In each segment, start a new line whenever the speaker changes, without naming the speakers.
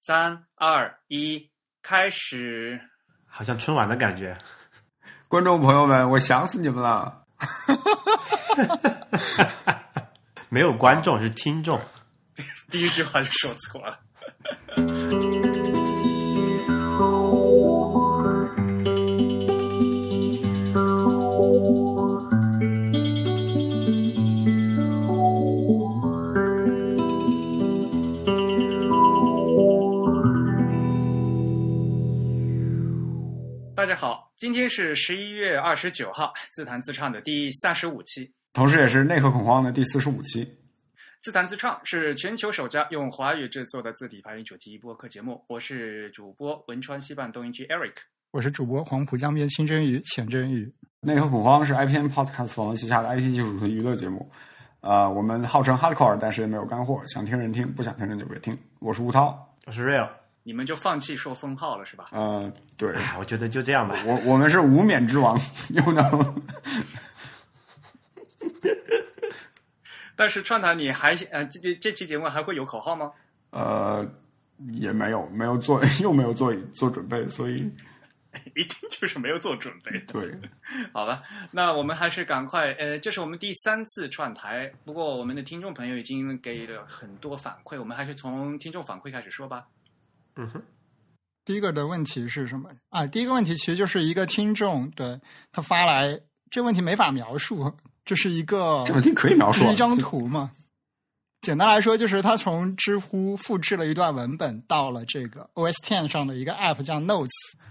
三二一，开始！
好像春晚的感觉。
观众朋友们，我想死你们了！
没有观众是听众，
第一句话就说错了。大家好，今天是十一月二十九号，自弹自唱的第三十五期。
同时也是内核恐慌的第四十五期。
自弹自唱是全球首家用华语制作的字体排音主题播客节目，我是主播文川西半东音区 Eric。
我是主播黄浦江边清蒸鱼、浅蒸鱼。
内核恐慌是 IPN Podcast 网络旗下的 IT 技术纯娱乐节目。啊、我们号称 hardcore，但是也没有干货，想听人听，不想听人就别听。我是吴涛。
我是 real。
你们就放弃说封号了是吧？
呃，对
哎，我觉得就这样吧。
我我们是无冕之王， 又能
但是串台你还呃这这这期节目还会有口号吗？
呃也没有没有做 又没有做做准备，所以
一定就是没有做准备的。
对
好吧，那我们还是赶快，呃，这是我们第三次串台，不过我们的听众朋友已经给了很多反馈，我们还是从听众反馈开始说吧。
嗯哼，
第一个的问题是什么啊？第一个问题其实就是一个听众对他发来，这问题没法描述，这是一个
这问题可以描述
是
啊
一张图嘛。简单来说，就是他从知乎复制了一段文本到了这个 OS Ten 上的一个 App 叫 Notes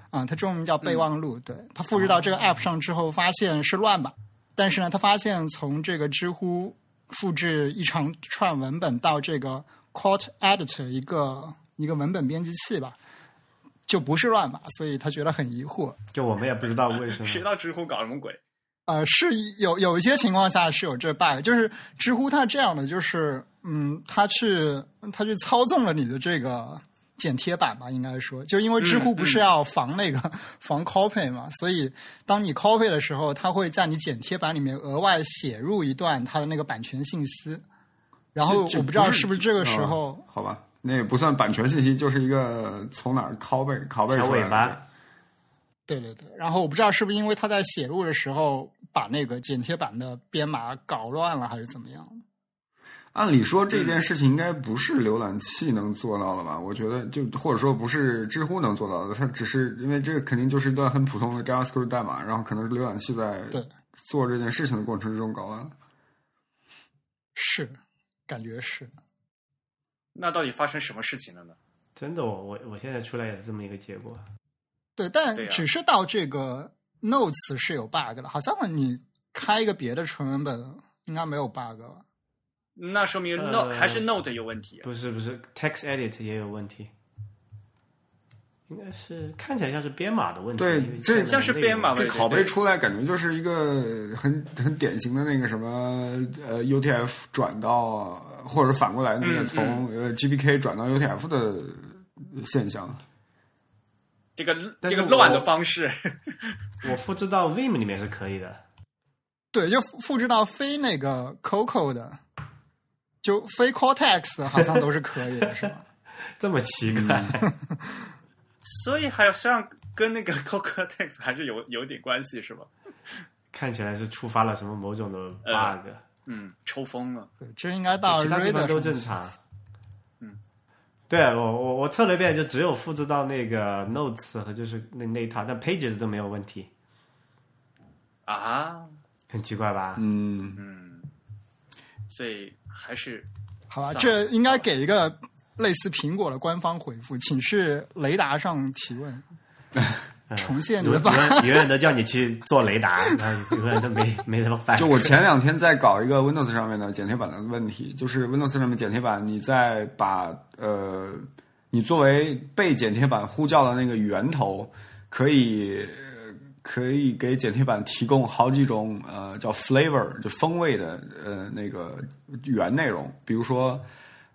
啊，它中文名叫备忘
嗯
录。对，他复制到这
哦
个 App 上之后，发现是乱码，但是呢，他发现从这个知乎复制一长串文本到这个 Quote Editor 一个一个文本编辑器吧，就不是乱码，所以他觉得很疑惑。
就我们也不知道为什
谁知
么。
道知乎搞什么鬼？
呃，是有有一些情况下是有这 bug，就是知乎它这样的，就是嗯，它去它去操纵了你的这个剪贴板吧，应该说，就因为知
嗯
乎不是要防那个、防 copy 嘛，所以当你 copy 的时候，它会在你剪贴板里面额外写入一段它的那个版权信息，然后
这
我不知道
不是
是不是这个时
啊
候
好吧，那也不算版权信息，就是一个从哪儿拷贝拷贝
小
出来
尾
的
巴，
对对对，然后我不知道是不是因为他在写入的时候把那个剪贴板的编码搞乱了，还是怎么样？
按理说
嗯
这件事情应该不是浏览器能做到的吧？我觉得就或者说不是知乎能做到的，它只是因为这肯定就是一段很普通的 JavaScript 代码，然后可能是浏览器在
对
做这件事情的过程之中搞
啊
完了。
是，感觉是。
那到底发生什么事情了呢？
真的，我我我现在出来也是这么一个结果。
对，但
对啊
只是到这个 notes 是有 bug 的，好像你开一个别的纯文本应该没有 bug 吧？
那说明
呃
Note、还是 Note 有问题啊、
不是不是，text edit 也有问题，应该是看起来像是编码的问题。
对
因为
这
前面
像是
那个
编码
这
对对
拷贝
对
出来感觉就是一个很很典型的那个什么呃 UTF 转到或者反过来那
嗯
个
嗯
从呃 GPK 转到 UTF 的现象。
这个
但
这
是
个乱的
我
方式，
我复制到 Vim 里面是可以的。
对，就复复制到非那个 Coco 的，就非 Cortex 的，好像都是可以的，是吧？
这么奇怪，
嗯
所以好像跟那个 Cocotex 还是有有点关系是吧？
看起来是触发了什么某种的 bug，
嗯，抽风了。
对，这应该到
其他地
Reader
方都
上
正常。
嗯，
对我我我测了一遍，就只有复制到那个 Notes 和就是那那一套，但 Pages 都没有问题，
啊，
很奇怪吧？
嗯，
嗯，所以还是
好吧，
上
这应该给一个类似苹果的官方回复，请去雷达上提 问。
嗯
重现你
永
的吧，
永永远都叫你去做雷达，然后永远都没没得办。
就我前两天在搞一个 Windows 上面的剪贴板的问题，就是 Windows 上面剪贴板，你在把呃，你作为被剪贴板呼叫的那个源头，可以呃可以给剪贴板提供好几种呃叫 flavor 就风味的呃那个源内容，比如说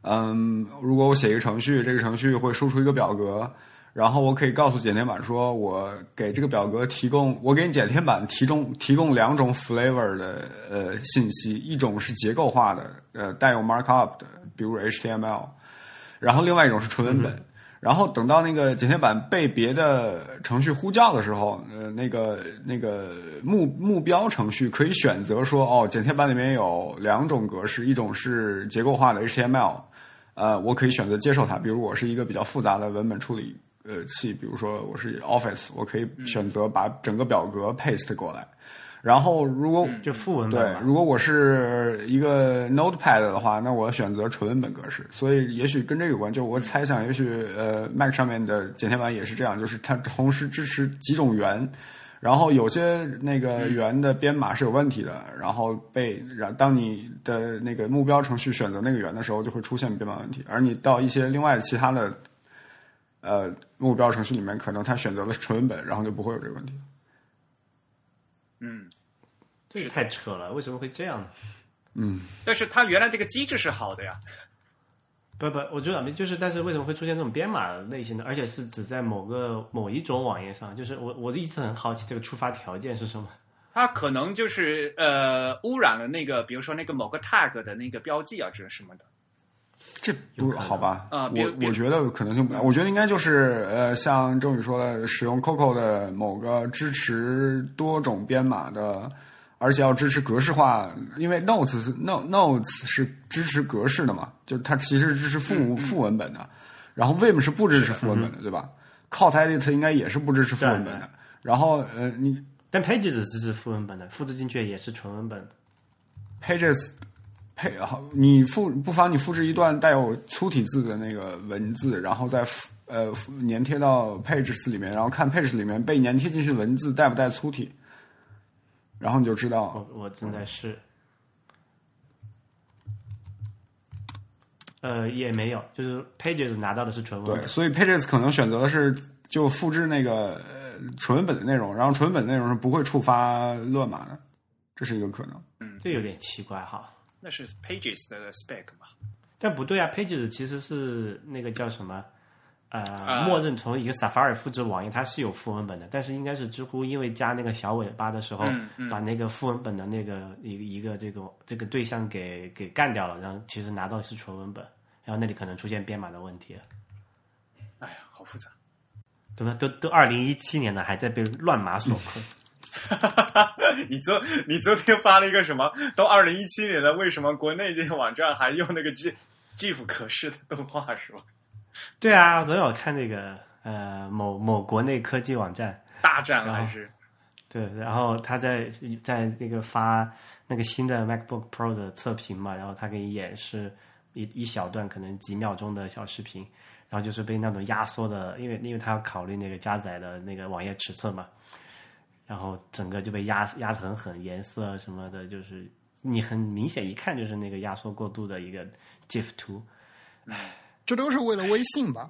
嗯，如果我写一个程序，这个程序会输出一个表格，然后我可以告诉剪贴板说，我给这个表格提供，我给你剪贴板提供提供两种 flavor 的呃信息，一种是结构化的，呃带有 markup 的，比如 HTML，然后另外一种是纯文本。然后等到那个剪贴板被别的程序呼叫的时候，呃，那个那个目目标程序可以选择说，哦，剪贴板里面有两种格式，一种是结构化的 HTML，呃，我可以选择接受它。比如我是一个比较复杂的文本处理呃器，比如说我是 Office，我可以选择把整个表格 paste 过来。然后如果
就副文
对
本，嘛。
如果我是一个 Notepad 的话，那我选择纯文本格式。所以也许跟这个有关，就我猜想，也许呃 Mac 上面的剪贴板也是这样，就是它同时支持几种源，然后有些那个源的编码是有问题的，然后被然当你的那个目标程序选择那个源的时候，就会出现编码问题，而你到一些另外其他的。呃，目标程序里面可能它选择了纯文本，然后就不会有这个问题。
嗯，
这也太扯了，为什么会这样呢？
但是它原来这个机制是好的呀，
不不，我知道，就是但是为什么会出现这种编码类型的，而且是只在某个某一种网页上？就是我我一直很好奇这个触发条件是什么。
它可能就是呃污染了那个，比如说那个某个 tag 的那个标记啊，这什么的。
这不好吧？
啊别
我
别
我觉得可能性不大。我觉得应该就是呃，像郑宇说的，使用 Coco 的某个支持多种编码的，而且要支持格式化，因为 Notes 是 No Notes 是支持格式的嘛，就是它其实是支持副、副文本的。然后 Vim 是不支持副文本的，对吧？Cot Edit 应该也是不支持副文本
对
的。然后呃，你
但 Pages 只是副文本的，复制进去也是纯文本的。
Pages 配好，你复不妨你复制一段带有粗体字的那个文字，然后再复呃复粘贴到 Pages 里面，然后看 Pages 里面被粘贴进去的文字带不带粗体，然后你就知道
我哦
哦
嗯
我正在试。呃，也没有，就是 Pages 拿到的是纯文
对，
本，
所以 Pages 可能选择的是就复制那个呃纯文本的内容，然后纯文本内容是不会触发乱码的，这是一个可能。
嗯
这有点奇怪哈。
那是 Pages 的 spec 嘛？
但不对啊，Pages 其实是那个叫什么？呃，
啊
默认从一个 Safari 复制网页，它是有副文本的，但是应该是知乎因为加那个小尾巴的时候，
嗯嗯
把那个副文本的那个一个一个这个这个对象给给干掉了，然后其实拿到的是纯文本，然后那里可能出现编码的问题了，
哎呀，好复杂。
对吧？都都二零一七年了，还在被乱 码所困。
你昨你昨天发了一个什么？都二零一七年了，为什么国内这个网站还用那个 G GIF 可视的动画是吧？
对啊，昨天我看那个呃某某国内科技网站，
大战
然后
还是
对，然后他在在那个发那个新的 MacBook Pro 的测评嘛，然后他给你演示一一小段可能几秒钟的小视频，然后就是被那种压缩的，因为因为他要考虑那个加载的那个网页尺寸嘛，然后整个就被压压得很狠，颜色什么的，就是你很明显一看就是那个压缩过度的一个 GIF 图。
这都是为了微信吧？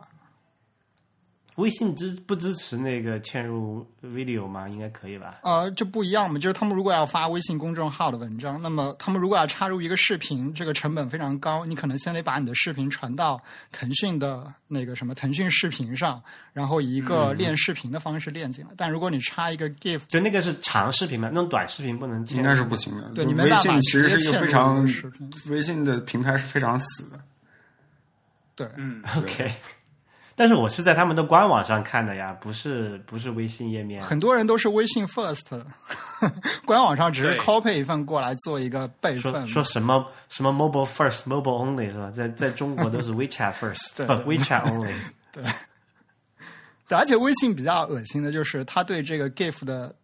微信支不支持那个嵌入 video 吗？应该可以吧？
呃，这不一样嘛，就是他们如果要发微信公众号的文章，那么他们如果要插入一个视频，这个成本非常高，你可能先得把你的视频传到腾讯的那个什么腾讯视频上，然后以一个练视频的方式练进来。但如果你插一个 GIF，
就那个是长视频嘛，那种短视频不能嵌入。
应该是不行的。
对
就
你没
微
办法
信其实是一个非常
直接嵌入这个视
微信的平台是非常死的。
对，
OK，但是我是在他们的官网上看的呀，不是不是微信页面。
很多人都是微信 first，官网上只是
对
copy 一份过来做一个备份
说
嘛。
说什么什么 mobile first, mobile only 是吧？在在中国都是 WeChat first，
对
不 WeChat only。
对，而且微信比较恶心的就是，它对这个 GIF 的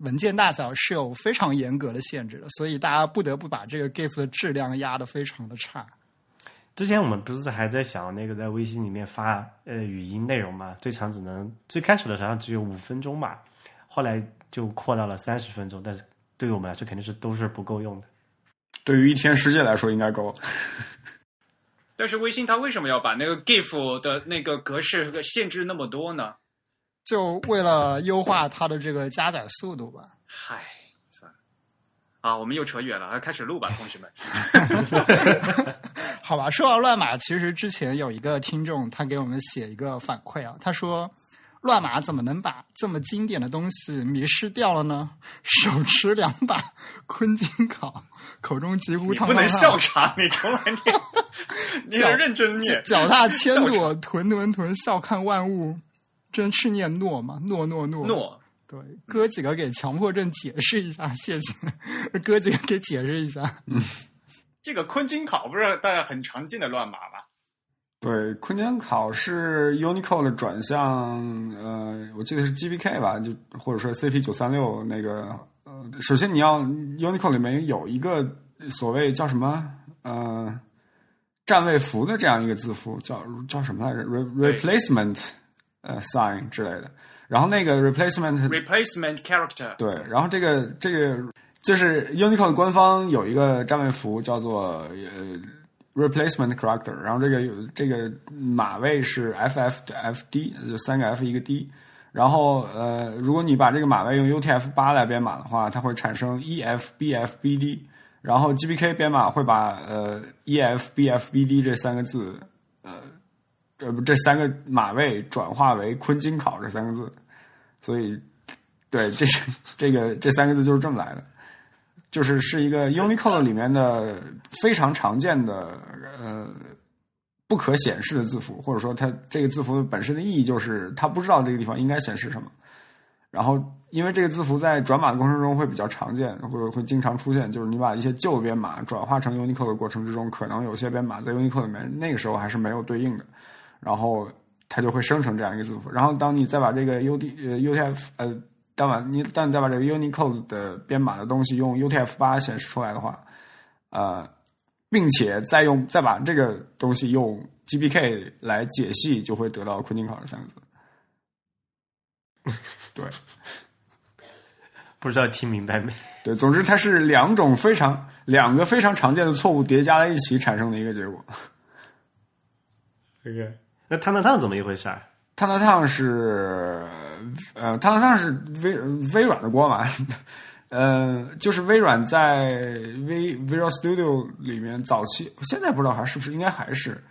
文件大小是有非常严格的限制的，所以大家不得不把这个 GIF 的质量压得非常的差。
之前我们不是还在想那个在微信里面发呃语音内容嘛，最长只能最开始的时候好像只有五分钟吧，后来就扩到了三十分钟，但是对于我们来说肯定是都是不够用的。
对于一天世界来说，应该够了。
但是微信它为什么要把那个 GIF 的那个格式和限制那么多呢？
就为了优化它的这个加载速度吧。
嗨，算了。啊，我们又扯远了，啊开始录吧，同学们。
好吧，说到乱码，其实之前有一个听众他给我们写一个反馈啊，他说。乱码怎么能把这么经典的东西迷失掉了呢？手持两把 昆金镐，口中疾呼
你
汤
不
汤
能
汤
笑场，你重来念。你得认真念，
脚踏千朵屯屯屯，笑看万物，真是念诺嘛？诺诺诺
诺。
对，哥几个给强迫症解释一下，谢谢。哥几个给解释一下，
这个昆金考不是大家很常见的乱码吗？
对，昆间考是 Unicode 转向，呃，我记得是 GPK 吧，就或者说 CP 九三六那个。呃，首先你要 Unicode 里面有一个所谓叫什么呃占位符的这样一个字符，叫叫什么来着？re
对
replacement 呃 sign 之类的。然后那个 replacement
replacement character，
对，然后这个这个就是 Unicode 官方有一个占位符叫做呃 replacement character，然后这个这个码位是 FF FD，就三个 F 一个 D。然后呃，如果你把这个码位用 UTF 八来编码的话，它会产生 E EFBFBD。然后 GPK 编码会把呃 EFBFBD 这三个字，呃，这不这三个码位转化为昆金考这三个字，所以对，这是这个这三个字就是这么来的，就是是一个 Unicode 里面的非常常见的呃不可显示的字符，或者说它这个字符本身的意义就是它不知道这个地方应该显示什么。然后，因为这个字符在转码的过程中会比较常见，或者会经常出现，就是你把一些旧编码转化成 Unicode 的过程之中，可能有些编码在 Unicode 里面那个时候还是没有对应的，然后它就会生成这样一个字符。然后当你再把这个 UD 呃 UTF 呃，当晚你当你再把这个 Unicode 的编码的东西用 UTF 八显示出来的话，呃，并且再用再把这个东西用 GPK 来解析，就会得到昆汀考这三个字。对
不知道听明白没？
对，总之它是两种非常两个非常常见的错误叠加在一起产生的一个结果。
这个那烫烫烫怎么一回事儿？
烫烫烫是，呃，烫烫烫是微微软的锅嘛， 呃，就是微软在 V Visual Studio 里面早期，现在不知道还是不是，应该还是，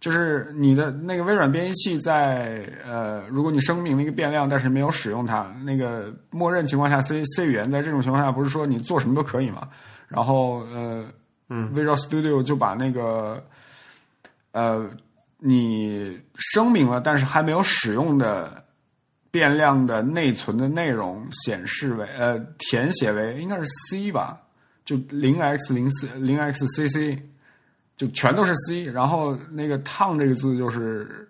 就是你的那个微软编译器在呃，如果你声明了一个变量，但是没有使用它，那个默认情况下 C C 语言在这种情况下不是说你做什么都可以嘛，然后呃，嗯，Visual Studio 就把那个呃你声明了但是还没有使用的变量的内存的内容显示为呃填写为应该是 C 吧，就零 x 零四零 x cc，就全都是 C。然后那个 ton 这个字就是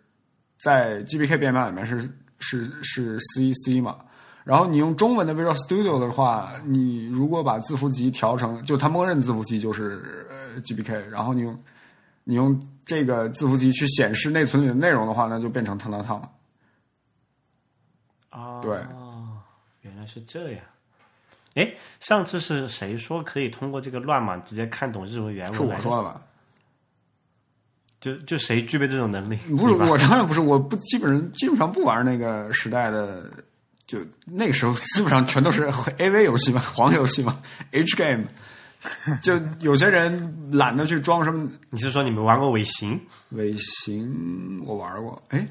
在 GPK 编码里面是是是 C C 嘛。然后你用中文的 Visual Studio 的话，你如果把字符集调成，就它默认字符集就是呃 GPK，然后你用你用这个字符集去显示内存里的内容的话，那就变成 ton ton ton 了。
哦，
对，
原来是这样。哎，上次是谁说可以通过这个乱码直接看懂日文原文？
是我说的，吧？
就就谁具备这种能力？
不是
你吧
我，当然不是，我不基本上基本上不玩那个时代的，就那个时候基本上全都是 AV 游戏嘛，黄游戏嘛，H game，就有些人懒得去装什么
你是说你们玩过尾行？
尾行，我玩过，哎，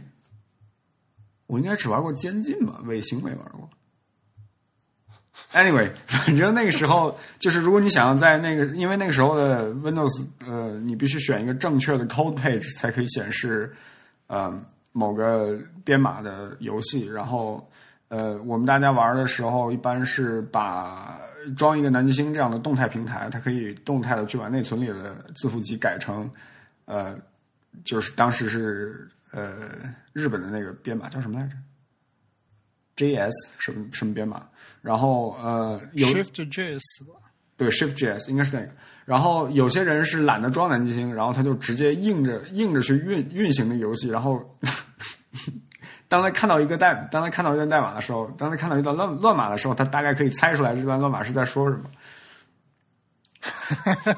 我应该只玩过监禁吧，尾行没玩过。Anyway，反正那个时候就是，如果你想要在那个，因为那个时候的 Windows，呃，你必须选一个正确的 code page 才可以显示，呃，某个编码的游戏。然后，呃，我们大家玩的时候，一般是把装一个南极星这样的动态平台，它可以动态的去把内存里的字符集改成，呃，就是当时是呃日本的那个编码叫什么来着？JS 什么什么编码？然后呃有
Shift J 死了。
对 Shift JS 应该是那个。然后有些人是懒得装南极星，然后他就直接硬着硬着去运运行那个游戏。然后 当他看到一个代，当他看到一段代码的时候，当他看到一段乱乱码的时候，他大概可以猜出来这段乱码是在说什么。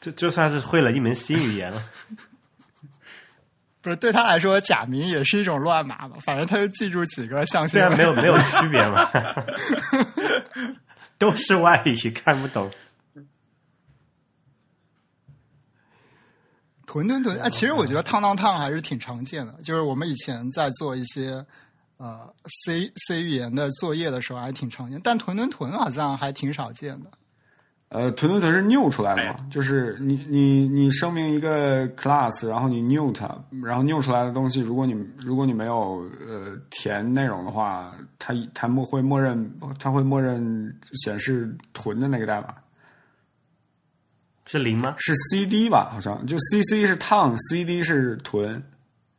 就就算是会了一门新语言 了，
不是对他来说，假名也是一种乱码嘛，反正他就记住几个象
虽
限
然。啊没有没有区别嘛， 都是外语看不懂。
屯屯屯，啊，其实我觉得烫烫烫还是挺常见的，就是我们以前在做一些呃 C C 语言的作业的时候还挺常见，但屯屯屯好像还挺少见的。
呃，屯对屯是 new 出来的嘛，就是你你你声明一个 class，然后你 new 它，然后 new 出来的东西，如果你如果你没有呃填内容的话，它它默会默认它会默认显示屯的那个代码
是零吗？
是 cd 吧？好像就 cc 是 town，cd 是屯，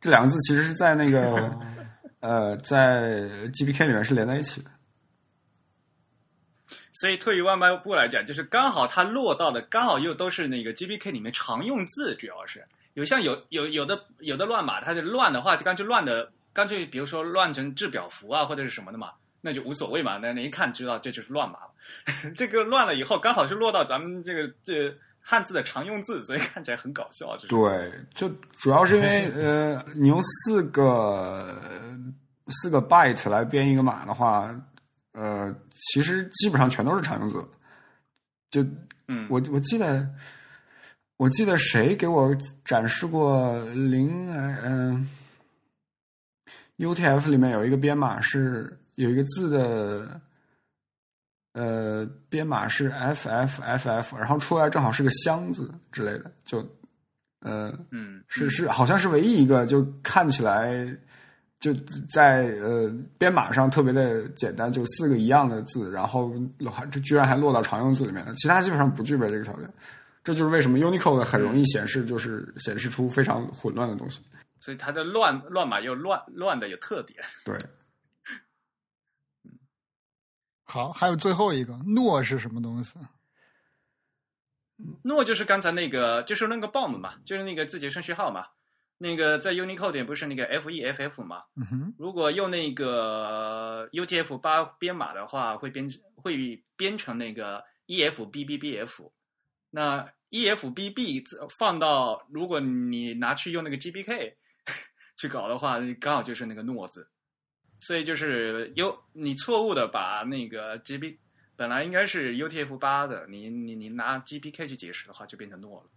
这两个字其实是在那个呃在 GPK 里面是连在一起的。
所以退一万步来讲，就是刚好它落到的刚好又都是那个 GBK 里面常用字，主要是有像有有有的有的乱码，它就乱的话就干脆乱的干脆，比如说乱成制表符啊或者是什么的嘛，那就无所谓嘛，那你一看知道这就是乱码了。 这个乱了以后刚好是落到咱们这个这汉字的常用字，所以看起来很搞笑。就是、
对，就主要是因为呃，你用四个四个 byte 来编一个码的话，呃，其实基本上全都是常用字。就
嗯，
我我记得，我记得谁给我展示过零嗯、UTF 里面有一个编码是有一个字的。呃，编码是 FFFF，然后出来正好是个箱子之类的，就呃，
嗯
是是，好像是唯一一个就看起来就在呃编码上特别的简单，就四个一样的字，然后还这居然还落到常用字里面了，其他基本上不具备这个条件。这就是为什么 Unicode 很容易显示，就是显示出非常混乱的东西。
所以它的乱乱码又乱乱的有特点。
对，
好，还有最后一个诺是什么东西？
诺就是刚才那个，就是那个 bomb 嘛，就是那个字节顺序号嘛。那个在 Unicode 也不是那个 F E F F 嘛？
嗯哼，
如果用那个 UTF 八编码的话，会编会编成那个 E F B B B F。那 E F B B 放到如果你拿去用那个 G B K 去搞的话，刚好就是那个诺字。所以就是有你错误的把那个 G B 本来应该是 UTF 八的，你你你拿 G B K 去解释的话，就变成诺了。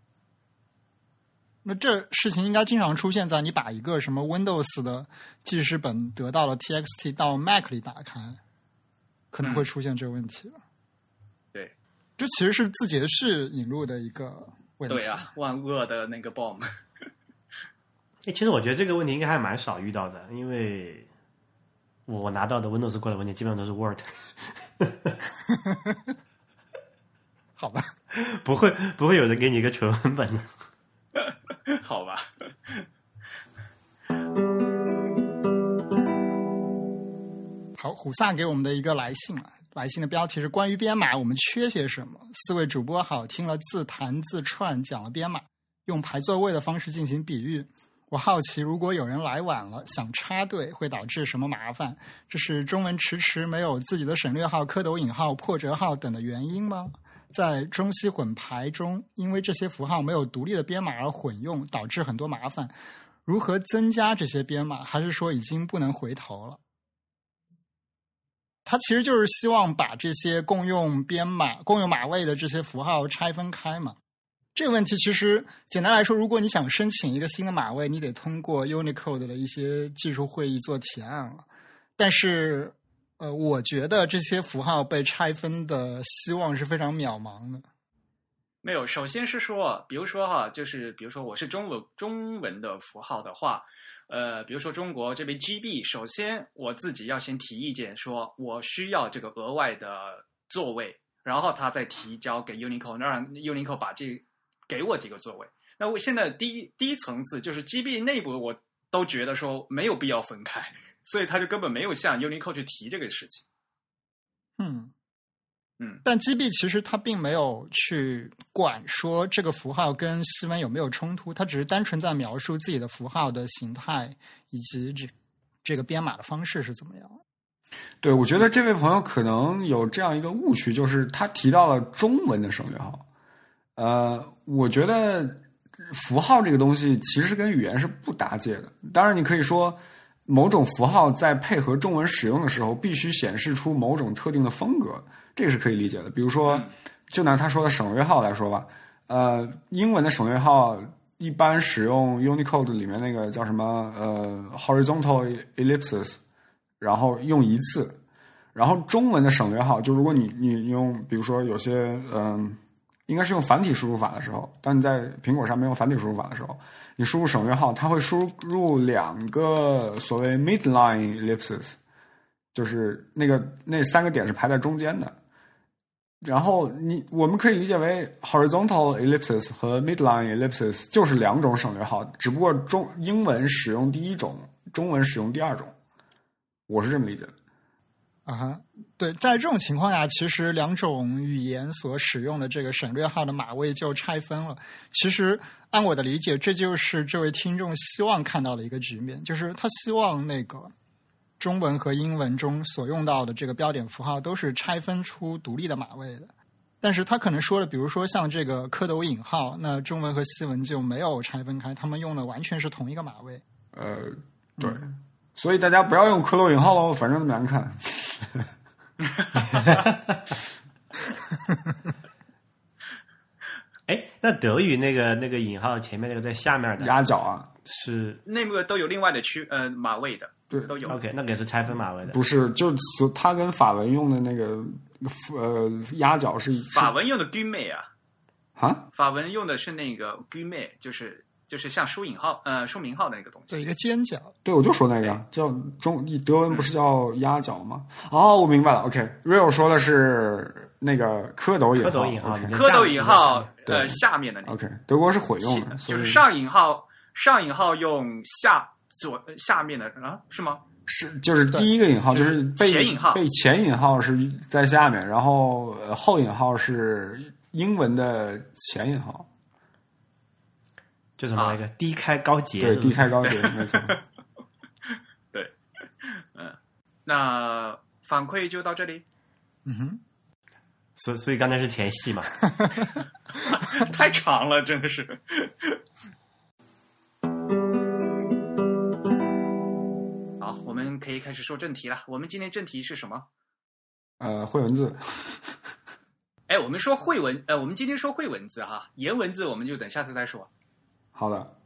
那这事情应该经常出现在你把一个什么 Windows 的记事本得到了 TXT 到 Mac 里打开，可
嗯
能会出现这个问题了。
对，
这其实是字节式引入的一个问题。
对啊，万恶的那个 bomb。
哎，其实我觉得这个问题应该还蛮少遇到的，因为我拿到的 Windows 过来文件基本上都是 Word，
好吧，
不会 不会有人给你一个纯文本的。
好吧。
好，虎萨给我们的一个来信啊，来信的标题是关于编码我们缺些什么。四位主播好，听了自弹自串讲了编码，用排座位的方式进行比喻。我好奇，如果有人来晚了想插队，会导致什么麻烦？这是中文迟迟没有自己的省略号、蝌蚪引号、破折号等的原因吗？在中西混排中，因为这些符号没有独立的编码而混用，导致很多麻烦。如何增加这些编码？还是说已经不能回头了？它其实就是希望把这些共用编码、共用码位的这些符号拆分开嘛。这个问题其实简单来说，如果你想申请一个新的码位，你得通过 Unicode 的一些技术会议做提案了。但是，呃，我觉得这些符号被拆分的希望是非常渺茫的。
没有，首先是说，比如说哈，就是比如说我是中文中文的符号的话，呃，比如说中国这边 GB，首先我自己要先提意见，说我需要这个额外的座位，然后他再提交给 Unicode，让 Unicode 把这给我几个座位。那我现在第一第一层次就是 GB 内部，我都觉得说没有必要分开，所以他就根本没有向 Unicode 去提这个事情。
嗯，
嗯
但 GB 其实它并没有去管说这个符号跟西文有没有冲突，它只是单纯在描述自己的符号的形态以及这这个编码的方式是怎么样。
对，我觉得这位朋友可能有这样一个误区，就是他提到了中文的省略号。呃，我觉得符号这个东西其实跟语言是不搭界的。当然，你可以说某种符号在配合中文使用的时候，必须显示出某种特定的风格，这个是可以理解的。比如说，就拿他说的省略号来说吧，呃，英文的省略号一般使用 Unicode 里面那个叫什么呃 horizontal ellipses。然后用一次。然后中文的省略号，就如果你你用，比如说有些嗯、应该是用繁体输入法的时候，当你在苹果上面用繁体输入法的时候，你输入省略号，它会输入两个所谓 midline ellipses，就是那个那三个点是排在中间的。然后你我们可以理解为 horizontal ellipses 和 midline ellipses 就是两种省略号，只不过中英文使用第一种，中文使用第二种，我是这么理解的。
啊哈，对，在这种情况下，其实两种语言所使用的这个省略号的码位就拆分了。其实按我的理解，这就是这位听众希望看到的一个局面，就是他希望那个中文和英文中所用到的这个标点符号都是拆分出独立的码位的。但是他可能说的，比如说像这个蝌蚪引号，那中文和西文就没有拆分开，他们用的完全是同一个码位。
呃，对，
嗯
所以大家不要用蝌蚪引号喽，反正那么难看。
哎，那德语那个那个引号前面那个在下面的
压脚啊，
是
那个都有另外的区呃码位的，
对啊
都有。
OK，那个也是拆分码位的。
不是，就是它跟法文用的那个呃压脚是是
法文用的 g u m e 啊，
啊，
法文用的是那个 g u m e 就是就是像书引号呃书名号的那个东
对，一
西。
个尖角，
对，我就说那个
哎
叫中德文不
嗯
是叫压脚吗？哦，我明白了。OK，Real、说的是那个蝌蚪引号，
蝌蚪引号
OK
你在
蝌蚪引号
对
呃下面的那个，
OK，德国是混用的，
就
所以
是上引号上引号用下左呃下面的啊是吗？
是就是第一个引号
对
就是被
前引号
被前引号是在下面，然后呃后引号是英文的前引号，
就什么那个低开高节，
啊对，
是不
低
是
开高节，没 错。
那反馈就到这里，
嗯哼。
所以所以刚才是前戏 嘛。
太长了，真的是。 好，我们可以开始说正题了。我们今天正题是什么？
呃，会文字，
哎，我们说会文，呃，我们今天说会文字哈，颜文字我们就等下次再说。
好的，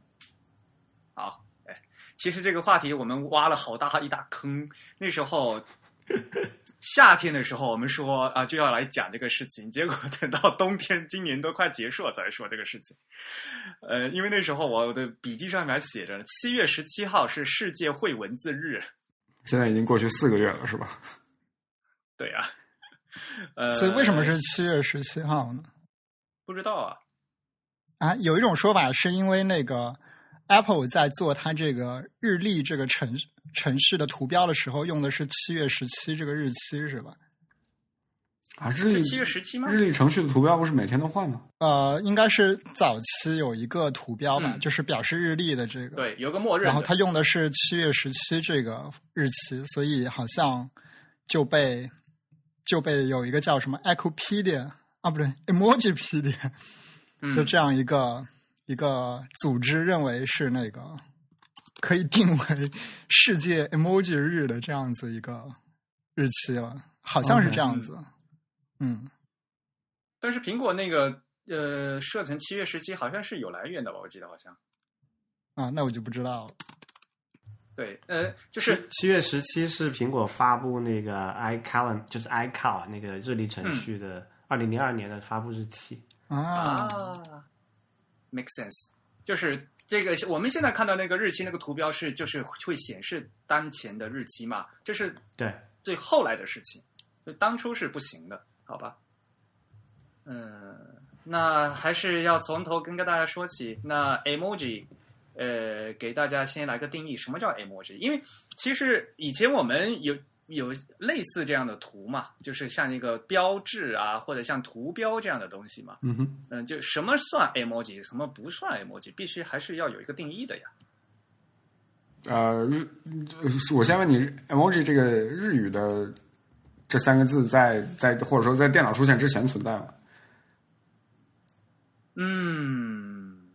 好，哎，其实这个话题我们挖了好大一大坑。那时 候夏天的时候，我们说啊就要来讲这个事情，结果等到冬天，今年都快结束了才说这个事情。呃，因为那时候我的笔记上面还写着，七月十七号是世界会文字日。
现在已经过去四个月了，是吧？
对啊，呃，
所以为什么是七月十七号呢？
不知道啊？
啊，有一种说法是因为那个 Apple 在做它这个日历这个程程序的图标的时候，用的是七月十七这个日期，是吧？
啊，日
是
历
七月十七吗？
日历程序的图标不是每天都换吗？
呃，应该是早期有一个图标吧，
嗯
就是表示日历的这个。。
对，有个默认的。
然后它用的是七月十七这个日期，所以好像就被就被有一个叫什么 Ecopedia 啊，不对，Emojipedia
嗯
就这样一个一个组织认为是那个可以定为世界 emoji 日的这样子一个日期了，好像是这样子。嗯，
但是苹果那个呃设成七月十七，好像是有来源的吧？我记得好像。
啊，那我就不知道了。
对，呃，就是
七月十七是苹果发布那个 iCal 就是 iCal 那个日历程序
嗯
的二零零二年的发布日期。
啊，
，make sense，就是这个我们现在看到那个日期那个图标是就是会显示当前的日期嘛，这是
对，
最后来的事情，就当初是不行的，好吧？嗯，那还是要从头跟跟大家说起。那 emoji，呃，给大家先来个定义，什么叫 emoji？因为其实以前我们有有类似这样的图嘛，就是像一个标志啊，或者像图标这样的东西嘛。
嗯哼，
嗯，就什么算 emoji，什么不算 emoji，必须还是要有一个定义的呀。
呃，日，我先问你，emoji 这个日语的这三个字在在或者说在电脑出现之前存在吗？
嗯，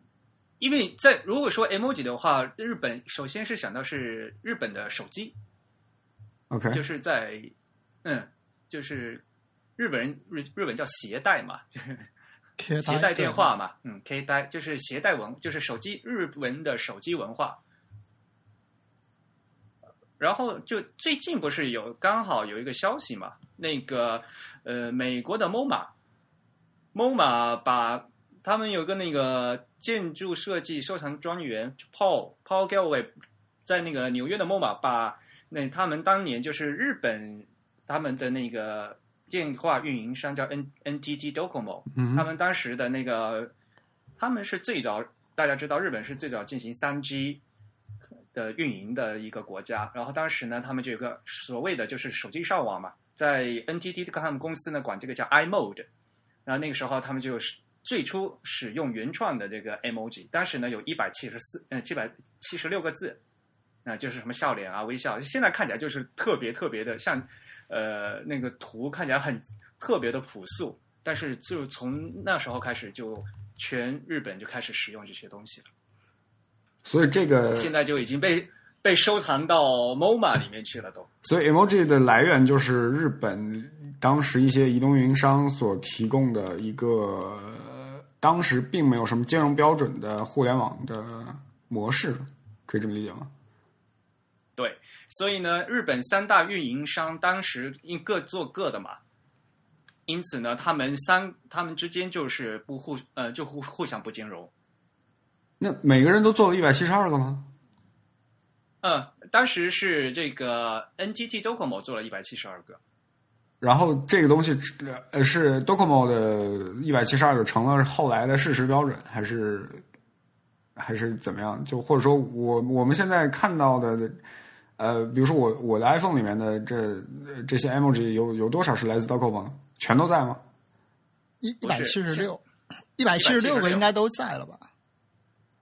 因为在如果说 emoji 的话，日本首先是想到是日本的手机，
OK，
就是在嗯，就是日本人日日本叫携带嘛，就是
携
携带电话嘛，嗯，携带就是携带文，就是手机日文的手机文化。然后就最近不是有刚好有一个消息嘛，那个呃，美国的 MoMA MoMA 把他们有个那个建筑设计收藏专员 Paul Paul Galway 在那个纽约的 MoMA 把那他们当年就是日本他们的那个电话运营商叫 N NTT Docomo，
嗯
他们当时的那个他们是最早大家知道日本是最早进行三 G 的运营的一个国家，然后当时呢他们就有个所谓的就是手机上网嘛，在 NTT 跟他们公司呢管这个叫 iMode，然后那个时候他们就是最初使用原创的这个 emoji，当时呢有一百七十四呃七百七十六个字，那就是什么笑脸啊、微笑，现在看起来就是特别特别的像，呃，那个图看起来很特别的朴素，但是就从那时候开始，就全日本就开始使用这些东西了，
所以这个
现在就已经被被收藏到 MoMA 里面去了都。
所以 emoji 的来源就是日本当时一些移动运营商所提供的一个呃当时并没有什么兼容标准的互联网的模式，可以这么理解吗？
对，所以呢，日本三大运营商当时因各做各的嘛，因此呢，他们三他们之间就是不互呃就互互相不兼容。
那每个人都做了一百七十二个吗？
嗯，当时是这个 NTT Docomo 做了一百七十二个，
然后这个东西呃是 Docomo 的一百七十二个成了后来的事实标准，还是还是怎么样？就或者说我我们现在看到的，呃，比如说我我的 iPhone 里面的这呃这些 emoji 有有多少是来自 Docomo 呢？全都在吗？
一一
不
百七
是
十
是
六，一百七十六
176
个应该都在了吧？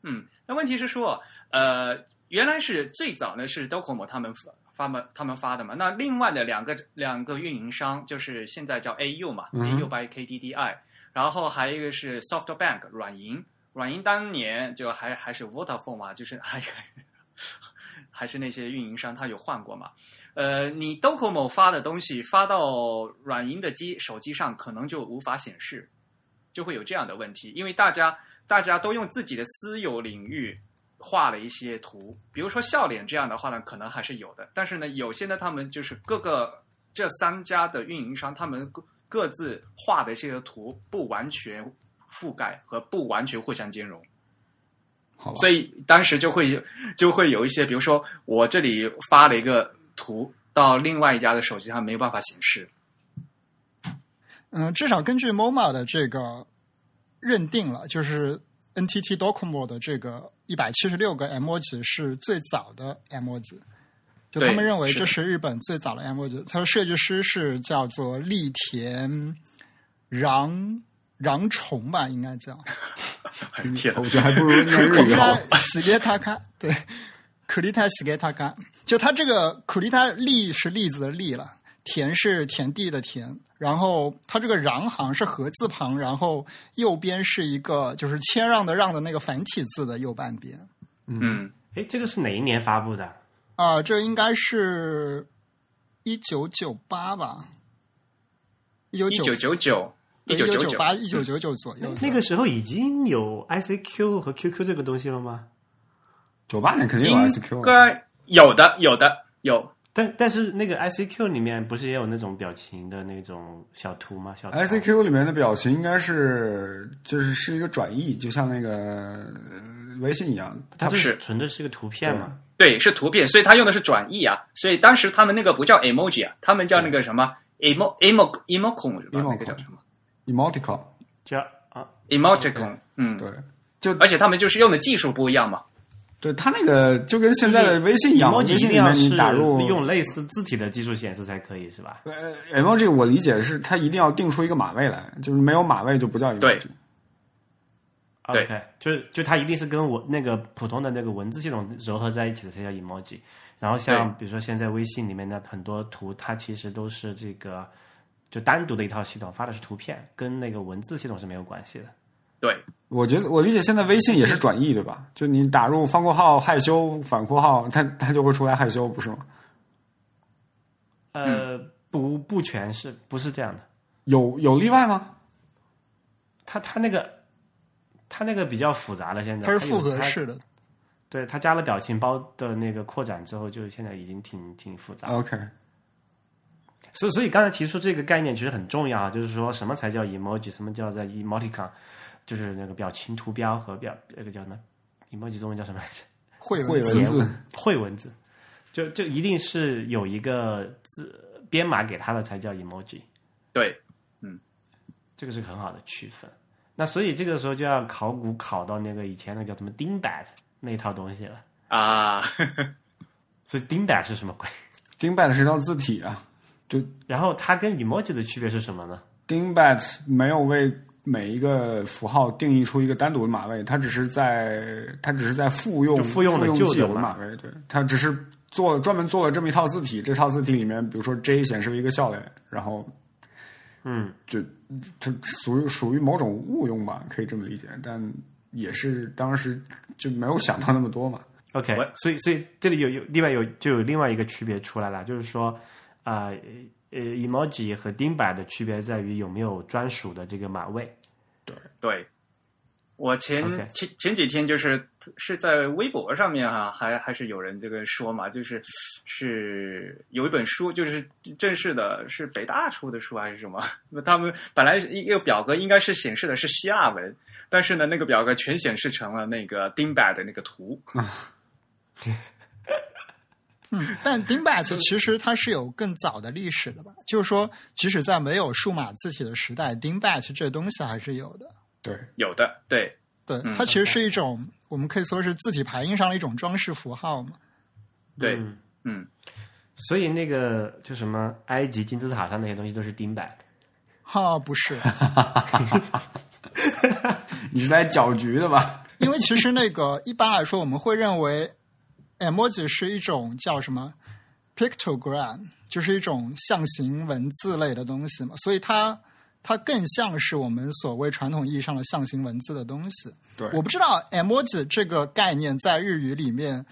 嗯，那问题是说，呃，原来是最早呢是 Docomo 他们发发嘛，他们发的嘛。那另外的两个两个运营商就是现在叫 AU 嘛、
嗯
a u by KDDI，然后还有一个是 SoftBank 软银，软银当年就还还是 Vodafone 嘛，就是还还还是那些运营商他有换过嘛。呃，你 Docomo 发的东西发到软银的机手机上，可能就无法显示，就会有这样的问题，因为大家大家都用自己的私有领域画了一些图，比如说笑脸这样的话呢，可能还是有的，但是呢，有些呢，他们就是各个这三家的运营商，他们各各自画的这些图不完全覆盖和不完全互相兼容。
好吧，
所以当时就会就会有一些，比如说我这里发了一个图到另外一家的手机上没有办法显示，
嗯，至少根据 MoMA 的这个认定了，就是 NTT Docomo 的这个一百七十六个 emoji 是最早的 emoji，就
对
他们认为
是
这
的
是日本最早的 emoji。它的设计师是叫做立田穰穰虫吧，应该叫。
天
我觉得还不如 念日语好。
喜给他看，对，苦力他喜给他看，就他这个苦力他栗是栗子的栗了，田是田地的田，然后他这个穰好像是禾字旁，然后右边是一个就是谦让的让的那个繁体字的右半边
嗯，
哎，这个是哪一年发布的？
啊、这应该是一九九八吧，一九
一九九九，一九
九
九九
八一九九九左右的，
那个时候已经有 ICQ 和 QQ 这个东西了吗？
九八年肯定有啊
应
SQ，
该有的，有的有。
但但是那个 ICQ 里面不是也有那种表情的那种小图吗？小图
ICQ 里面的表情应该是就是是一个转译，就像那个呃微信一样，
它就
不是
纯粹是一个图片嘛？
对，是图片，所以他用的是转译啊，所以当时他们那个不叫 emoji 啊，他们叫那个什么 emo emo emocon 是吧？
Emocon
那个叫什么
emoticon，
叫啊，
emoticon？嗯，
对，就
而且他们就是用的技术不一样嘛。
对它那个就跟现在的微信一样，
emoji
微
一
信
定
里
要
面
是
你打入
用类似字体的技术显示才可以是吧？
呃 emoji，我理解是它一定要定出一个码位来，就是没有码位就不叫 emoji。
对对
OK，就就它一定是跟我那个普通的那个文字系统糅合在一起的才叫 emoji。然后像比如说现在微信里面的很多图，它其实都是这个就单独的一套系统，发的是图片，跟那个文字系统是没有关系的。
对，
我觉得我理解现在微信也是转译对吧？就你打入方括号害羞反括号，它它就会出来害羞，不是吗？
呃，
嗯
不不全是不是这样的？
有有例外吗？
它它那个它那个比较复杂了，现在
它是
有
复合
它
式的，
对它加了
啊
表情包的那个扩展之后，就现在已经挺挺复杂了。
OK，
所以，所以刚才提出这个概念其实很重要啊，就是说什么才叫 emoji，什么叫在 emoticon，就是那个表情图标和表那个叫什么 emoji 中文叫什么来着？
会
会
字
文字，
会文字，就就一定是有一个字编码给它的才叫 emoji，
对，
这个是很好的区分。那所以这个时候就要考古考到那个以前那个叫什么 Dingbat 那一套东西了。
啊，
所以 Dingbat 是什么鬼？
Dingbat 是一套字体啊，就
然后它跟 emoji 的区别是什么呢？
Dingbat 没有为每一个符号定义出一个单独的码位，它只是在它只是在复用
就复用了旧的
既有的
码
码位，对，它只是做专门做了这么一套字体，这套字体里面，比如说 J 显示为一个笑脸，然后
嗯，
就它属于属于某种误用吧，可以这么理解，但也是当时就没有想到那么多嘛。
OK，
我
所以所以这里有有另外有就有另外一个区别出来了，就是说啊呃呃 emoji 和 Dingbat 的区别在于有没有专属的这个码位。
对，我前
OK
前前几天就是是在微博上面哈、还还是有人这个说嘛，就是是有一本书，就是正式的，是北大出的书还是什么？ 那他们本来一个表格应该是显示的是希腊文，但是呢，那个表格全显示成了那个 Dingbat 的那个图。
嗯，但 Dingbat 其实它是有更早的历史的吧？就是说，即使在没有数码字体的时代，Dingbat 这东西还是有的。
对，
有的，对，
对，
嗯
它其实是一种，我们可以说是字体排印上的一种装饰符号嘛。
对，
嗯
嗯
所以那个就什么埃及金字塔上那些东西都是 Dingbat。
哈、不是，
你是来搅局的吧？
因为其实那个一般来说，我们会认为 emoji 是一种叫什么 pictogram，就是一种象形文字类的东西嘛，所以它它更像是我们所谓传统意义上的象形文字的东西。
对
我不知道 emoji 这个概念在日语里面，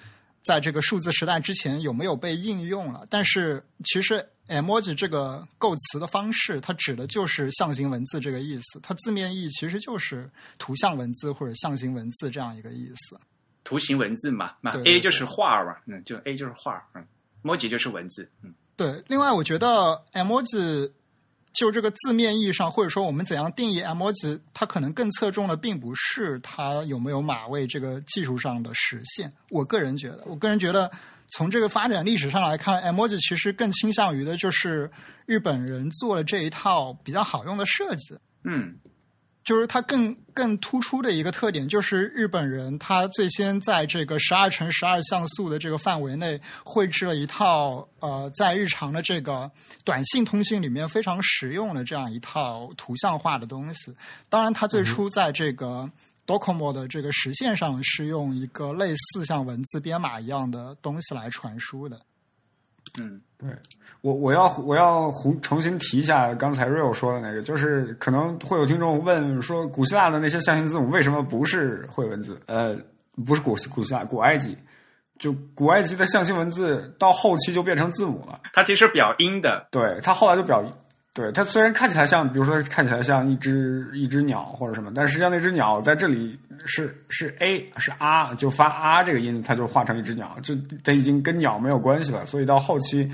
在这个数字时代之前有没有被应用了，但是其实 emoji 这个构词的方式，它指的就是象形文字这个意思，它字面意义其实就是图像文字或者象形文字这样一个意思。
图形文字嘛，那
对对
A 就是画儿嘛，嗯，就 A 就是画儿，嗯，emoji 就是文字，嗯，
对，另外我觉得 emoji 就这个字面意义上，或者说我们怎样定义 emoji，它可能更侧重的并不是它有没有码位这个技术上的实现。我个人觉得，我个人觉得从这个发展历史上来看，emoji 其实更倾向于的就是日本人做了这一套比较好用的设计。
嗯，
就是它更更突出的一个特点，就是日本人他最先在这个十二乘十二像素的这个范围内绘制了一套呃，在日常的这个短信通信里面非常实用的这样一套图像化的东西。当然，它最初在这个 Docomo 的这个实现上是用一个类似像文字编码一样的东西来传输的。
嗯
我我要我要胡重新提一下刚才 Real 说的那个，就是可能会有听众问说，古希腊的那些象形字母为什么不是绘文字？呃，不是古古希腊，古埃及，就古埃及的象形文字到后期就变成字母了。
它其实表音的，
对，它后来就表，对它虽然看起来像，比如说看起来像一只一只鸟或者什么，但实际上那只鸟在这里是是 a 是 r 就发 r 这个音，它就化成一只鸟，这它已经跟鸟没有关系了，所以到后期。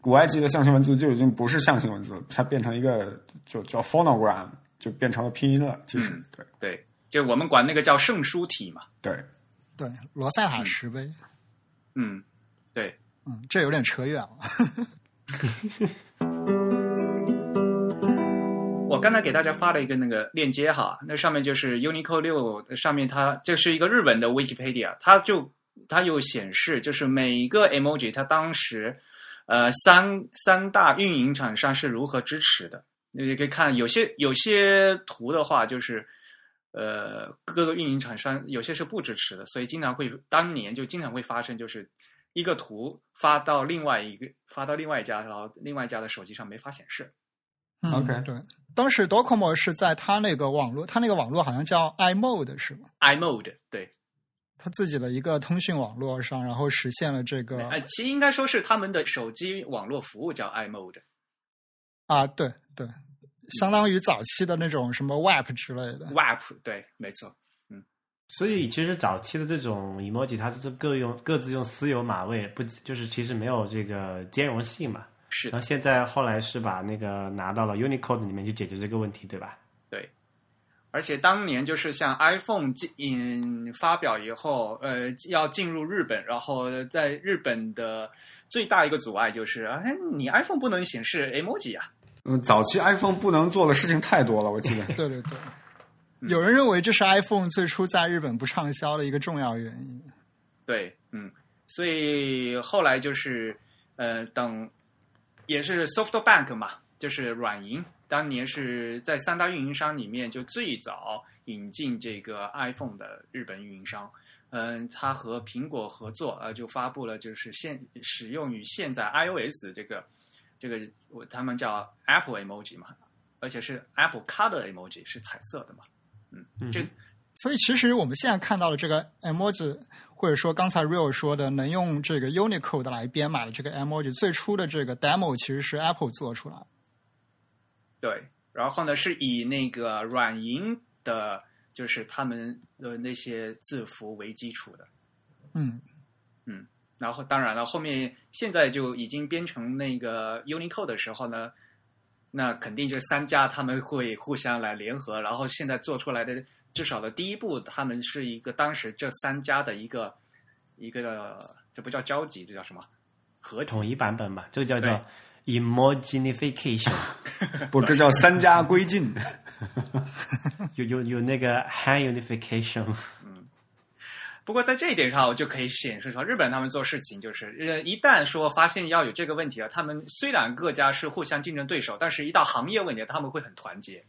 古埃及的象形文字就已经不是象形文字，它变成一个就叫 phonogram，就变成了拼音了。其实，
嗯对，就我们管那个叫圣书体嘛，
对对，
对，罗塞塔石碑，
嗯，对，
嗯，这有点扯远了。
我刚才给大家发了一个那个链接哈，那上面就是 Unicode 六上面它这是一个日文的 Wikipedia，它就它有显示就是每一个 emoji 它当时呃三三大运营厂商是如何支持的，你可以看有些有些图的话就是。呃，各个运营厂商有些是不支持的，所以经常会当年就经常会发生，就是一个图发到另外一个发到另外一家，然后另外一家的手机上没法显示。
嗯
OK
对。当时 Docomo 是在他那个网络，他那个网络好像叫 iMode 是吗？
iMode 对，
他自己的一个通讯网络上，然后实现了这个
呃，其实应该说是他们的手机网络服务叫 iMode。
啊，对对，相当于早期的那种什么 WAP 之类的。
WAP 对，没错，
所以其实早期的这种 emoji，它是各用各自用私有码位，不就是其实没有这个兼容性嘛？
是
然
的，
后现在后来是把那个拿到了 Unicode 里面去解决这个问题，对吧？
对。而且当年就是像 iPhone 进嗯发表以后，呃，要进入日本，然后在日本的最大一个阻碍就是，哎，你 iPhone 不能显示 emoji 啊，
嗯，早期 iPhone 不能做的事情太多了，我记得
对对对，
嗯
有人认为这是 iPhone 最初在日本不畅销的一个重要原因。
对，嗯，所以后来就是呃，等也是 SoftBank 嘛，就是软银，当年是在三大运营商里面就最早引进这个 iPhone 的日本运营商。嗯，它和苹果合作，呃，就发布了就是现使用于现在 iOS 这个这个我他们叫 Apple Emoji 嘛，而且是 Apple Color Emoji 是彩色的嘛，嗯，这
所以其实我们现在看到的这个 emoji，或者说刚才 Real 说的能用这个 Unicode 来编码的这个 emoji，最初的这个 demo 其实是 Apple 做出来的。
对，然后呢是以那个软银的，就是他们的那些字符为基础的。
嗯，
然后当然了，后面现在就已经编成那个 Unicode 的时候呢，那肯定这三家他们会互相来联合，然后现在做出来的至少的第一步，他们是一个当时这三家的一个一个这不叫交集，这叫什么合体？
统一版本吧，这个叫
对
叫 Emojification，
不，这叫三家归进。
有有有那个 Hand Unification，
不过在这一点上，我就可以显示出日本他们做事情就是，呃，一旦说发现要有这个问题了，他们虽然各家是互相竞争对手，但是一到行业问题，他们会很团结。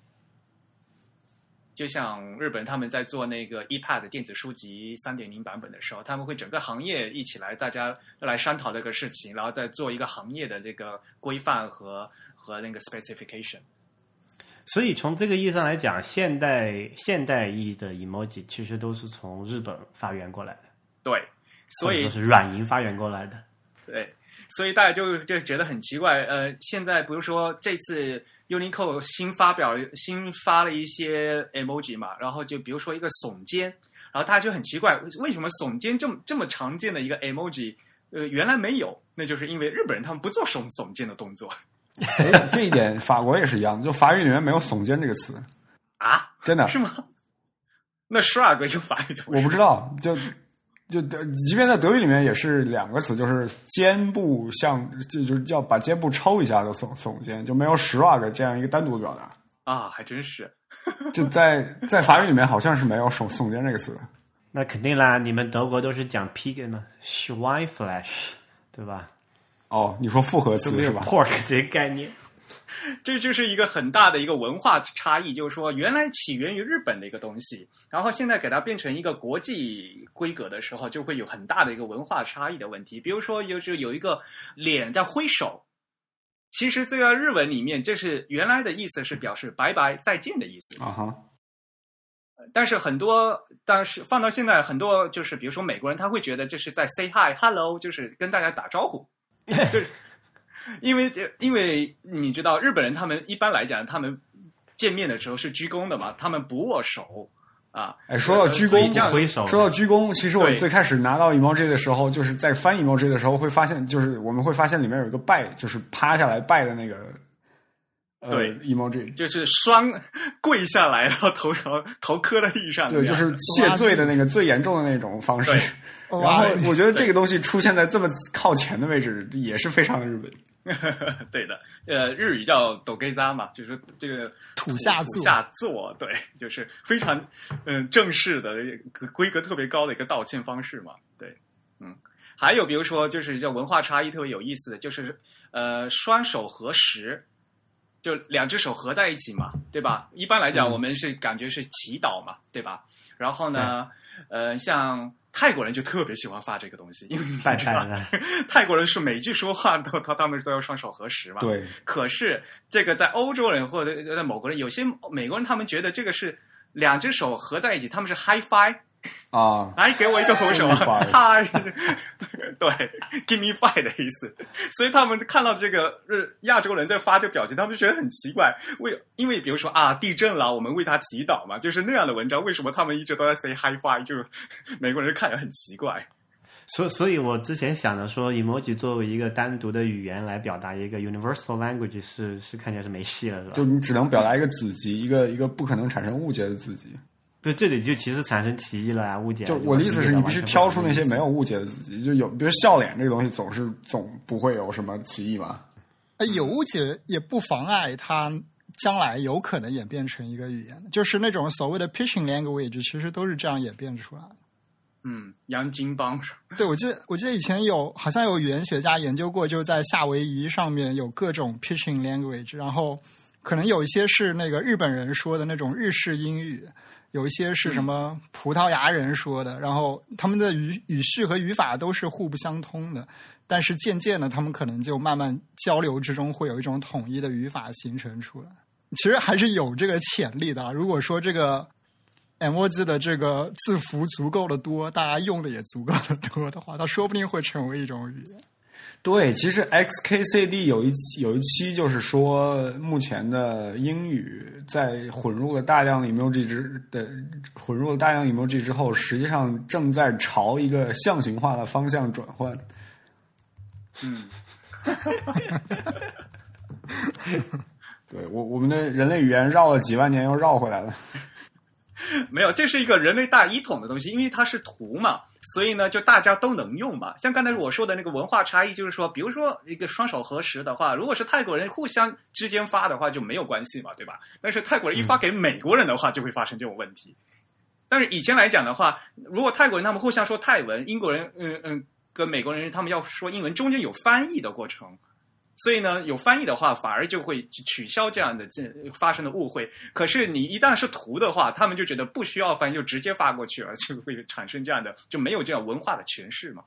就像日本他们在做那个 EPUB 电子书籍三点零版本的时候，他们会整个行业一起来，大家来商讨这个事情，然后再做一个行业的这个规范和和那个 specification。
所以从这个意义上来讲，现代现代意义的 emoji 其实都是从日本发源过来的，
对，所以
或者说是软银发源过来的。
对，所以大家就就觉得很奇怪。呃，现在不是说这次 Unicode 新发表新发了一些 emoji 嘛，然后就比如说一个耸肩，然后大家就很奇怪，为什么耸肩这么这么常见的一个 emoji，呃，原来没有，那就是因为日本人他们不做耸耸肩的动作
哎，这一点法国也是一样的，就法语里面没有“耸肩”这个词，
啊，
真的
是，吗？那 shrug 就法语怎么
我不知道，就就德，即便在德语里面也是两个词，就是肩部向，就就是叫把肩部抽一下就耸耸肩，就没有 shrug 这样一个单独的表达。
啊？还真是。
就在在法语里面好像是没有耸耸肩这个词的。
那肯定啦，你们德国都是讲 pig 嘛 s c h w e i f l e s h 对吧？
哦，你说复合
这
词
不
是
是
吧？
pork 这个概念？
这就是一个很大的一个文化差异，就是说原来起源于日本的一个东西，然后现在给它变成一个国际规格的时候，就会有很大的一个文化差异的问题。比如说，就是有一个脸在挥手，其实这个日文里面就是原来的意思是表示拜拜再见的意思，
啊哈，
但是很多，但是放到现在，很多就是比如说美国人，他会觉得这是在 say hi hello，就是跟大家打招 呼，就是因为这，因为你知道日本人他们一般来讲，他们见面的时候是鞠躬的嘛，他们不握手啊。
哎，说到鞠
所以
躬
这，样
挥手，
说到鞠躬，其实我
对
最开始拿到 emoji 的时候，就是在翻 emoji 的时候会发现，就是我们会发现里面有一个拜，就是趴下来拜的那个，呃、
对
emoji，
就是双跪下来，然后头朝头磕在地 上这样，
对，就是谢罪的那个最严重的那种方式
对。
哦
然后
哇
我觉得这个东西出现在这么靠前的位置，也是非常的日本。
对的，呃，日语叫抖给扎嘛，就是这个
土下
土
座
下座，对，就是非常嗯、正式的规格特别高的一个道歉方式嘛，对，嗯，还有比如说就是叫文化差异特别有意思的，就是呃双手合十，就两只手合在一起嘛，对吧？一般来
嗯
讲，我们是感觉是祈祷嘛，对吧？然后呢，呃，像泰国人就特别喜欢发这个东西，因为你
拜
知
拜
道
了。
泰国人是每句说话都他他们都要双手合十嘛。。
对，
可是这个在欧洲人或者在某国人，有些美国人他们觉得这个是两只手合在一起，他们是 high five，
啊，
来给我一个红手
High
嗨，对，give me five 的意思。所以他们看到这个日亚洲人在发这个表情，他们就觉得很奇怪，为因为比如说啊地震了，我们为他祈祷嘛，就是那样的文章，为什么他们一直都在 say high five？就是美国人看着很奇怪。
所所以，我之前想着说，emoji 作为一个单独的语言来表达一个 universal language 是是看起来是没戏了，是吧？
就你只能表达一个子集，一个一个不可能产生误解的子集。
就这里就其实产生歧义了啊，误解了。
就我的意思是你必须挑出那些没
有。
有误解的子集，就有比如笑脸这个东西总是总不会有什么歧义嘛。
哎，有误解也不妨碍它将来有可能演变成一个语言，就是那种所谓的 pitching language，其实都是这样演变出来的。
嗯，杨金帮是吧
对，我记得我记得以前有好像有语言学家研究过，就是在夏威夷上面有各种 pitching language，然后可能有一些是那个日本人说的那种日式英语，有一些是什么葡萄牙人说的，然后他们的语语序和语法都是互不相通的，但是渐渐的他们可能就慢慢交流之中会有一种统一的语法形成出来。其实还是有这个潜力的啊，如果说这个 emoji 的这个字符足够的多，大家用的也足够的多的话，它说不定会成为一种语言。
对，其实 XKCD 有一期有一期就是说，目前的英语在混入了大量的 emoji 之的混入了大量 emoji 之后，实际上正在朝一个象形化的方向转换。
嗯，
对我，我们的人类语言绕了几万年，又绕回来了。
没有，这是一个人类大一统的东西，因为它是图嘛，所以呢，就大家都能用嘛。像刚才我说的那个文化差异，就是说，比如说一个双手合十的话，如果是泰国人互相之间发的话就没有关系嘛，对吧？但是泰国人一发给美国人的话，就会发生这种问题。但是以前来讲的话，如果泰国人他们互相说泰文，英国人嗯嗯跟美国人他们要说英文，中间有翻译的过程。所以呢，有翻译的话，反而就会取消这样的这发生的误会。可是你一旦是图的话，他们就觉得不需要翻译，就直接发过去了，就会产生这样的就没有这样文化的诠释嘛。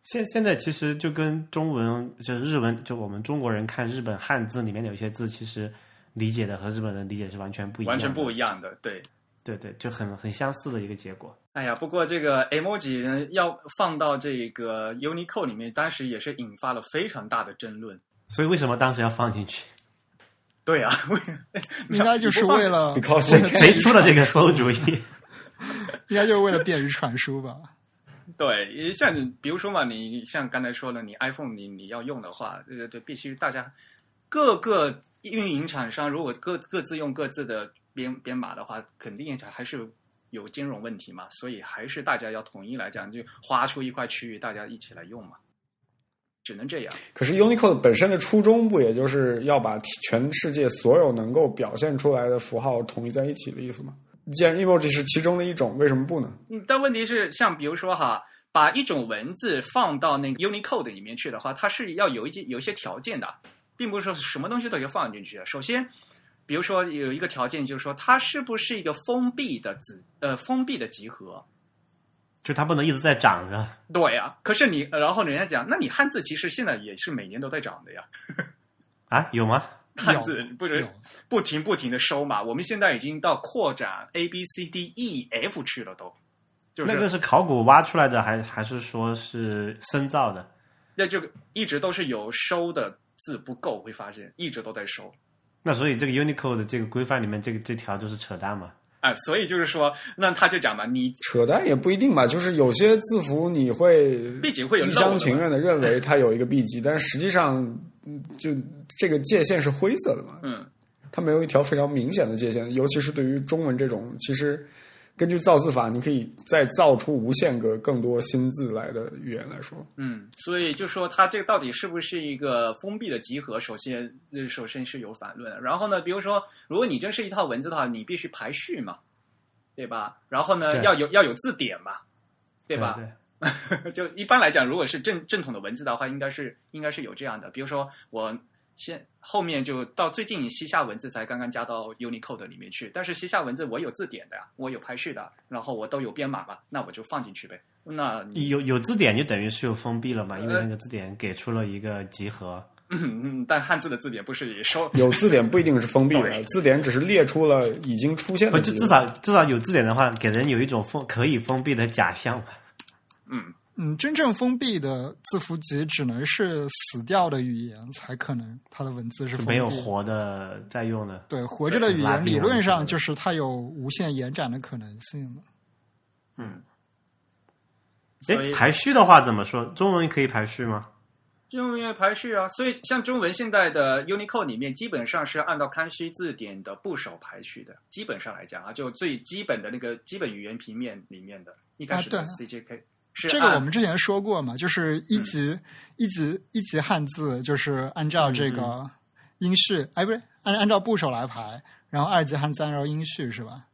现现在其实就跟中文就是日文，就我们中国人看日本汉字里面有些字，其实理解的和日本人理解是完全不一样
完
的，
全不一样的，对。
对对，就很很相似的一个结果。
哎呀，不过这个 emoji 呢要放到这个 Unicode 里面，当时也是引发了非常大的争论。
所以为什么当时要放进去？
对啊，为
应该就是为 了，
Because
谁谁出了这个馊主意？
应该就是为了便于传输吧。
对，像你比如说嘛，你像刚才说了，你 iPhone 你你要用的话，对对对，必须大家各个运营厂商如果各各自用各自的编编码的话，肯定还是有兼容问题嘛，所以还是大家要统一来讲，就划出一块区域，大家一起来用嘛，只能这样。
可是 Unicode 本身的初衷不也就是要把全世界所有能够表现出来的符号统一在一起的意思吗？既然 emoji 是其中的一种，为什么不呢？
嗯，但问题是，像比如说哈，把一种文字放到那个 Unicode 里面去的话，它是要有一些有一些条件的，并不是说什么东西都可以放进去的。首先，比如说有一个条件就是说，它是不是一个封闭的子呃封闭的集合？
就它不能一直在涨着。
对呀、可是你，呃然后人家讲，那你汉字其实现在也是每年都在涨的呀，
啊，有吗？
汉字不
有
是不停不停的收嘛。我们现在已经到扩展 A B C D E F 去了都，就是
那个是考古挖出来的，还还是说是深造的？
那就一直都是有收的字不够，会发现一直都在收。
那所以这个 Unicode 的这个规范里面，这个这条就是扯淡嘛？
啊，所以就是说，那他就讲嘛，你
扯淡也不一定吧，就是有些字符你会
毕竟会有
一
漏
厢
的
情
嘛
愿的认为它有一个 B 级，但实际上，嗯就这个界限是灰色的嘛，
嗯，
它没有一条非常明显的界限，尤其是对于中文这种，其实根据造字法，你可以再造出无限个更多新字来的语言来说，
嗯，所以就说它这个到底是不是一个封闭的集合？首先，呃首先是有反论的。然后呢，比如说，如果你真是一套文字的话，你必须排序嘛，对吧？然后呢，
对
要有要有字典嘛，对吧？
对
就一般来讲，如果是正正统的文字的话，应该是应该是有这样的。比如说我先后面就到最近西夏文字才刚刚加到 Unicode 里面去，但是西夏文字我有字典的呀，我有排序的，然后我都有编码嘛，那我就放进去呗。那你
有有字典就等于是有封闭了嘛，因为那个字典给出了一个集合。
嗯嗯，但汉字的字典不是也收？
有字典不一定是封闭
对
的，字典只是列出了已经出现
不，
的
就
几个，
至少至少有字典的话，给人有一种封可以封闭的假象嘛。
嗯，
嗯，真正封闭的字符集只能是死掉的语言才可能，它的文字
就
是封
没有
闭的
活的在用的。
对活着的语
拉
言，
丁
理
文
论
什么
上
的
就是它有无限延展的可能性的。
嗯，
所
哎，
以
排序的话怎么说？中文可以排序吗？
用音乐排序啊，所以像中文现在的 Unicode 里面，基本上是按照康熙字典的部首排序的。基本上来讲啊，就最基本的那个基本语言平面里面的，一开始
啊
的
对
CJK、是
这个
啊
按
我们之前说过嘛，就是一级、
嗯
一级一级汉字就是按照这个音序，哎，不是按按照部首来排，然后二级汉字按照音序是吧？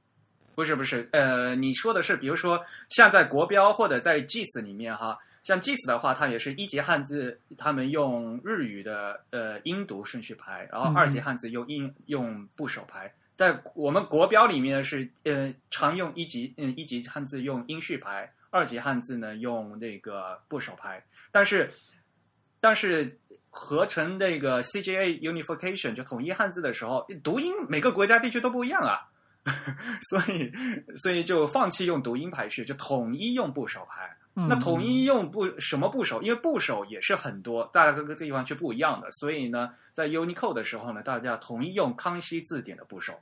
不是不是，呃，你说的是，比如说像在国标或者在 GIS 里面哈，像 GIS 的话，它也是一级汉字，他们用日语的呃音读顺序排，然后
嗯
二级汉字用音用部首排。在我们国标里面是，呃，常用一级，嗯，一级汉字用音序排，二级汉字呢用那个部首排。但是，但是合成那个 CJA unification 就统一汉字的时候，读音每个国家地区都不一样啊。 所以所以就放弃用读音排序，就统一用部首排。
嗯、
那统一用部什么部首？因为部首也是很多，大家各个地方是不一样的，所以呢，在 Unicode 的时候呢，大家统一用康熙字典的部首。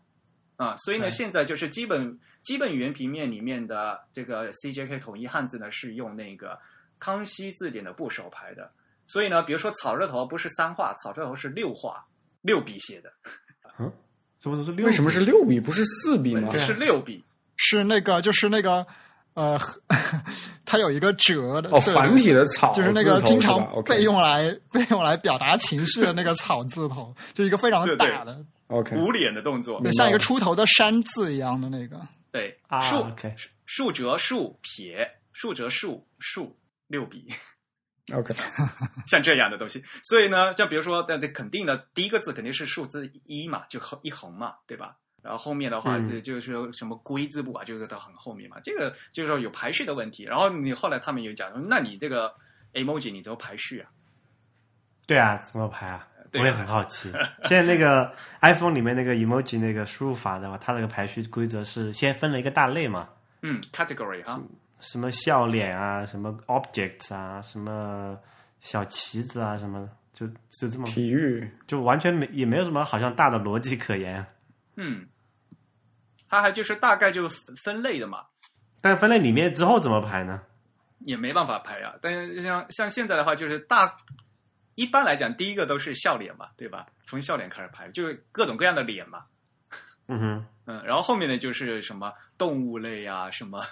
啊，所以呢，
对
现在就是基本基本语言平面里面的这个 CJK 统一汉字呢，是用那个康熙字典的部首排的。所以呢，比如说草字头不是三画，草字头是六画，六笔写的，
怎么都是六？
为什么是六笔不是四笔吗？
是六笔。
是那个就是那个呃， 它有一个折的
哦，
对
繁体的草
就是那个
字头
经
是吧
常
？OK
被用来被用来表达情绪的那个草字头，就一个非常
对对
大的，
OK，
捂脸的动作，
对，像一个出头的山字一样的那个。
对，
啊
竖
？OK，
竖折竖撇，竖折竖竖六笔，
OK，
像这样的东西。所以呢，像比如说，那那肯定的，第一个字肯定是数字一嘛，就横一横嘛，对吧？然后后面的话
嗯
就就是什么龟字部啊，这个到很后面嘛，这个就是说有排序的问题。然后你后来他们有讲，那你这个 emoji 你怎么排序啊？
对啊，怎么排啊？
对
我也很好奇。现在那个 iPhone 里面那个 emoji 那个输入法的话，它那个排序规则是先分了一个大类嘛，
嗯，category 哈，
什么笑脸啊，什么 objects 啊，什么小旗子啊，什么的就就这么
体育
就完全没也没有什么好像大的逻辑可言。
嗯，它还就是大概就是分类的嘛。
但分类里面之后怎么排呢？
也没办法排啊。但是像像现在的话，就是大一般来讲，第一个都是笑脸嘛，对吧？从笑脸开始排，就是各种各样的脸嘛。
嗯哼，
嗯，然后后面呢就是什么动物类啊，什么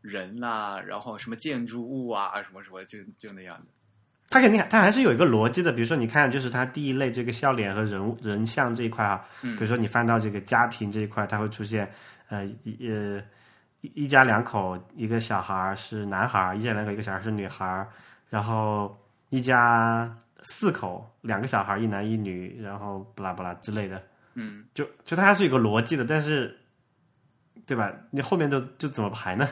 人呐、然后什么建筑物啊，什么什么，就就那样的。
它肯定它还是有一个逻辑的。比如说，你看，就是它第一类这个笑脸和人物人像这一块啊，
嗯
比如说你翻到这个家庭这一块，它会出现呃一呃一一家两口，一个小孩儿是男孩儿，一家两口一个小孩儿是女孩儿，然后一家四口，两个小孩儿，一男一女，然后不啦不啦之类的，
嗯，
就就它还是有个逻辑的，但是对吧？你后面就就怎么排呢？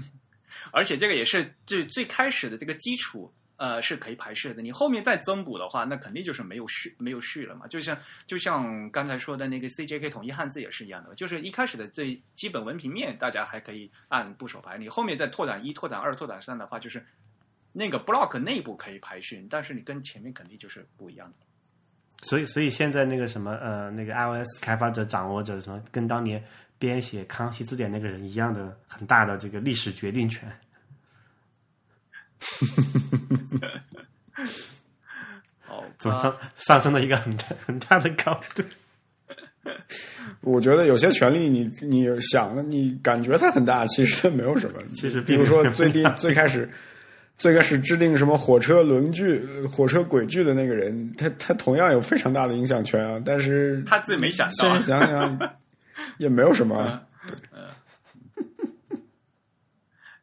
而且这个也是最最开始的这个基础，呃，是可以排斥的。你后面再增补的话，那肯定就是没有序没有序了嘛。就像就像刚才说的那个 CJK 统一汉字也是一样的，就是一开始的最基本文平面，大家还可以按部首排。你后面再拓展一、拓展二、拓展三的话，就是那个 block 内部可以排序，但是你跟前面肯定就是不一样的。
所以，所以现在那个什么呃，那个 iOS 开发者、掌握者什么，跟当年编写《康熙字典》那个人一样的很大的这个历史决定权。
哦，
怎么
啊
上上升到一个很大很大的高度？
我觉得有些权利你，你想，你感觉它很大，其实它没有什么。
其实
比
并
如说
没有
最低最开始，最开始制定什么火车轮距、火车轨距的那个人，他他同样有非常大的影响权啊。但是
他自己没想到嗯
现在想想也没有什么。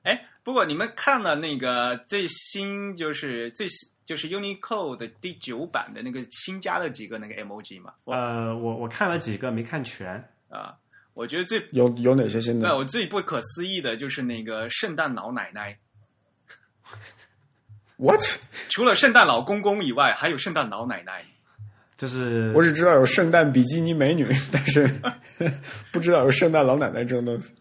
哎，不过你们看了那个最新就是最新就是 Unicode 第九版的那个新加了几个那个 emoji 嘛？我啊、
呃，我我看了几个没看全，
我觉得最
有有哪些
嗯
新
对
的？
我最不可思议的就是那个圣诞老奶奶，
What？
除了圣诞老公公以外，还有圣诞老奶奶。
就是
我只知道有圣诞比基尼美女， 但是不知道有圣诞老奶奶这种东西。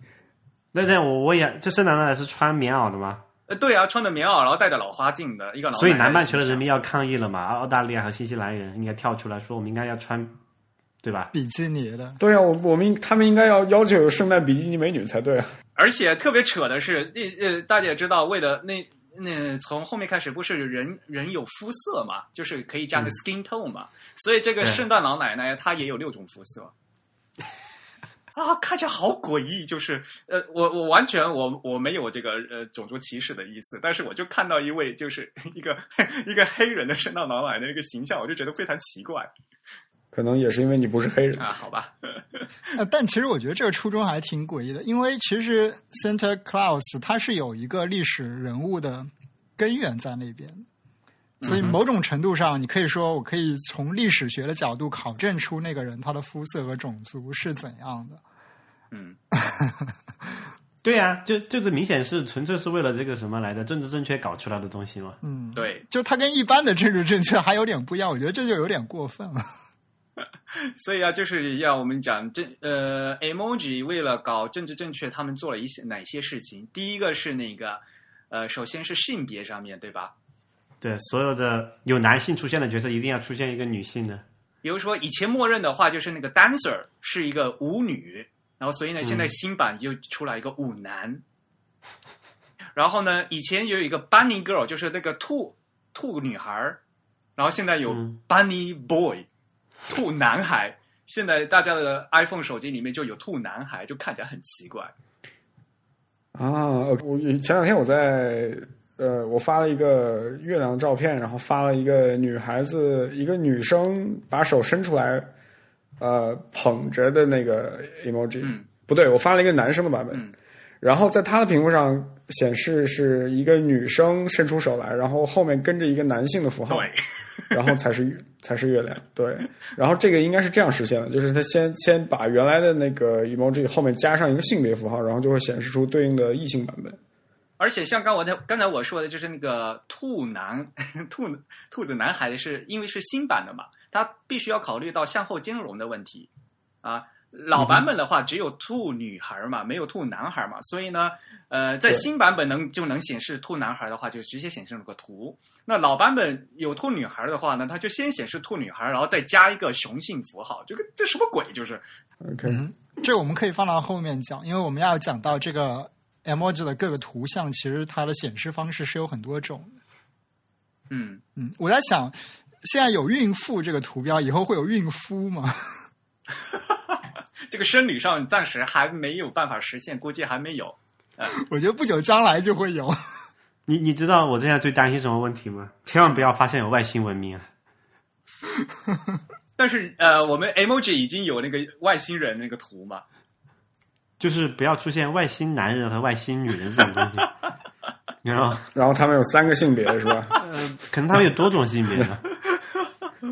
那那我我也这圣诞老奶奶是穿棉袄的吗？
呃，对啊，穿着棉袄，然后戴着老花镜的一个老奶奶。
所以南半球的人民要抗议了嘛？澳澳大利亚和新西兰人应该跳出来说，我们应该要穿，对吧？
比基尼的，
对啊，我我们他们应该要要求有圣诞比基尼美女才对啊。
而且特别扯的是，那呃，大家也知道，为了那那从后面开始不是人人有肤色嘛，就是可以加个 skin tone 嘛，所以这个
对
圣诞老奶奶她也有六种肤色。 啊，看起来好诡异，就是呃，我我完全我我没有这个呃种族歧视的意思，但是我就看到一位就是一个 一个黑人的圣诞老奶奶一个形象，我就觉得非常奇怪
可能也是因为你不是黑人。
啊，好吧，
呃，但其实我觉得这个初衷还挺诡异的，因为其实 Santa Claus 它是有一个历史人物的根源在那边，所以某种程度上，你可以说我可以从历史学的角度考证出那个人他的肤色和种族是怎样的。
嗯，
对呀、就这个明显是纯粹是为了这个什么来的政治正确搞出来的东西嘛。
嗯，，
对，
就他跟一般的政治正确还有点不一样，我觉得这就有点过分了。
所以啊，就是要我们讲政呃，emoji 为了搞政治正确，他们做了一些哪些事情？第一个是那个呃，首先是性别上面对吧？
对，所有的有男性出现的角色，一定要出现一个女性的。
比如说以前默认的话，就是那个 dancer 是一个舞女，然后所以呢，现在新版又出来一个舞男。然后呢，以前有一个 bunny girl，就是那个兔兔女孩儿，然后现在有
嗯
bunny boy，、兔男孩。现在大家的 iPhone 手机里面就有兔男孩，就看起来很奇怪。
啊，我前两天我在呃，我发了一个月亮照片，然后发了一个女孩子，一个女生把手伸出来，呃，捧着的那个 emoji。
嗯
不对，我发了一个男生的版本。
嗯
然后在他的屏幕上显示是一个女生伸出手来，然后后面跟着一个男性的符号。
对，
然后才是才是月亮。对，然后这个应该是这样实现的，就是它先先把原来的那个 emoji 后面加上一个性别符号，然后就会显示出对应的异性版本。
而且像刚我才刚才我说的，就是那个兔男 兔兔子男孩的是，因为是新版的嘛，它必须要考虑到向后兼容的问题啊。老版本的话，只有兔女孩嘛，没有兔男孩嘛，所以呢，呃，在
对
新版本能就能显示兔男孩的话，就直接显示那个图。那老版本有兔女孩的话呢，它就先显示兔女孩，然后再加一个雄性符号，这个这什么鬼？就是，
OK，、
嗯这我们可以放到后面讲，因为我们要讲到这个 emoji 的各个图像，其实它的显示方式是有很多种的
嗯，
嗯，我在想，现在有孕妇这个图标，以后会有孕夫吗？
这个生理上暂时还没有办法实现，估计还没有。
我觉得不久将来就会有。
你你知道我现在最担心什么问题吗？千万不要发现有外星文明啊！
但是呃，我们 emoji 已经有那个外星人那个图嘛，
就是不要出现外星男人和外星女人这种东西。你知道吗，
然后他们有三个性别是吧？
可能他们有多种性别呢。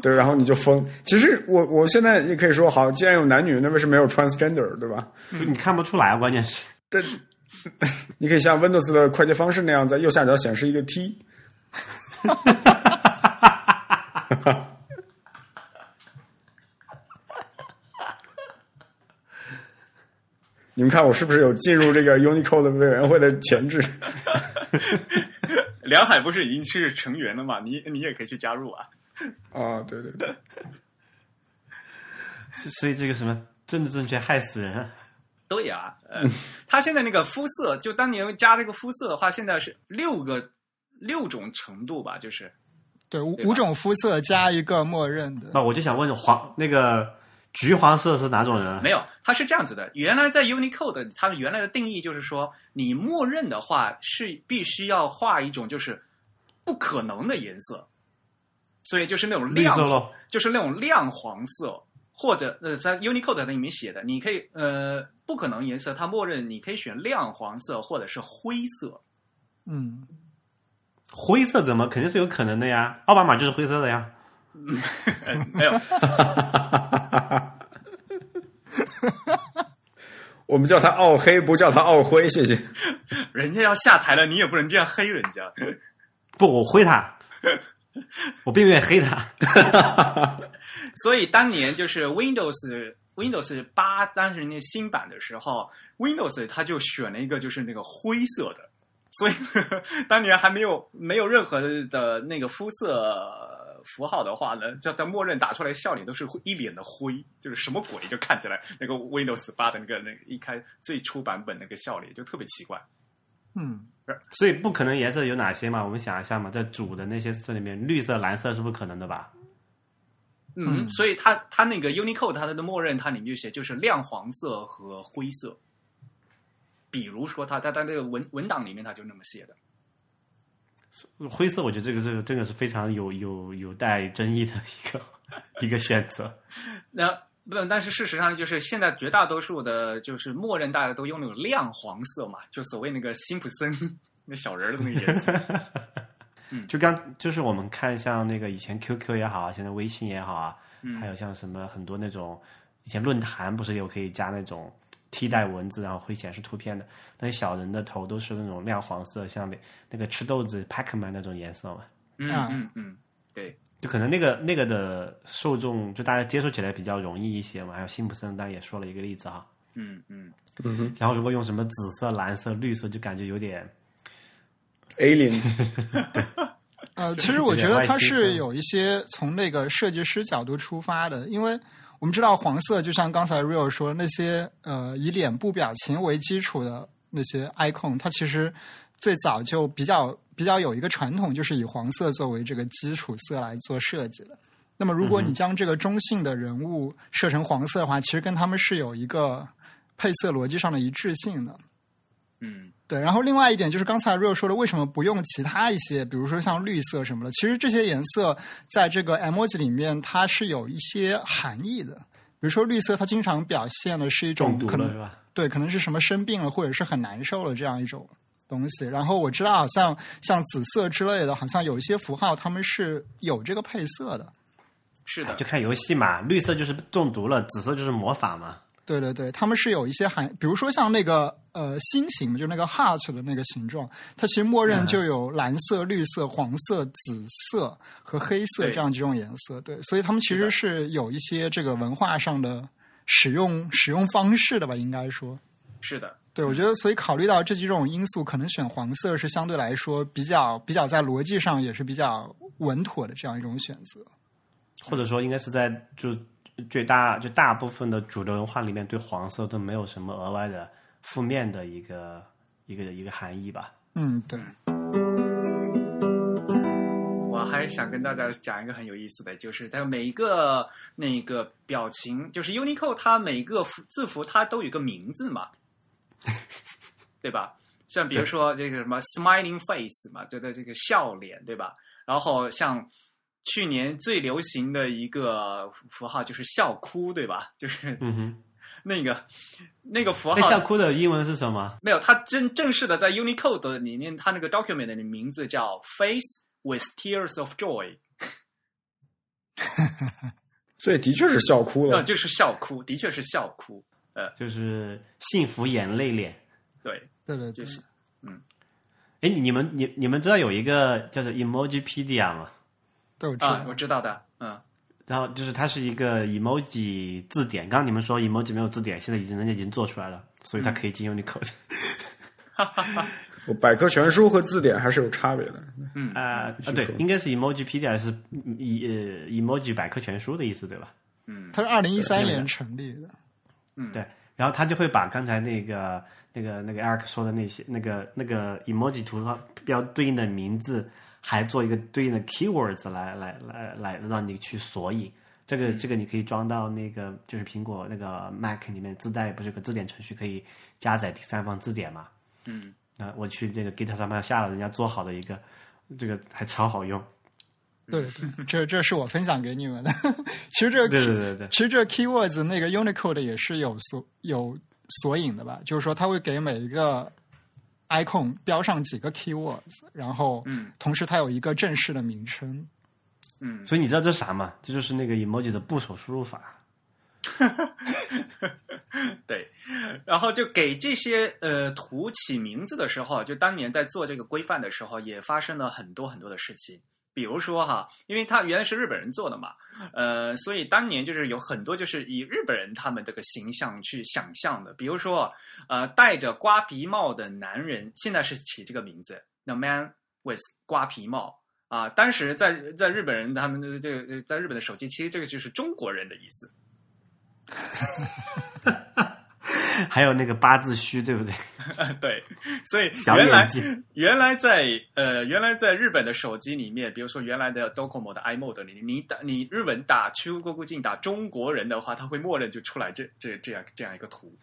对，然后你就疯。其实我我现在也可以说，好，既然有男女，那为什么没有 transgender 对吧？
嗯
就你看不出来，啊关键是
但你可以像 Windows 的快捷方式那样，在右下角显示一个 T。你们看我是不是有进入这个 Unicode 委员会的潜质？
梁海不是已经是成员了嘛？你你也可以去加入啊。
啊，对对对，
所所以这个什么政治正确害死人啊！
对呀、呃，他现在那个肤色，就当年加那个肤色的话，现在是六个六种程度吧，就是
对，五
对吧哦
五种肤色加一个默认的。
那我就想问黄那个橘黄色是哪种人啊？
没有，它是这样子的。原来在 Unicode，它们原来的定义就是说，你默认的话是必须要画一种就是不可能的颜色，所以就是那种
绿
亮
色喽，
就是那种亮黄色，或者呃，在 Unicode 里面写的，你可以呃，不可能颜色，它默认你可以选亮黄色或者是灰色。
嗯，
灰色怎么肯定是有可能的呀？奥巴马就是灰色的呀。
没有，
我们叫他奥黑，不叫他奥灰，谢谢。
人家要下台了，你也不能这样黑人家。
不，我灰他，我并没有黑他。
所以当年就是 Windows Windows 八当时那新版的时候，Windows 它就选了一个就是那个灰色的，所以当年还没有没有任何的那个肤色符号的话呢，就它默认打出来笑脸都是一脸的灰，就是什么鬼？就看起来那个 Windows 八的那个那个一开最初版本那个笑脸就特别奇怪。
嗯，
所以不可能颜色有哪些嘛？我们想一下嘛，在主的那些色里面，绿色、蓝色是不可能的吧？
嗯，所以它它那个 Unicode 它的默认它里面就写就是亮黄色和灰色，比如说它它它这个文文档里面它就那么写的。
灰色，我觉得这个这个这个是非常有有有待争议的一个 一个选择。
那不，但是事实上就是现在绝大多数的，就是默认大家都用那种亮黄色嘛，就所谓那个辛普森那小人儿的那个颜色。
就刚就是我们看像那个以前 QQ 也好啊，现在微信也好啊，还有像什么很多那种以前论坛不是有可以加那种替代文字，然后会显示图片的，那些小人的头都是那种亮黄色，像那那个吃豆子 Pacman 那种颜色嘛。
嗯
啊
嗯嗯，对，
就可能那个那个的受众，就大家接受起来比较容易一些嘛。还有辛普森当然也说了一个例子哈，
嗯嗯，
然后如果用什么紫色、蓝色、绿色，就感觉有点
Alien
呃，其实我觉得它是有一些从那个设计师角度出发的，因为我们知道黄色，就像刚才 Real 说，那些呃以脸部表情为基础的那些 icon，它其实最早就比较比较有一个传统，就是以黄色作为这个基础色来做设计的。那么，如果你将这个中性的人物设成黄色的话，其实跟他们是有一个配色逻辑上的一致性的。
嗯
对，然后另外一点就是刚才 Real 说的，为什么不用其他一些，比如说像绿色什么的？其实这些颜色在这个 emoji 里面，它是有一些含义的。比如说绿色，它经常表现的是一种
中毒
可
了
能
是吧？
对，可能是什么生病了，或者是很难受了这样一种东西。然后我知道，好像像紫色之类的，好像有一些符号它们是有这个配色的。
是的
哎就，看游戏嘛，绿色就是中毒了，紫色就是魔法嘛。
对对对，他们是有一些含，比如说像那个呃心形，就那个 heart 的那个形状，它其实默
嗯
认就有蓝色、绿色、黄色、紫色和黑色
对
这样几种颜色。对，所以他们其实是有一些这个文化上的使用使用方式的吧，应该说。
是的，
对，我觉得，所以考虑到这几种因素，可能选黄色是相对来说比较比较在逻辑上也是比较稳妥的这样一种选择。
或者说应该是在就最大就大部分的主流文化里面，对黄色都没有什么额外的负面的一个一个一个含义吧。
嗯，对，
我还想跟大家讲一个很有意思的，就是它每一个那个表情，就是 Unicode 它每个符字符它都有个名字 嘛，对吧？像比如说这个什么 smiling face 嘛，就在这个笑脸，对吧？然后像去年最流行的一个符号就是笑哭，对吧？就是
嗯哼，
那个、那个符
那笑
号
哭的英文是什么？
没有，它正正式的在 Unicode 里面，它那个 document 的名字叫 Face with Tears of Joy。
所以的确是笑哭
那
了。
嗯就是笑哭，的确是笑哭。
就是幸福眼泪脸。
对，
对对对，
就是
哎，你们你你们知道有一个叫做 Emojipedia 吗？
对，我知道。
啊，我知道的，嗯，
然后就是它是一个 emoji 字典，刚刚你们说 emoji 没有字典，现在已经人家已经做出来了，所以它可以进 Unicode。
我百科全书和字典还是有差别的。
啊、啊，
说
对，应该是 Emojipedia 是嗯以呃 emoji 百科全书的意思，对吧？
它是二零一三年成立的。
对，然后他就会把刚才那个那个那个 Eric 说的那些那个那个 emoji 图标对应的名字，还做一个对应的 keywords 来来来来让你去索引。这个这个你可以装到那个就是苹果那个 Mac 里面自带不是有个字典程序可以加载第三方字典嘛？
嗯，
那我去这个 GitHub 上面下了人家做好的一个，这个还超好用。
对对，对这这是我分享给你们的。 其实这
对
个
对对对，
其实这个 keywords 那个 Unicode 也是有索有索引的吧，就是说它会给每一个 icon 标上几个 keywords，然后
嗯
同时它有一个正式的名称。
嗯，
所以你知道这啥吗？这就是那个 emoji 的部首输入法。
对。然后就给这些呃图起名字的时候，就当年在做这个规范的时候，也发生了很多很多的事情。比如说哈，因为它原来是日本人做的嘛，呃，所以当年就是有很多就是以日本人他们这个形象去想象的，比如说呃戴着瓜皮帽的男人，现在是起这个名字，The Man with 瓜皮帽。啊，当时在在日本人他们的这个在日本的手机，其实这个就是中国人的意思。
还有那个八字须，对不 对？
对，所以
小
原来嗯
眼睛
原来在呃原来在日本的手机里面，比如说原来的 DOCOMO 的 iMode 里，你打你日文打出国固镜打中国人的话，它会默认就出来这这这样这样一个图，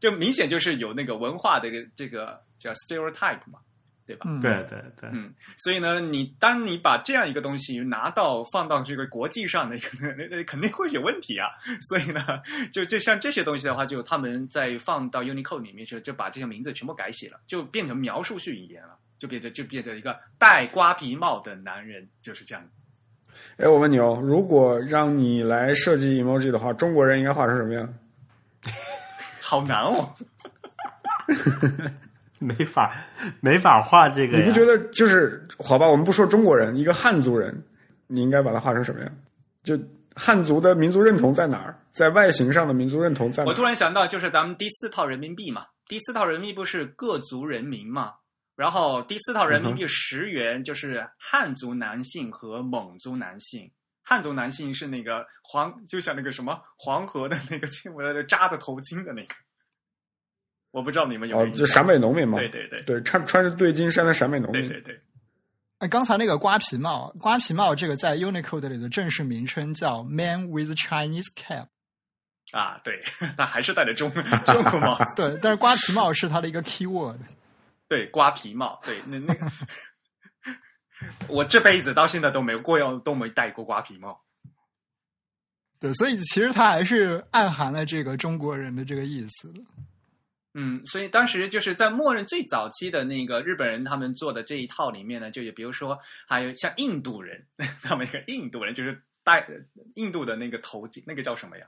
就明显就是有那个文化的这个这个叫 stereotype 嘛，对吧？
嗯，
对，对对，
嗯，所以呢，你当你把这样一个东西拿到放到这个 国际上的，那那肯定会有问题啊。 所以呢，就就像这些东西的话，就他们在放到 Unicode 里面去，就把这些名字全部改写了，就变成描述性语言了，就变成就变成一个戴瓜皮帽的男人，就是这样。
哎，我问你哦，如果让你来设计 emoji 的话，中国人应该画成什么样？
好难哦，
没法没法画这个
你
呀
不。觉得就是好吧？我们不说中国人，一个汉族人，你应该把它画成什么样？就汉族的民族认同在哪儿？在外形上的民族认同在哪
我突
儿？
然想到，就是咱们第四套人民币嘛，第四套人民币不是各族人民嘛？然后第四套人民币十元就是汉族男性和蒙族男性。汉族男性是那个黄，就像那个什么黄河的那个亲吻的扎的头巾的那个，我不知道你们有没
哦
有，印
就
象？
陕北农民嘛，
对对对
对，穿穿着对襟衫的陕北农
对
民
对，对，
哎，刚才那个瓜皮帽，瓜皮帽这个在 Unicode 里的正式名称叫 Man with Chinese Cap。
啊对， 他还是戴着中中国帽子，
对，但是瓜皮帽是它的一个 keyword。
对瓜皮帽，对那 那个，我这辈子到现在都没有过要都没戴过瓜皮帽。
对，所以其实它还是暗含了这个中国人的这个意思的。
嗯，所以当时就是在默认最早期的那个日本人他们做的这一套里面呢，就有比如说还有像印度人， 他们一个印度人就是戴印度的那个头巾，那个叫什么呀？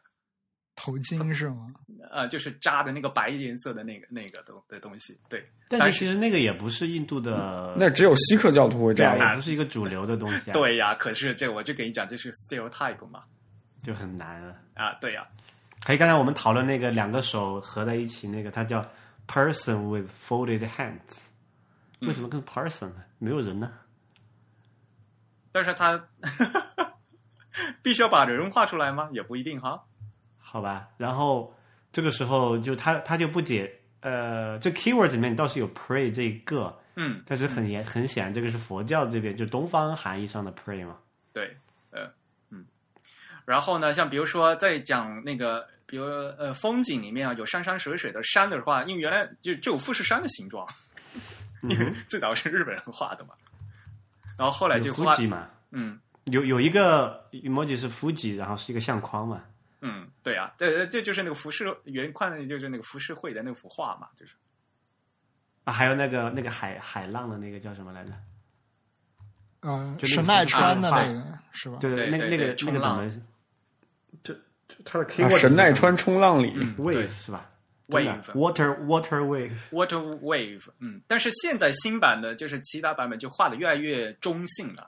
头巾是吗？
呃，就是扎的那个白颜色的那个那个东的东西。对，
但是其实那个也不是印度的，
那只有锡克教徒会这
对
样
啊，
吧。
也不是一个主流的东西啊，，
对呀，可是这我就给你讲，这是 stereotype 嘛。
就很难啊。
啊，对呀，
还有刚才我们讨论那个两个手合在一起那个，它叫 person with folded hands，为
嗯
什么跟 person 呢？没有人呢？
但是他 必须要把人画出来吗？也不一定哈。
好吧，然后这个时候就他他就不解，呃，这 keywords 里面倒是有 pray 这一个，
嗯，
但是很严很显然这个是佛教这边就东方含义上的 pray 嘛，
对，呃，嗯，然后呢，像比如说在讲那个，比如呃风景里面啊，有山山水水的山的话，因为原来就就有富士山的形状，
嗯
因 为最早是日本人画的嘛，然嗯后后来就
有
画，
Fuji 嘛，
嗯
有有一个 emoji 是 Fuji，然后是一个相框嘛，
嗯，对啊，这这就是那个浮世原矿，就是那个浮世绘的那幅画嘛，就是
啊，还有那个那个海海浪的那个叫什么来着？
呃，
就那个
神奈川的那个是吧？
对
对
那个
对
那个
对
那个
冲浪
怎么
他的
是
啊神奈川冲浪里，
嗯
wave 是吧
Wave
water water wave
Water Wave，嗯，但是现在新版的，就是其他版本就画的越来越中性了。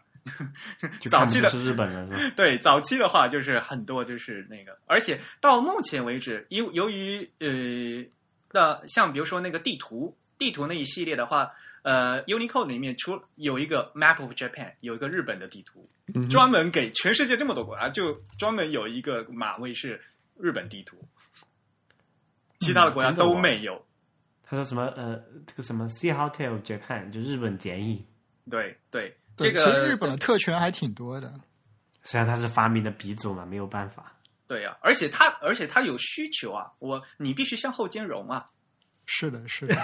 就
早
看
期
不
的
出是日本人是吧？
对，早期的话就是很多就是那个，而且到目前为止，由由于呃，那像比如说那个地图，地图那一系列的话，呃，Unicode 里面出有一个 Map of Japan，有一个日本的地图，
嗯
嗯
专门给全世界这么多国家，就专门有一个码位是日本地图，其
嗯
他的国家
真的
都
吗
没有。
他说什么呃这个什么 see how tale of Japan 就日本简译，
对对，这
对，
个
其实日本的特权还挺多的。
虽然他是发明的鼻祖嘛，没有办法。
对呀、啊而且它而且它有需求啊，我你必须向后兼容啊，
是的，是的，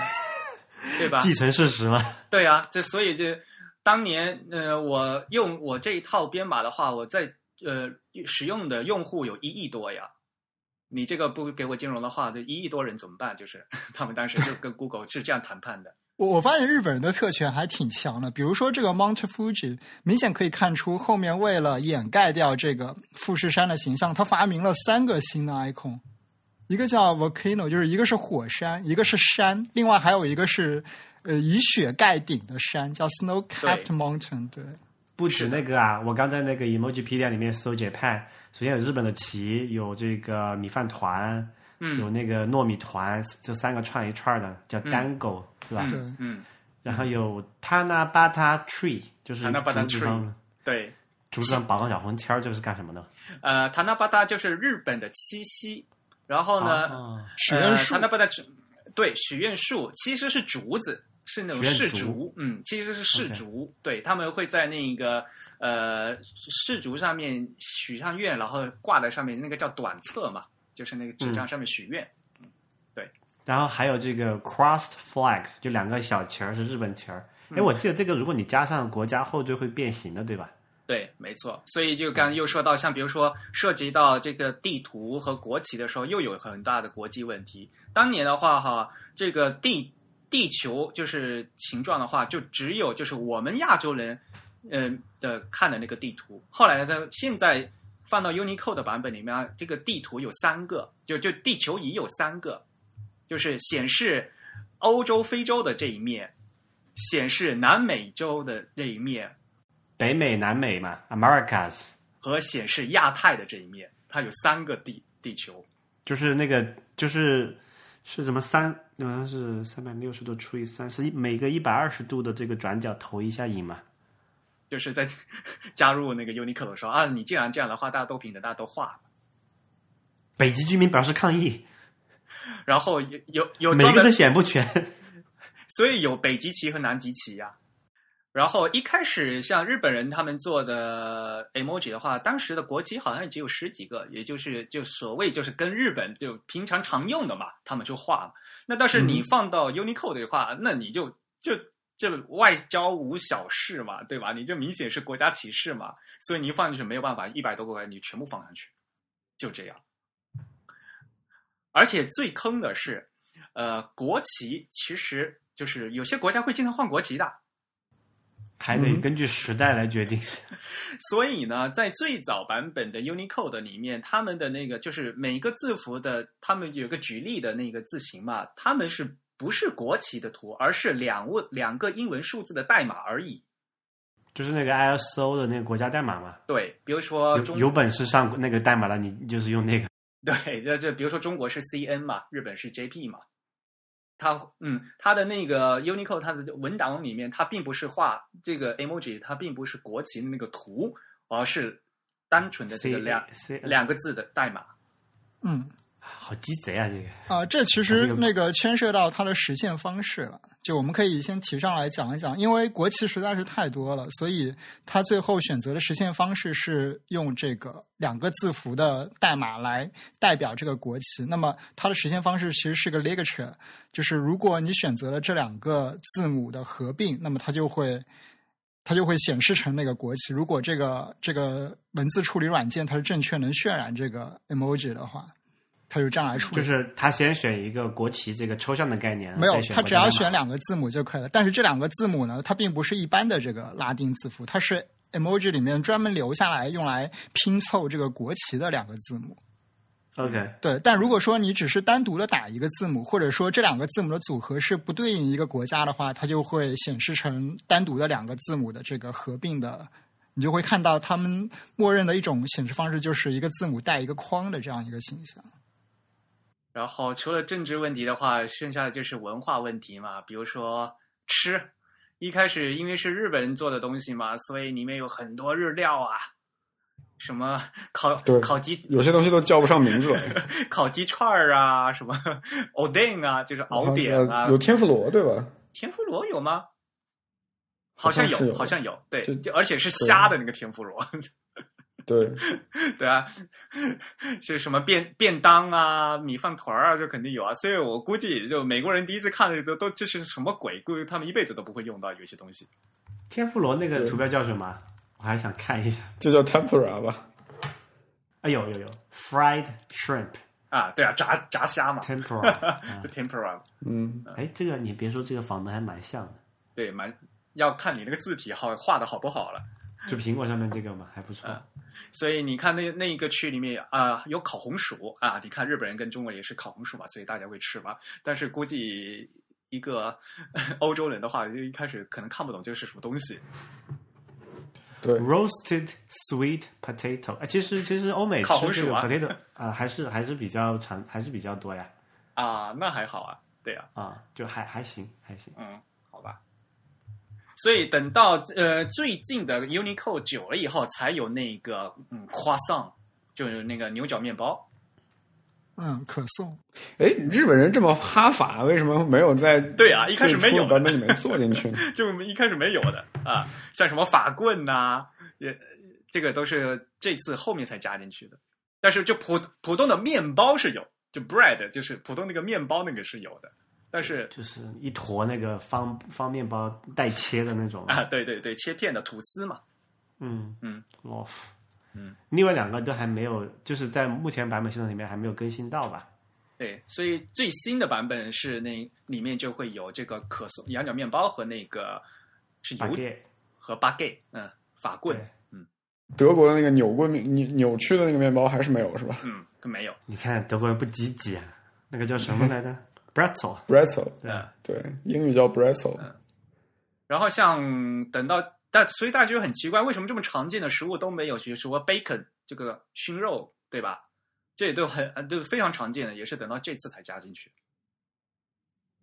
对 吧？
继承事实嘛，
对啊，这所以这当年呃，我用我这一套编码的话，我在呃使用的用户有一亿多呀。你这个不给我兼容的话，这一亿多人怎么办？就是 他们当时就跟 Google 是这样谈判的。
我我发现日本人的特权还挺强的。比如说这个 Mount Fuji，明显可以看出后面为了掩盖掉这个富士山的形象，他发明了三个新的 icon，一个叫 volcano，就是一个是火山，一个是山，另外还有一个是呃以雪盖顶的山，叫 snow capped
对
mountain。对，
不止那个啊，我刚在那个 Emojipedia 里面搜 Japan，首先有日本的旗，有这个米饭团，有
嗯
那个糯米团，这三个串一串的叫单狗、是吧？
对
嗯，
然后有 Tanabata Tree，就是竹
Tanabata
子上
对，
竹子上绑个小红签儿，这个是干什么的？
呃，塔纳巴达就是日本的七夕，然后呢，
啊
许愿树
塔纳巴达对许愿树其实是竹子，是那种
许愿
柿
竹
竹，嗯，其实是柿
OK
竹对他们会在那个呃柿竹上面许上愿，然后挂在上面，那个叫短册嘛，就是那个纸
嗯
张上面许愿。
然后还有这个 crossed flags，就两个小旗儿是日本旗儿。
嗯
哎，我记得这个，如果你加上国家后缀会变形的，对吧？
对，没错。所以就刚刚又说到，像比如说涉及到这个地图和国旗的时候，又有很大的国际问题。当年的话，哈，这个地地球就是形状的话，就只有就是我们亚洲人，嗯、的看的那个地图。后来的现在放到 Unicode 的版本里面，啊这个地图有三个，就就地球仪有三个，就是显示欧洲、非洲的这一面，显示南美洲的这一面，
北美、南美嘛，Americas，
和显示亚太的这一面，它有三个地地球。
就是那个就是是什么三，好像是三百六十度除以三，是一每个一百二十度的这个转角投一下影嘛。
就是在 加入那个 Unicode 的时候啊，你既然这样的话，大家都平等，大家都画。
北极居民表示抗议，
然后有有有
每
专门嗯
个都显不全。
所以有北极旗和南极旗呀、然后一开始像日本人他们做的 emoji 的话，当时的国旗好像也只有十几个，也就是就所谓就是跟日本就平常常用的嘛，他们就画了。那但是你放到 Unicode 的话，那你就就就外交无小事嘛，对吧？你这明显是国家歧视嘛，所以你一放进去没有办法，一百多个国家你全部放上去，就这样。而且最坑的是，呃，国旗其实就是有些国家会经常换国旗的，
还得根据时代来决定。
所以呢，在最早版本的 Unicode 里面，他们的那个就是每个字符的，他们有个举例的那个字形嘛，他们是不是国旗的图，而是两位两个英文数字的代码而已。
就是那个 ISO 的那个国家代码嘛，
对，比如说
有
呃中
有本事上那个代码了，你就是用那个。
对，这这比如说中国是 CN 嘛，日本是 JP 嘛，它嗯，它的那个 Unicode 它的文档里面，它并不是画这个 emoji，它并不是国旗的那个图，而是单纯的这个
C-
两
C-
两个字的代码。
嗯，
好鸡贼啊！这个
啊，这其实那个牵涉到它的实现方式了。就我们可以先提上来讲一讲，因为国旗实在是太多了，所以它最后选择的实现方式是用这个两个字符的代码来代表这个国旗。那么它的实现方式其实是个 ligature，就是如果你选择了这两个字母的合并，那么它就会。它就会显示成那个国旗。如果这个这个文字处理软件它是正确能渲染这个 emoji 的话，它就这样来处理。
就是他先选一个国旗这个抽象的概念，
没有
再，呃选
它只要
国家代
选
码
两个字母就可以了。但是这两个字母呢，它并不是一般的这个拉丁字符，它是 emoji 里面专门留下来用来拼凑这个国旗的两个字母。
OK，
对，但如果说你只是单独的打一个字母，或者说这两个字母的组合是不对应一个国家的话，它就会显示成单独的两个字母的这个合并的，你就会看到他们默认的一种显示方式就是一个字母带一个框的这样一个形象。
然后除了政治问题的话，剩下的就是文化问题嘛，比如说吃。一开始因为是日本人做的东西嘛，所以里面有很多日料啊，什么烤
对
烤鸡
有些东西都叫不上名 字来。
烤鸡串儿啊，什么 o d e n 啊，就是熬点啊
呃。有天妇罗对吧？
天妇罗有吗？好像
好像是
有，
有
好像有，对
这，
就而且是虾的那个天妇罗，
对，
对啊， 是什么便便当啊、米饭团儿啊，这肯定有啊。所以我估计，就美国人第一次看的都都这是什么鬼，估计他们一辈子都不会用到有一些东西。
天妇罗那个图标叫什么？我还想看一下。
就叫 tempura 吧。
哎有有有，fried shrimp
啊，对啊，炸炸虾嘛，
tempura 啊
就。tempura，
嗯，
哎，这个你别说，这个仿的还蛮像的，
对，蛮要看你那个字体好画的好不好了。
就
嗯
苹果上面这个嘛，还不错。
啊所以你看那那一个区里面啊、有烤红薯啊，你看日本人跟中国人也是烤红薯嘛，所以大家会吃嘛。但是估计一个欧洲人的话，就一开始可能看不懂这是什么东西。
对，
Roasted sweet potato，哎，其实其实欧美吃
烤红
这
薯
个
啊
potato 啊，还是还是比较常，还是比较多呀。
啊，那还好啊，对啊，
啊，就还还行还行。
嗯，好吧。所以等到呃最近的 Unicode 九了以后，才有那个嗯 croissant，就是那个牛角面包。
嗯，可颂。
哎，日本人这么哈法，为什么没有在
对啊一开始没有
最初的版本里面做进去呢？
就一开始没有的啊，像什么法棍呐、也这个都是这次后面才加进去的。但是就普普通的面包是有，就 bread 就是普通那个面包那个是有的，但是
就是一坨那个方方面包带切的那种。
啊，对对对，切片的吐司嘛，
嗯
嗯
，loaf，
嗯，
另外两个都还没有，就是在目前版本系统里面还没有更新到吧？
对，所以最新的版本是那里面就会有这个可颂羊角面包和那个是
八
油
戒，
和八 gay，嗯，法棍，
对
德国的那个扭棍面扭扭曲的那个面包还是没有是吧
嗯，没有，
你看德国人不积极啊，那个叫什么 来着？Bretzel，
？Bretzel，
对啊，
对，英语叫 Bretzel，
然后像等到但所以大家就很奇怪，为什么这么常见的食物都没有？比如说 bacon 这个熏肉，对吧？这也都很呃都非常常见的，也是等到这次才加进去，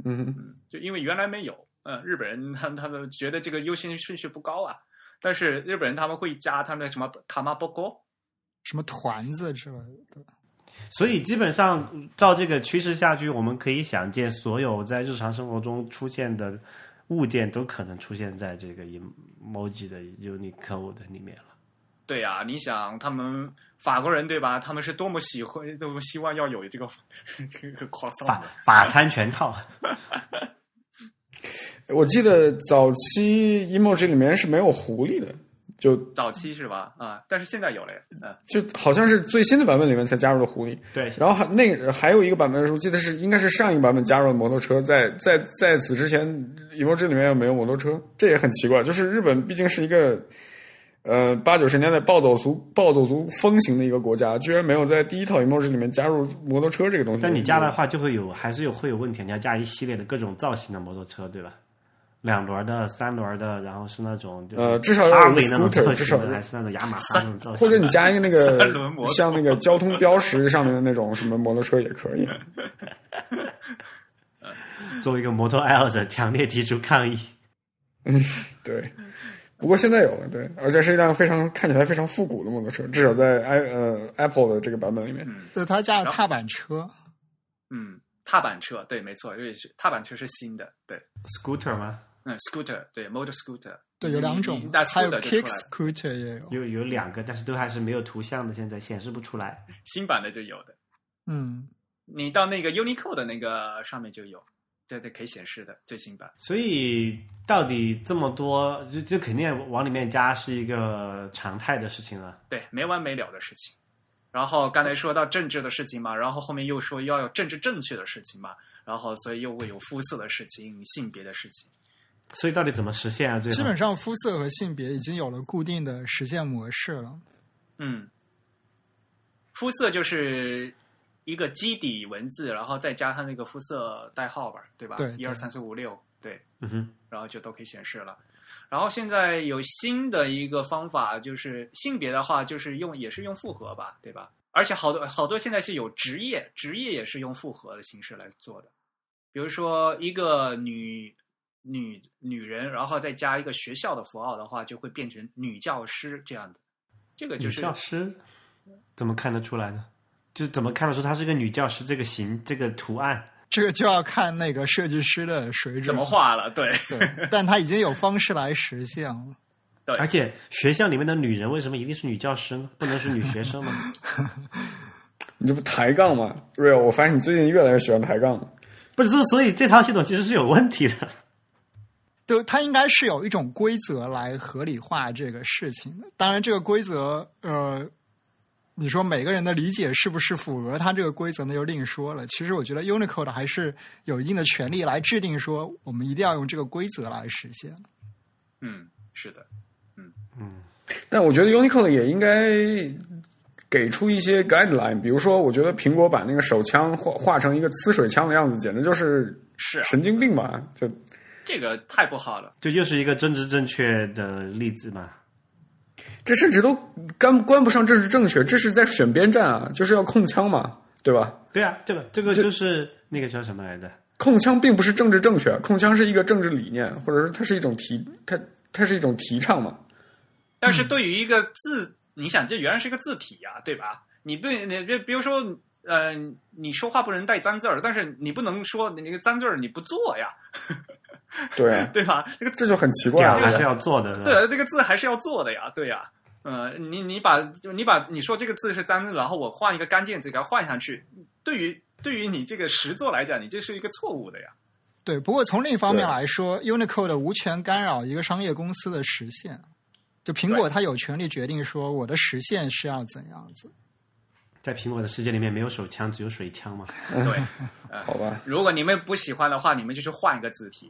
嗯，
就因为原来没有。嗯，日本人他们他们觉得这个优先顺序不高啊，但是日本人他们会加他们的什么卡玛波锅，
什么团子之类的，
所以基本上照这个趋势下去，我们可以想见，所有在日常生活中出现的物件都可能出现在这个 emoji 的 Unicode 里面了。
对呀、你想他们法国人对吧？他们是多么喜欢，多么希望要有这个 这个
哦
croissant
法
的
法餐全套，
我记得早期 emoji 里面是没有狐狸的，就
早期是吧？啊，但是现在有了，嗯，
就好像是最新的版本里面才加入了狐狸，
对
然后还那个还有一个版本，我记得是应该是上一个版本加入了摩托车，在在在此之前，emoji 里面也没有摩托车，这也很奇怪。就是日本毕竟是一个呃八九十年代暴走族暴走族风行的一个国家，居然没有在第一套 emoji 里面加入摩托车这个东西。
但你加的话就会有，还是有会有问题。你要加一系列的各种造型的摩托车，对吧？两轮的、三轮的，然后是那种就是
呃至少要有
Harley 那种
scooter，
造
至少
型
有
的，还是那种雅马哈那种造型的，
或者你加一个那
三
个
轮摩托
像那个交通标识上面的那种什么摩托车也可 以。
作为一个摩托爱好者，强烈提出抗议。
对，不过现在有了，对，而且是一辆非常看起来非常复古的摩托车，至少在 i 呃 Apple 的这个版本里面。
对，他加了踏板车，
嗯，踏板车，对，没错，这也是踏板车是新的，对，
Scooter 吗？
嗯，scooter，对，motor scooter，
对，有两种
嗯那，
还有
scooter 就出来
kick
了
scooter 也有，
有有两个，但是都还是没有图像的，现在显示不出来。
新版的就有的，
嗯，
你到那个 Unicode 的那个上面就有，对对，可以显示的最新版，
所以到底这么多，就就肯定往里面加是一个常态的事情了。
对，没完没了的事情。然后刚才说到政治的事情嘛，然后后面又说要有政治正确的事情嘛，然后所以又会有肤色的事情、性别的事情。
所以到底怎么实现啊？最后
基本上肤色和性别已经有了固定的实践模式了。
嗯，肤色就是一个基底文字，然后再加上那个肤色代号吧，对吧？
对
一
对
二三四五六，对，
嗯哼，
然后就都可以显示了。然后现在有新的一个方法，就是性别的话，就是用也是用复合吧，对吧？而且好多好多现在是有职业，职业也是用复合的形式来做的，比如说一个女女女人，然后再加一个学校的符号的话，就会变成女教师这样的。这个就
女
是
教师怎么看得出来呢？就是怎么看得出她是个女教师这个形这个图案？
这个就要看那个设计师的水准
怎么，画了？对，
对，但他已经有方式来实现了。
对
而且学校里面的女人为什么一定是女教师呢？不能是女学生吗？
你这不抬杠吗？Real，我发现你最近越来越喜欢抬杠了。
不是，所以这套系统其实是有问题的。
对，它应该是有一种规则来合理化这个事情的。当然，这个规则，呃，你说每个人的理解是不是符合它这个规则呢，又另说了。其实我觉得 Unicode 还是有一定的权利来制定说，我们一定要用这个规则来实现。
嗯，是的，
但我觉得 Unicode 也应该给出一些 guideline，比如说，我觉得苹果把那个手枪画画成一个呲水枪的样子，简直就是
是啊
神经病吧？就
这个太不好了。
就又是一个政治正确的例子嘛。
这甚至都干关不上政治正确，这是在选边站啊，就是要控枪嘛，对吧？
对啊，这个这个就是那个叫什么来着？
控枪并不是政治正确，控枪是一个政治理念，或者说它是一种提，它它是一种提倡嘛。
但是对于一个字，你想这原来是个字体呀、对吧？你不你这比如说呃，你说话不能带脏字儿，但是你不能说你那个脏字儿你不做呀，
对 啊，
对吧？这个
这就很奇怪
点
了。
儿还是要做的，是吧，
对，这个字还是要做的呀，对呀。呃，你你把就你把你说这个字是脏字，然后我换一个干净字给它换上去，对于对于你这个实作来讲，你这是一个错误的呀。
对，不过从另一方面
对
来说，Unicode 无权干扰一个商业公司的实现。就苹果，它有权利决定说我的实现是要怎样子。
在苹果的世界里面没有手枪，只有水枪嘛，
对，
好吧，
如果你们不喜欢的话，你们就去换一个字体。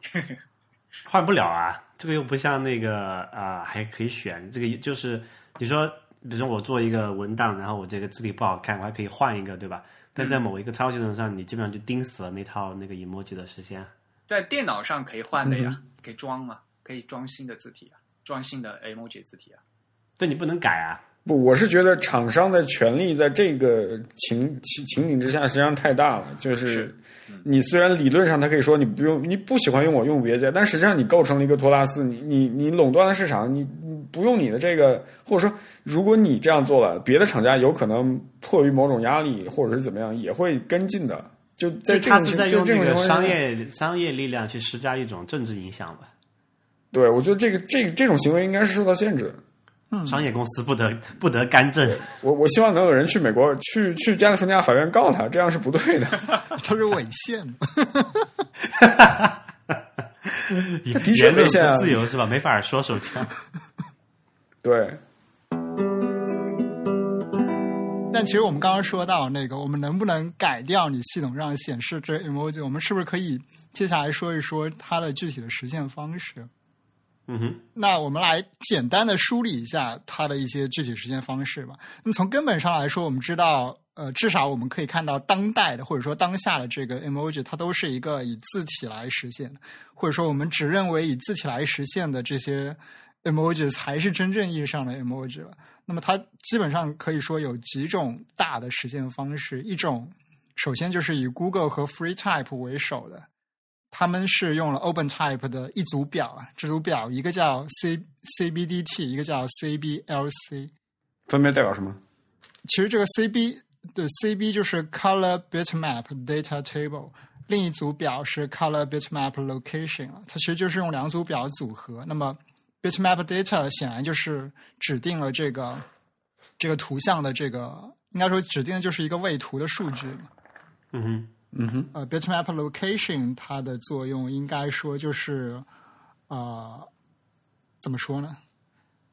换不了啊，这个又不像那个啊、还可以选这个就是你说，比如说我做一个文档，然后我这个字体不好看，我还可以换一个，对吧？但
嗯
在某一个操作系统上，你基本上就钉死了那套那个 emoji 的实现。
在电脑上可以换的
嗯
呀，可以装嘛，可以装新的字体啊，装新的 emoji 字体啊。
对你不能改啊，
不，我是觉得厂商的权力在这个情情情景之下实际上太大了。就是
是
嗯
你虽然理论上他可以说你不用，你不喜欢用我用别家，但实际上你构成了一个托拉斯，你你你垄断了市场，你你不用你的这个，或者说如果你这样做了，别的厂家有可能迫于某种压力或者是怎么样，也会跟进的。就在
就
这
他
种
是
情
在
就
用
这
这
种情况
个
下
商业商业力量去施加一种政治影响吧。
对，我觉得这个这个这种行为应该是受到限制的。嗯
商业公司不得不得干政，
我我希望能有人去美国去去加利福尼亚法院告他，这样是不对的。
它是违宪的，
言
的确
言论
没限啊
不自由是吧？没法说手枪。
对，
但其实我们刚刚说到那个，我们能不能改掉你系统上显示这 emoji？我们是不是可以接下来说一说它的具体的实现方式？
嗯哼，
那我们来简单的梳理一下它的一些具体实现方式吧。那么从根本上来说，我们知道，呃，至少我们可以看到当代的或者说当下的这个 emoji，它都是一个以字体来实现的，或者说我们只认为以字体来实现的这些 emoji 才是真正意义上的 emoji 了。那么它基本上可以说有几种大的实现方式，一种首先就是以 Google 和 FreeType 为首的，他们是用了 OpenType 的一组表啊，这组表一个叫 C CBDT，一个叫 CBLC。
分别代表什么？
其实这个 CB 对 CB 就是 Color Bitmap Data Table，另一组表是 Color Bitmap Location 啊，它其实就是用两组表组合。那么 Bitmap Data 显然就是指定了这个这个图像的这个，应该说指定的就是一个位图的数据嘛。
嗯哼，
呃，bitmap location 它的作用应该说就是，呃，怎么说呢？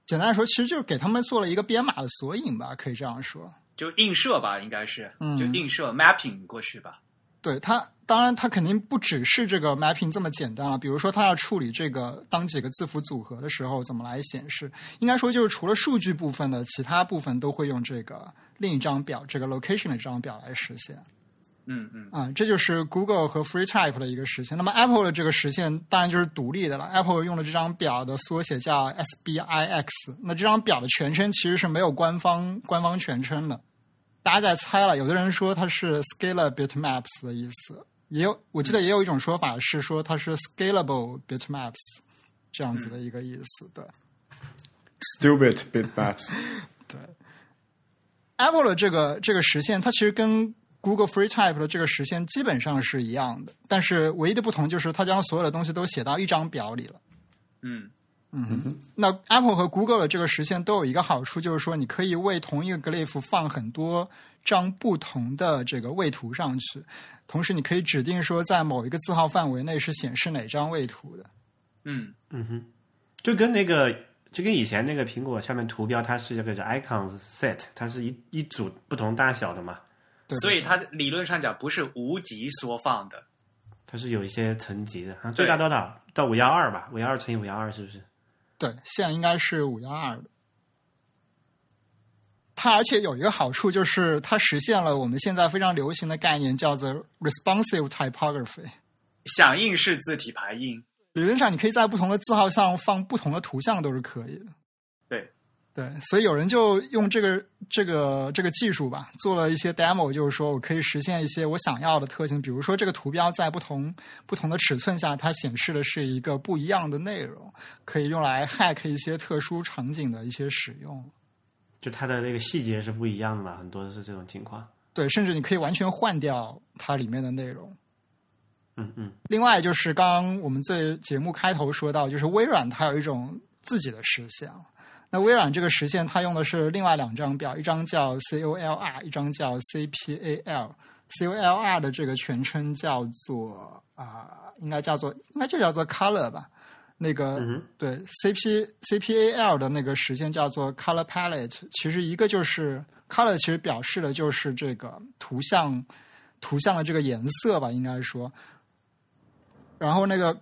简单来说，其实就是给他们做了一个编码的索引吧，可以这样说。
就映射吧，应该是，
嗯
就映射 mapping 过去吧。
对它，当然它肯定不只是这个 mapping 这么简单啊。比如说，它要处理这个当几个字符组合的时候怎么来显示，应该说就是除了数据部分的，其他部分都会用这个另一张表，这个 location 的这张表来实现。
嗯嗯，
啊、这就是 Google 和 FreeType 的一个实现。那么 Apple 的这个实现当然就是独立的了。Apple 用的这张表的缩写叫 SBIX，那这张表的全称其实是没有官方官方全称的，大家在猜了。有的人说它是 Scalar Bitmaps 的意思，也有我记得也有一种说法是说它是 Scalable Bitmaps 这样子的一个意思。对，
Stupid bit maps，
Apple 的这个这个实现，它其实跟 Google FreeType 的这个实现基本上是一样的，但是唯一的不同就是它将所有的东西都写到一张表里了。
嗯，
那 Apple 和 Google 的这个实现都有一个好处，就是说你可以为同一个 glyph 放很多张不同的这个位图上去，同时你可以指定说在某一个字号范围内是显示哪张位图的。
嗯，
就跟那个就跟以前那个苹果下面图标，它是这个叫 icon set，它是一一组不同大小的嘛，
对
所以它理论上讲不是无极缩放的，
它是有一些层级的，啊，最大多少？到五幺二吧，五幺二乘以五幺二是不是？
对，现在应该是五幺二的。它而且有一个好处就是，它实现了我们现在非常流行的概念，叫做 responsive typography。
响应式字体排印。
理论上，你可以在不同的字号上放不同的图像都是可以的。
对，
对，所以有人就用这个这个这个技术吧，做了一些 demo，就是说我可以实现一些我想要的特性，比如说这个图标在不同不同的尺寸下，它显示的是一个不一样的内容，可以用来 hack 一些特殊场景的一些使用。
就它的那个细节是不一样的嘛，很多是这种情况。
对，甚至你可以完全换掉它里面的内容。
嗯嗯，
另外就是刚刚我们最节目开头说到，就是微软它有一种自己的实现。那微软这个实现，它用的是另外两张表，一张叫 COLR，一张叫 CPAL。COLR 的这个全称叫做啊、应该叫做应该就叫做 Color 吧。那个、
嗯哼
对 CP CPAL 的那个实现叫做 Color Palette，其实一个就是 Color，其实表示的就是这个图像图像的这个颜色吧，应该说。然后那个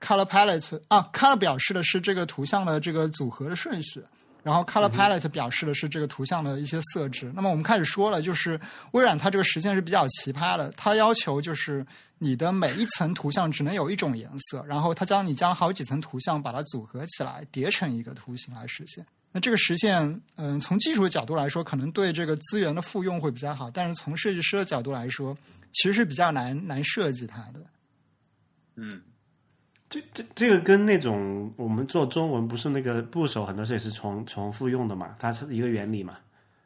color palette 啊，color 表示的是这个图像的这个组合的顺序，然后 color palette 表示的是这个图像的一些色值。那么我们开始说了，就是微软它这个实现是比较奇葩的，它要求就是你的每一层图像只能有一种颜色，然后它将你将好几层图像把它组合起来，叠成一个图形来实现。那这个实现，嗯，从技术的角度来说，可能对这个资源的复用会比较好，但是从设计师的角度来说，其实是比较难难设计它的。
嗯，
这这这个跟那种我们做中文不是那个部首很多时候也是重重复用的嘛，它是一个原理嘛。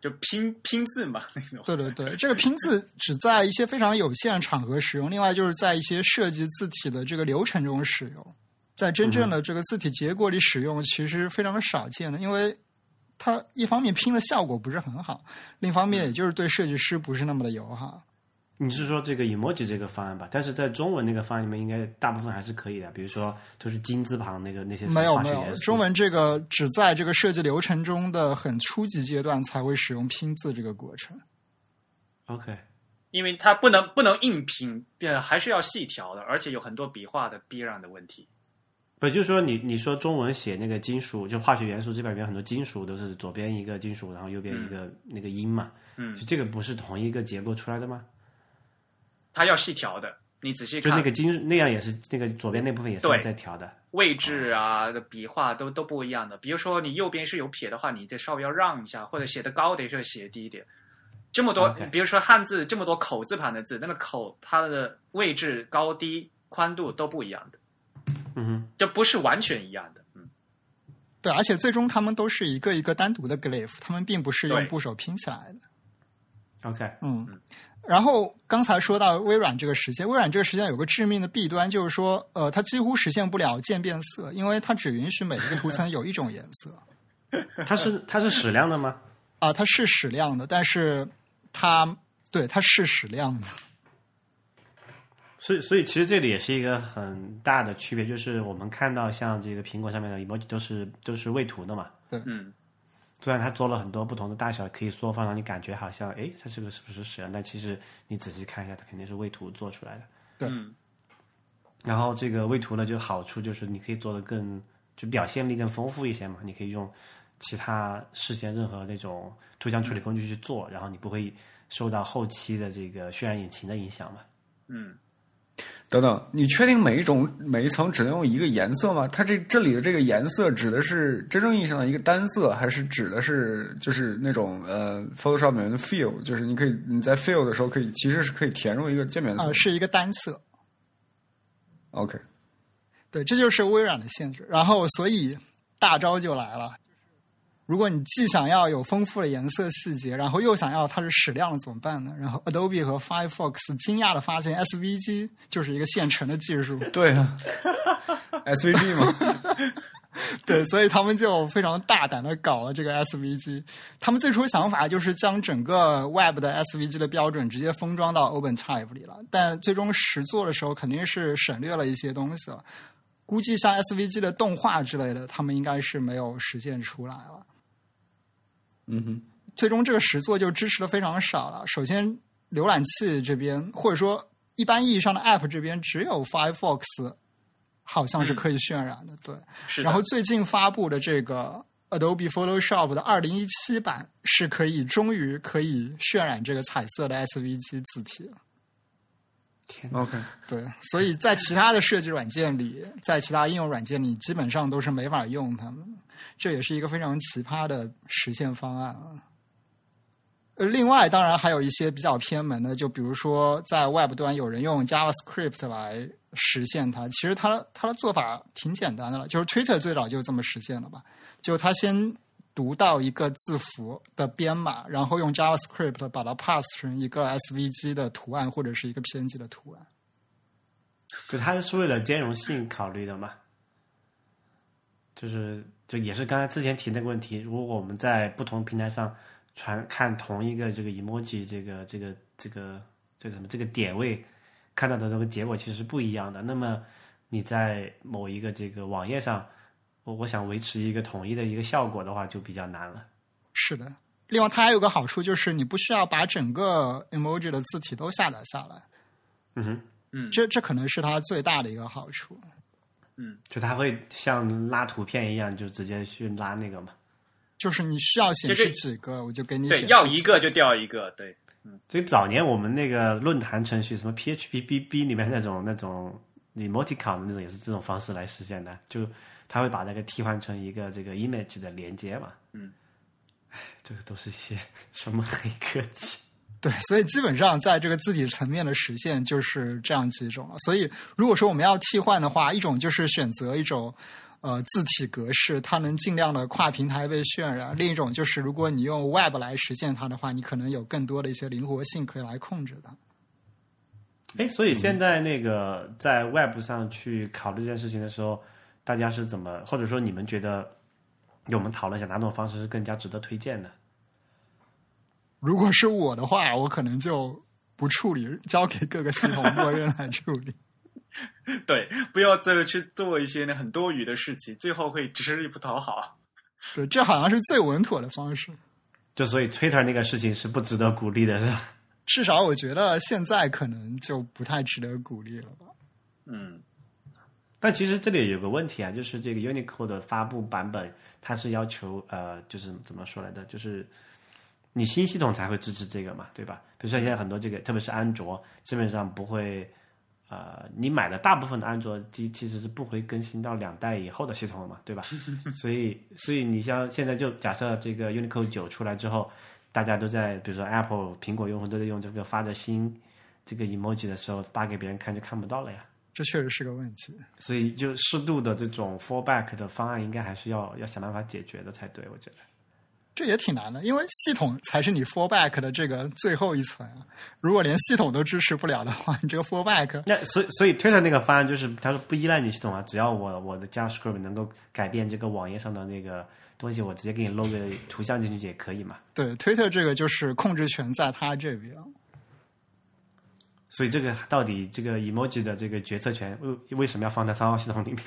就拼拼字嘛那种。
对对对，这个拼字只在一些非常有限的场合使用，另外就是在一些设计字体的这个流程中使用，在真正的这个字体结果里使用，其实非常少见的，因为它一方面拼的效果不是很好，另一方面也就是对设计师不是那么的友好。
你是说这个 emoji 这个方案吧？但是在中文那个方案里面，应该大部分还是可以的，比如说就是金字旁那个那些
没有
化
没
学
有
元，素
中文这个只在这个设计流程中的很初级阶段才会使用拼字这个过程。
OK，
因为它不能不能硬拼，呃，还是要细调的，而且有很多笔画的避让的问题。
不就是说你你说中文写那个金属，就化学元素这边里面很多金属都是左边一个金属，然后右边一个、那个音嘛，
嗯
就，这个不是同一个结构出来的吗？
它要细调的，你仔细
就
看
那个金那样也是那个左边那部分也是
对
在调的。
位置啊、的笔画都都不一样的。比如说你右边是有撇的话，你得稍微要让一下，或者写的高点就写低一点。这么多
OK
比如说汉字这么多口字旁的字，那个口它的位置、高低、宽度都不一样的，
嗯哼，
就不是完全一样的。嗯，
对，而且最终他们都是一个一个单独的 glyph，他们并不是
对
用部首拼起来的。
OK，
嗯，然后刚才说到微软这个实现，微软这个实现有个致命的弊端，就是说，呃，它几乎实现不了渐变色，因为它只允许每一个图层有一种颜色
它是它是矢量的吗？
啊、它是矢量的，但是它对它是矢量的，
所以，所以其实这里也是一个很大的区别，就是我们看到像这个苹果上面的 emoji 都是都是位图的嘛，
嗯，
虽然它做了很多不同的大小可以缩放，让你感觉好像诶，它这个是不是矢量？但其实你仔细看一下，它肯定是位图做出来的。
对
嗯。
然后这个位图呢，就好处就是你可以做的更就表现力更丰富一些嘛，你可以用其他事先任何那种图像处理工具去做，然后你不会受到后期的这个渲染引擎的影响嘛。
嗯
等等，你确定每一种每一层只能用一个颜色吗？它这这里的这个颜色指的是真正意义上的一个单色，还是指的是就是那种呃 Photoshop 里面的 fill，就是你可以你在 fill 的时候可以其实是可以填入一个渐变色。
呃，是一个单色。
OK，
对，这就是微软的限制。然后，所以大招就来了。如果你既想要有丰富的颜色细节，然后又想要它是矢量的，怎么办呢？然后 Adobe 和 Firefox 惊讶的发现，SVG 就是一个现成的技术。
对啊 ，SVG 嘛，
对，所以他们就非常大胆的搞了这个 SVG。他们最初想法就是将整个 Web 的 SVG 的标准直接封装到 OpenType 里了，但最终实做的时候肯定是省略了一些东西了。估计像 SVG 的动画之类的，他们应该是没有实现出来了。
嗯哼，
最终这个实作就支持的非常少了。首先，浏览器这边或者说一般意义上的 App 这边，只有 Firefox 好像是可以渲染的，对。
是的。
然后最近发布的这个 Adobe Photoshop 的二零一七版是可以终于可以渲染这个彩色的 SVG 字体了。
天哪，
OK，
对，所以在其他的设计软件里，在其他应用软件里，基本上都是没法用它们的。这也是一个非常奇葩的实现方案啊。呃另外，当然还有一些比较偏门的，就比如说在 Web 端有人用 JavaScript 来实现它，其实它它的做法挺简单的了，就是 Twitter 最早就这么实现了吧？就它先读到一个字符的编码，然后用 JavaScript 把它 pass 成一个 SVG 的图案或者是一个偏激的图案。
就它是为了兼容性考虑的嘛，就是就也是刚才之前提那个问题，如果我们在不同平台上传看同一个这个 emoji 这个这个这个这个什么这个点位看到的这个结果其实是不一样的，那么你在某一个这个网页上，我我想维持一个统一的一个效果的话就比较难了。
是的。另外，它还有个好处就是，你不需要把整个 emoji 的字体都下载下来，
嗯哼，
嗯，
这这可能是它最大的一个好处。
就它会像拉图片一样，就直接去拉那个嘛。
就是你需要显
就
示
这
几个，我就给你显
对，
示
要一个就掉一个，对，
所以早年我们那个论坛程序，什么 PHPBB 里面那种那种 emoticon 的那种，也是这种方式来实现的，就它会把那个替换成一个这个 image 的连接嘛。
嗯，
唉，这个都是一些什么黑科技？
对，所以基本上在这个字体层面的实现就是这样几种了。所以如果说我们要替换的话，一种就是选择一种呃字体格式，它能尽量的跨平台被渲染；另一种就是如果你用 Web 来实现它的话，你可能有更多的一些灵活性可以来控制它。
哎，所以现在那个在 Web 上去考虑这件事情的时候，大家是怎么，或者说你们觉得，我们讨论一下哪种方式是更加值得推荐的？
如果是我的话，我可能就不处理， 交给各个系统默认来处理。
对，不要再去做一些那很多余的事情，最后会吃力不讨好。
对，这好像是最稳妥的方式。
就所以 Twitter 那个事情是不值得鼓励的，是吧？
至少我觉得现在可能就不太值得鼓励了吧。
嗯，
但其实这里有个问题啊，就是这个 Unicode 的发布版本，它是要求呃，就是怎么说来的，就是你新系统才会支持这个嘛，对吧？比如说现在很多这个，特别是安卓，基本上不会，呃，你买的大部分的安卓机其实是不会更新到两代以后的系统了嘛，对吧？ 所以，所以你像现在就假设这个 Unicode 九出来之后，大家都在，比如说 Apple、苹果用户都在用这个发着心这个 emoji 的时候发给别人看，就看不到了呀。
这确实是个问题。
所以就适度的这种 fallback 的方案，应该还是要要想办法解决的才对，我觉得。
这也挺难的，因为系统才是你 fallback 的这个最后一层啊。如果连系统都支持不了的话，你这个 fallback
那所以所以 Twitter 那个方案就是，它说不依赖你系统啊，只要我我的 JavaScript 能够改变这个网页上的那个东西，我直接给你露个图像进去也可以嘛。
对 Twitter 这个就是控制权在他这边。啊
所以这个到底这个 emoji 的这个决策权为为什么要放在三号系统 里面？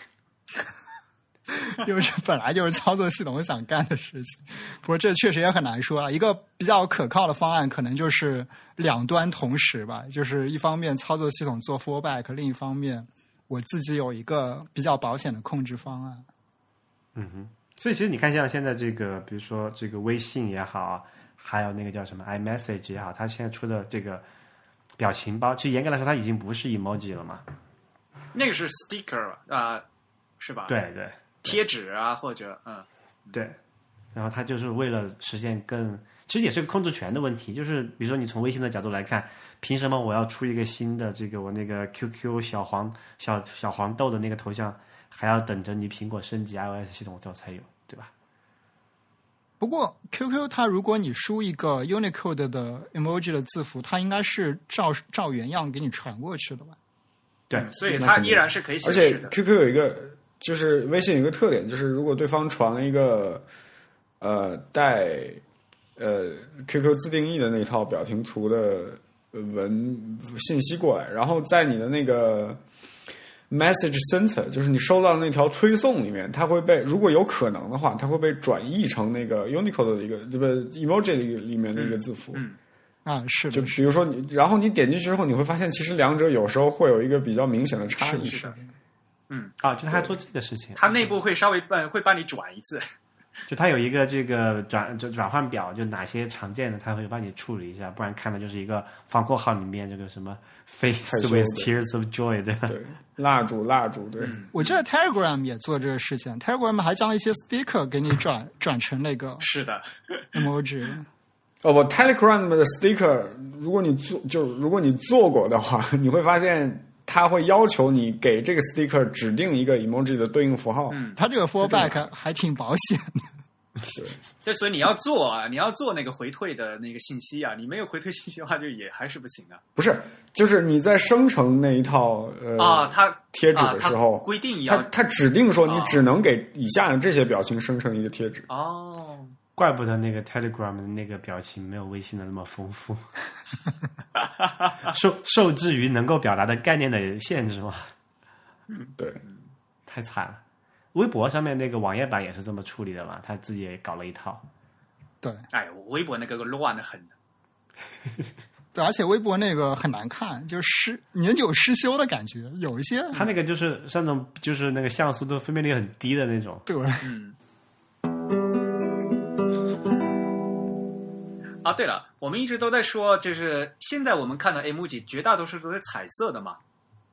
因为这本来就是操作系统想干的事情。不过这确实也很难说啊。一个比较可靠的方案，可能就是两端同时吧，就是一方面操作系统做 fallback，另一方面我自己有一个比较保险的控制方案。
嗯所以其实你看，像现在这个，比如说这个微信也好啊，还有那个叫什么 iMessage 也好，它现在出的这个表情包，其实严格来说，它已经不是 emoji 了嘛。
那个是 sticker 啊、是吧？，
对对。
贴纸啊，或者嗯，
对，然后它就是为了实现更，其实也是个控制权的问题。就是比如说，你从微信的角度来看，凭什么我要出一个新的这个我那个 QQ 小黄小小黄豆的那个头像，还要等着你苹果升级 iOS 系统之后才有，对吧？
不过 QQ 它如果你输一个 Unicode 的 emoji 的字符，它应该是照照原样给你传过去的吧？
对，
嗯
所以它依然是可以显
而且
示的。
QQ 有一个，就是微信有一个特点，就是如果对方传了一个呃带呃 QQ 自定义的那套表情图的文信息过来，然后在你的那个 message center，就是你收到的那条推送里面，它会被如果有可能的话，它会被转译成那个 Unicode 的一个这个 emoji 的一个里面的一个字符。
嗯
啊，是
就
的，
比如说你，然后你点进去之后，你会发现其实两者有时候会有一个比较明显的差异。
是的，
啊，就它还做这个事情，
呃它内部会稍微帮会帮你转一次。
就它有一个这个转就转换表，就哪些常见的，它会帮你处理一下，不然看的就是一个方括号里面这个什么 face
羞
with
了
tears of joy 对吧？
对，蜡烛蜡烛，对，
嗯
我记得 Telegram 也做这个事情，Telegram 还将一些 sticker 给你转转成那个
是的，
emoji。
哦不，Telegram 的 sticker，如果你做就如果你做过的话， 你会发现它会要求你给这个 sticker 指定一个 emoji 的对应符号。嗯，
它这个 fallback 还挺保险 的。
对，所以你要做啊，你要做那个回退的那个信息啊，你没有回退信息的话，就也还是不行的
不是，就是你在生成那一套呃
啊。它
贴纸
啊
的
它
时候，
规定
它
要
它指定说你
啊
只能给以下的这些表情生成一个贴纸。
哦，
怪不得那个 Telegram 的那个表情没有微信的那么丰富，受受制于能够表达的概念的限制嘛，
对，
太惨了。微博上面那个网页版也是这么处理的嘛，他自己也搞了一套。
对
哎，我微博那个乱的很，
对，而且微博那个很难看，就是失年久失修的感觉，有一 些
他那个就是像那种就是那个像素都分辨率很低的那种，
对。
嗯。啊，对了，我们一直都在说，就是现在我们看到 emoji 绝大多数都是彩色的嘛。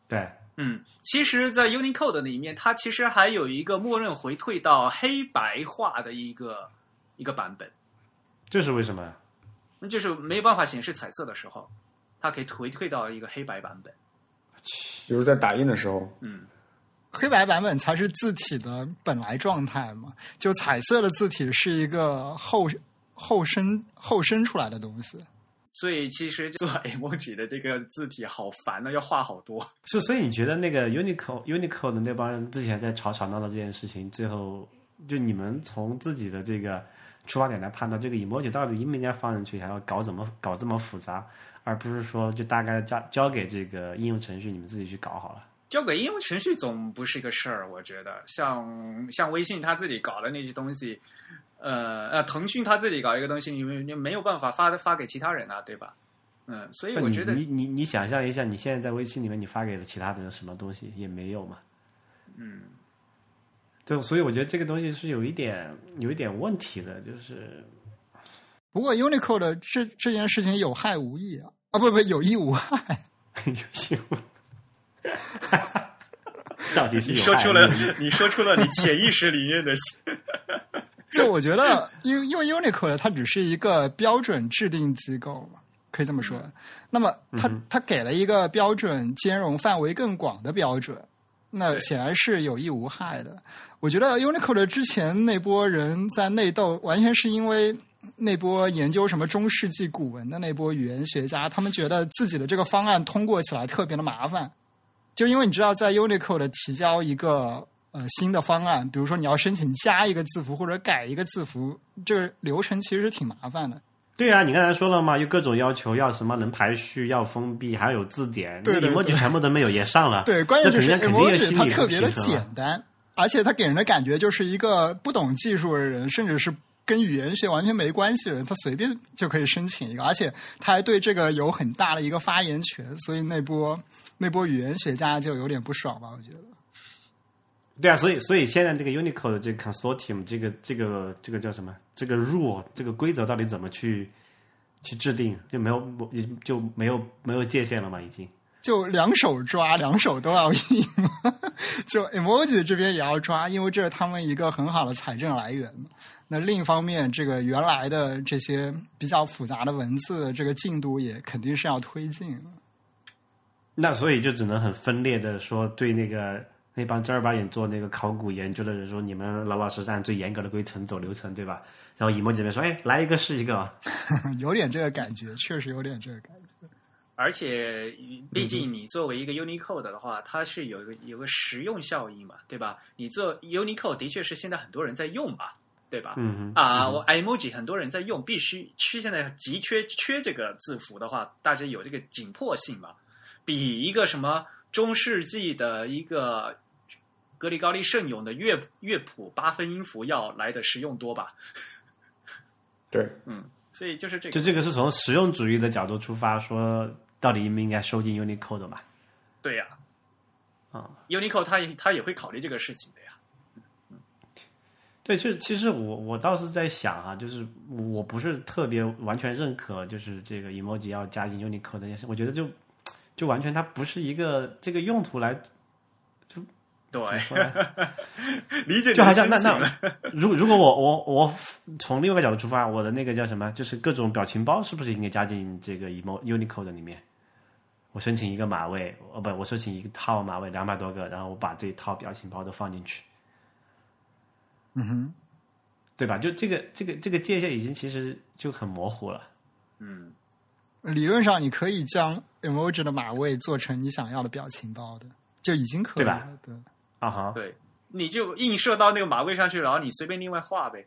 对，
嗯，其实，在 Unicode 里面，它其实还有一个默认回退到黑白化的一个一个版本，
这是为什么？
那就是没有办法显示彩色的时候，它可以回退到一个黑白版本。
比如在打印的时候，
嗯，
黑白版本才是字体的本来状态嘛，就彩色的字体是一个后后生后生出来的东西。
所以其实做 emoji 的这个字体好烦啊呢，要画好多。
是所以你觉得那个 Unicode Unicode 的那帮人之前在吵吵闹闹这件事情，最后就你们从自己的这个出发点来判断，这个 emoji 到底应不应该放进去，还要搞怎么搞这么复杂，而不是说就大概交交给这个应用程序你们自己去搞好了。
交给应用程序总不是个事儿，我觉得像像微信他自己搞的那些东西，呃呃，腾讯他自己搞一个东西，你们你没有办法发发给其他人啊，对吧？嗯，所以
但
我
你
觉得
你你你想象一下，你现在在微信里面你发给了其他的人什么东西也没有嘛？
嗯
对，所以我觉得这个东西是有一点有一点问题的，就是
不过 Unicode 这这件事情有害无益啊，啊不不有益无害。
有些问， 到底是
你
有
说
害
出
还
了
是无益
你说出了你潜意识里面的
就我觉得，因为因为 Unicode 它只是一个标准制定机构嘛，可以这么说。那么它它给了一个标准，兼容范围更广的标准，那
对
显然是有益无害的。我觉得 Unicode 之前那波人在内斗，完全是因为。那波研究什么中世纪古文的那波语言学家，他们觉得自己的这个方案通过起来特别的麻烦，就因为你知道，在 Unicode 提交一个呃新的方案，比如说你要申请加一个字符或者改一个字符，这个流程其实是挺麻烦的。
对啊，你刚才说了嘛，有各种要求，要什么能排序，要封闭，还有字典，
对对
那 emoji
对
全部都没有，也上了。
对，关键就是
这肯定肯定
emoji
有
它
心理
特别的
不平衡啊
简单，而且它给人的感觉就是一个不懂技术的人，甚至是跟语言学完全没关系的人，他随便就可以申请一个，而且他还对这个有很大的一个发言权，所以那波那波语言学家就有点不爽吧，我觉得。
对啊，所以所以现在这个 Unicode 的这个 consortium 这个这个这个叫什么？这个 rule 这个规则到底怎么去去制定？就没有就没有没有界限了嘛？已经。
就两手抓，两手都要印。 就 emoji 这边也要抓，因为这是他们一个很好的财政来源嘛。那另一方面，这个原来的这些比较复杂的文字，这个进度也肯定是要推进。
那所以就只能很分裂的说，对那个那帮正儿八经做那个考古研究的人说，你们老老实实按最严格的规程走流程，对吧？然后 emoji 这边说，哎，来一个是一个。
有点这个感觉，确实有点这个感觉。
而且，毕
嗯
竟你作为一个 Unicode 的话，它是有一个有个实用效应嘛，对吧？你做 Unicode 的确是现在很多人在用嘛，对吧？
嗯哼
啊，我 emoji 很多人在用，必须缺现在急缺缺这个字符的话，大家有这个紧迫性嘛，比一个什么中世纪的一个格里高利圣咏的乐乐谱八分音符要来的实用多吧？
对，
嗯，所以就是这个
就，这个是从实用主义的角度出发，说到底应不应该收进 Unicode 嘛？
对呀、
啊
u n i c o d e 它也它也会考虑这个事情的呀。
对，就其实我我倒是在想啊，就是我不是特别完全认可，就是这个 emoji 要加进 Unicode 这件事，我觉得就就完全它不是一个这个用途来
对，
说来
理 解你的
就好像
心
那
情了
那，如如果我我我从另外一个角度出发，我的那个叫什么，就是各种表情包是不是应该加进这个 emo Unicode 里面？我申请一个码位，哦不，我申请一套码位两百多个，然后我把这一套表情包都放进去，
嗯哼，
对吧？就这个这个这个界限已经其实就很模糊了。
嗯，
理论上你可以将 emoji 的码位做成你想要的表情包的，就已经可以
对吧
了。对
啊哈，
对，你就映射到那个马位上去，然后你随便另外画呗。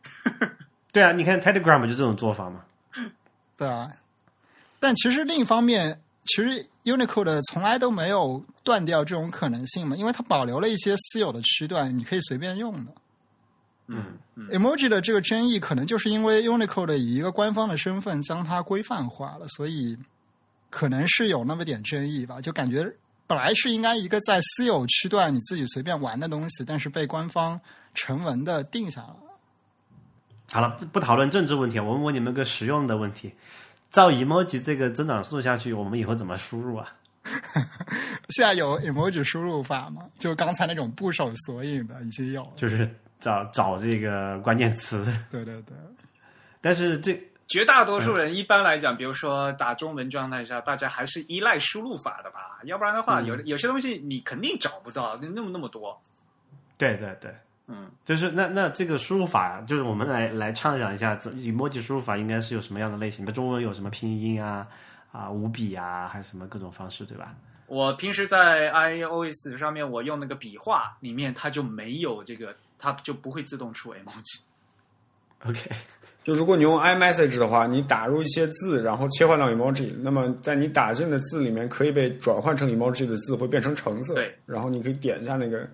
对啊，你看 Telegram 就这种做法嘛，
对啊，但其实另一方面，其实 Unicode 从来都没有断掉这种可能性嘛，因为它保留了一些私有的区段，你可以随便用的。
嗯，
emoji 的这个争议，可能就是因为 Unicode 以一个官方的身份将它规范化了，所以可能是有那么点争议吧。就感觉本来是应该一个在私有区段你自己随便玩的东西，但是被官方成文的定下了。
好了，不不讨论政治问题，我们问你们个实用的问题：照 emoji 这个增长速度下去，我们以后怎么输入啊？
现在有 emoji 输入法嘛？就刚才那种部首索引的已经有了。
就是找找这个关键词，
对对对，
但是这
绝大多
嗯
数人一般来讲，比如说打中文状态下，大家还是依赖输入法的吧，要不然的话，有
嗯
有些东西你肯定找不到，那么那么多。
对对对，
嗯，
就是那那这个输入法，就是我们来来畅想一下这，emoji 输入法应该是有什么样的类型？那中文有什么拼音啊啊五笔啊，还是什么各种方式，对吧？
我平时在 iOS 上面，我用那个笔画里面，它就没有这个，它就不会自动出 emoji。
OK，
就如果你用 iMessage 的话，你打入一些字，然后切换到 emoji，那么在你打进的字里面可以被转换成 emoji 的字会变成橙色，
对，
然后你可以点一下那个，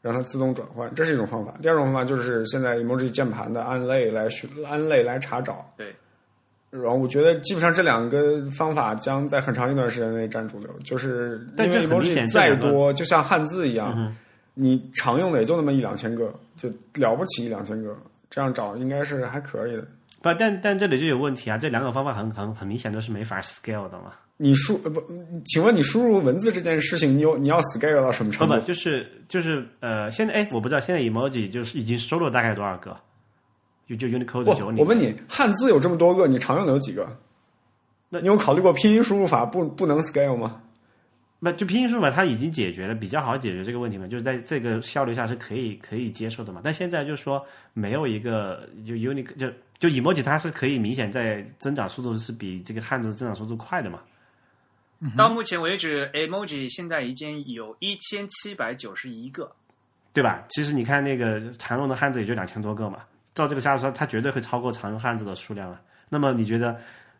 让它自动转换，这是一种方法。第二种方法就是现在 emoji 键盘的按类来寻按类来查找，
对，
然后我觉得基本上这两个方法将在很长一段时间内占主流，就是
但
因
这
为
很明显这
emoji 再
两个嗯
多，就像汉字一样，你常用的也就那么一两千个，就了不起一两千个，这样找应该是还可以的。
不，但但这里就有问题啊，这两种方法很很很明显都是没法 scale 的嘛。
你输呃不？请问你输入文字这件事情，你有你要 scale 到什么
不
程
不，
度？
就是就是呃，现在哎，我不知道现在 emoji 就是已经收录大概多少个？就就 Unicode 九里面，
我问你，汉字有这么多个，你常用的有几个？
那
你有考虑过拼音输入法不不能 scale 吗？
那就拼音输入法它已经解决了，比较好解决这个问题嘛，就是在这个效率下是可以可以接受的嘛。但现在就是说没有一个就 unique 就就 emoji 它是可以明显在增长速度是比这个汉字增长速度快的嘛。
嗯
到目前为止，emoji 现在已经有一千七百九十一个。
对吧？其实你看那个常用的汉字也就两千多个嘛，照这个下说，它绝对会超过常用汉字的数量了。那么你觉得，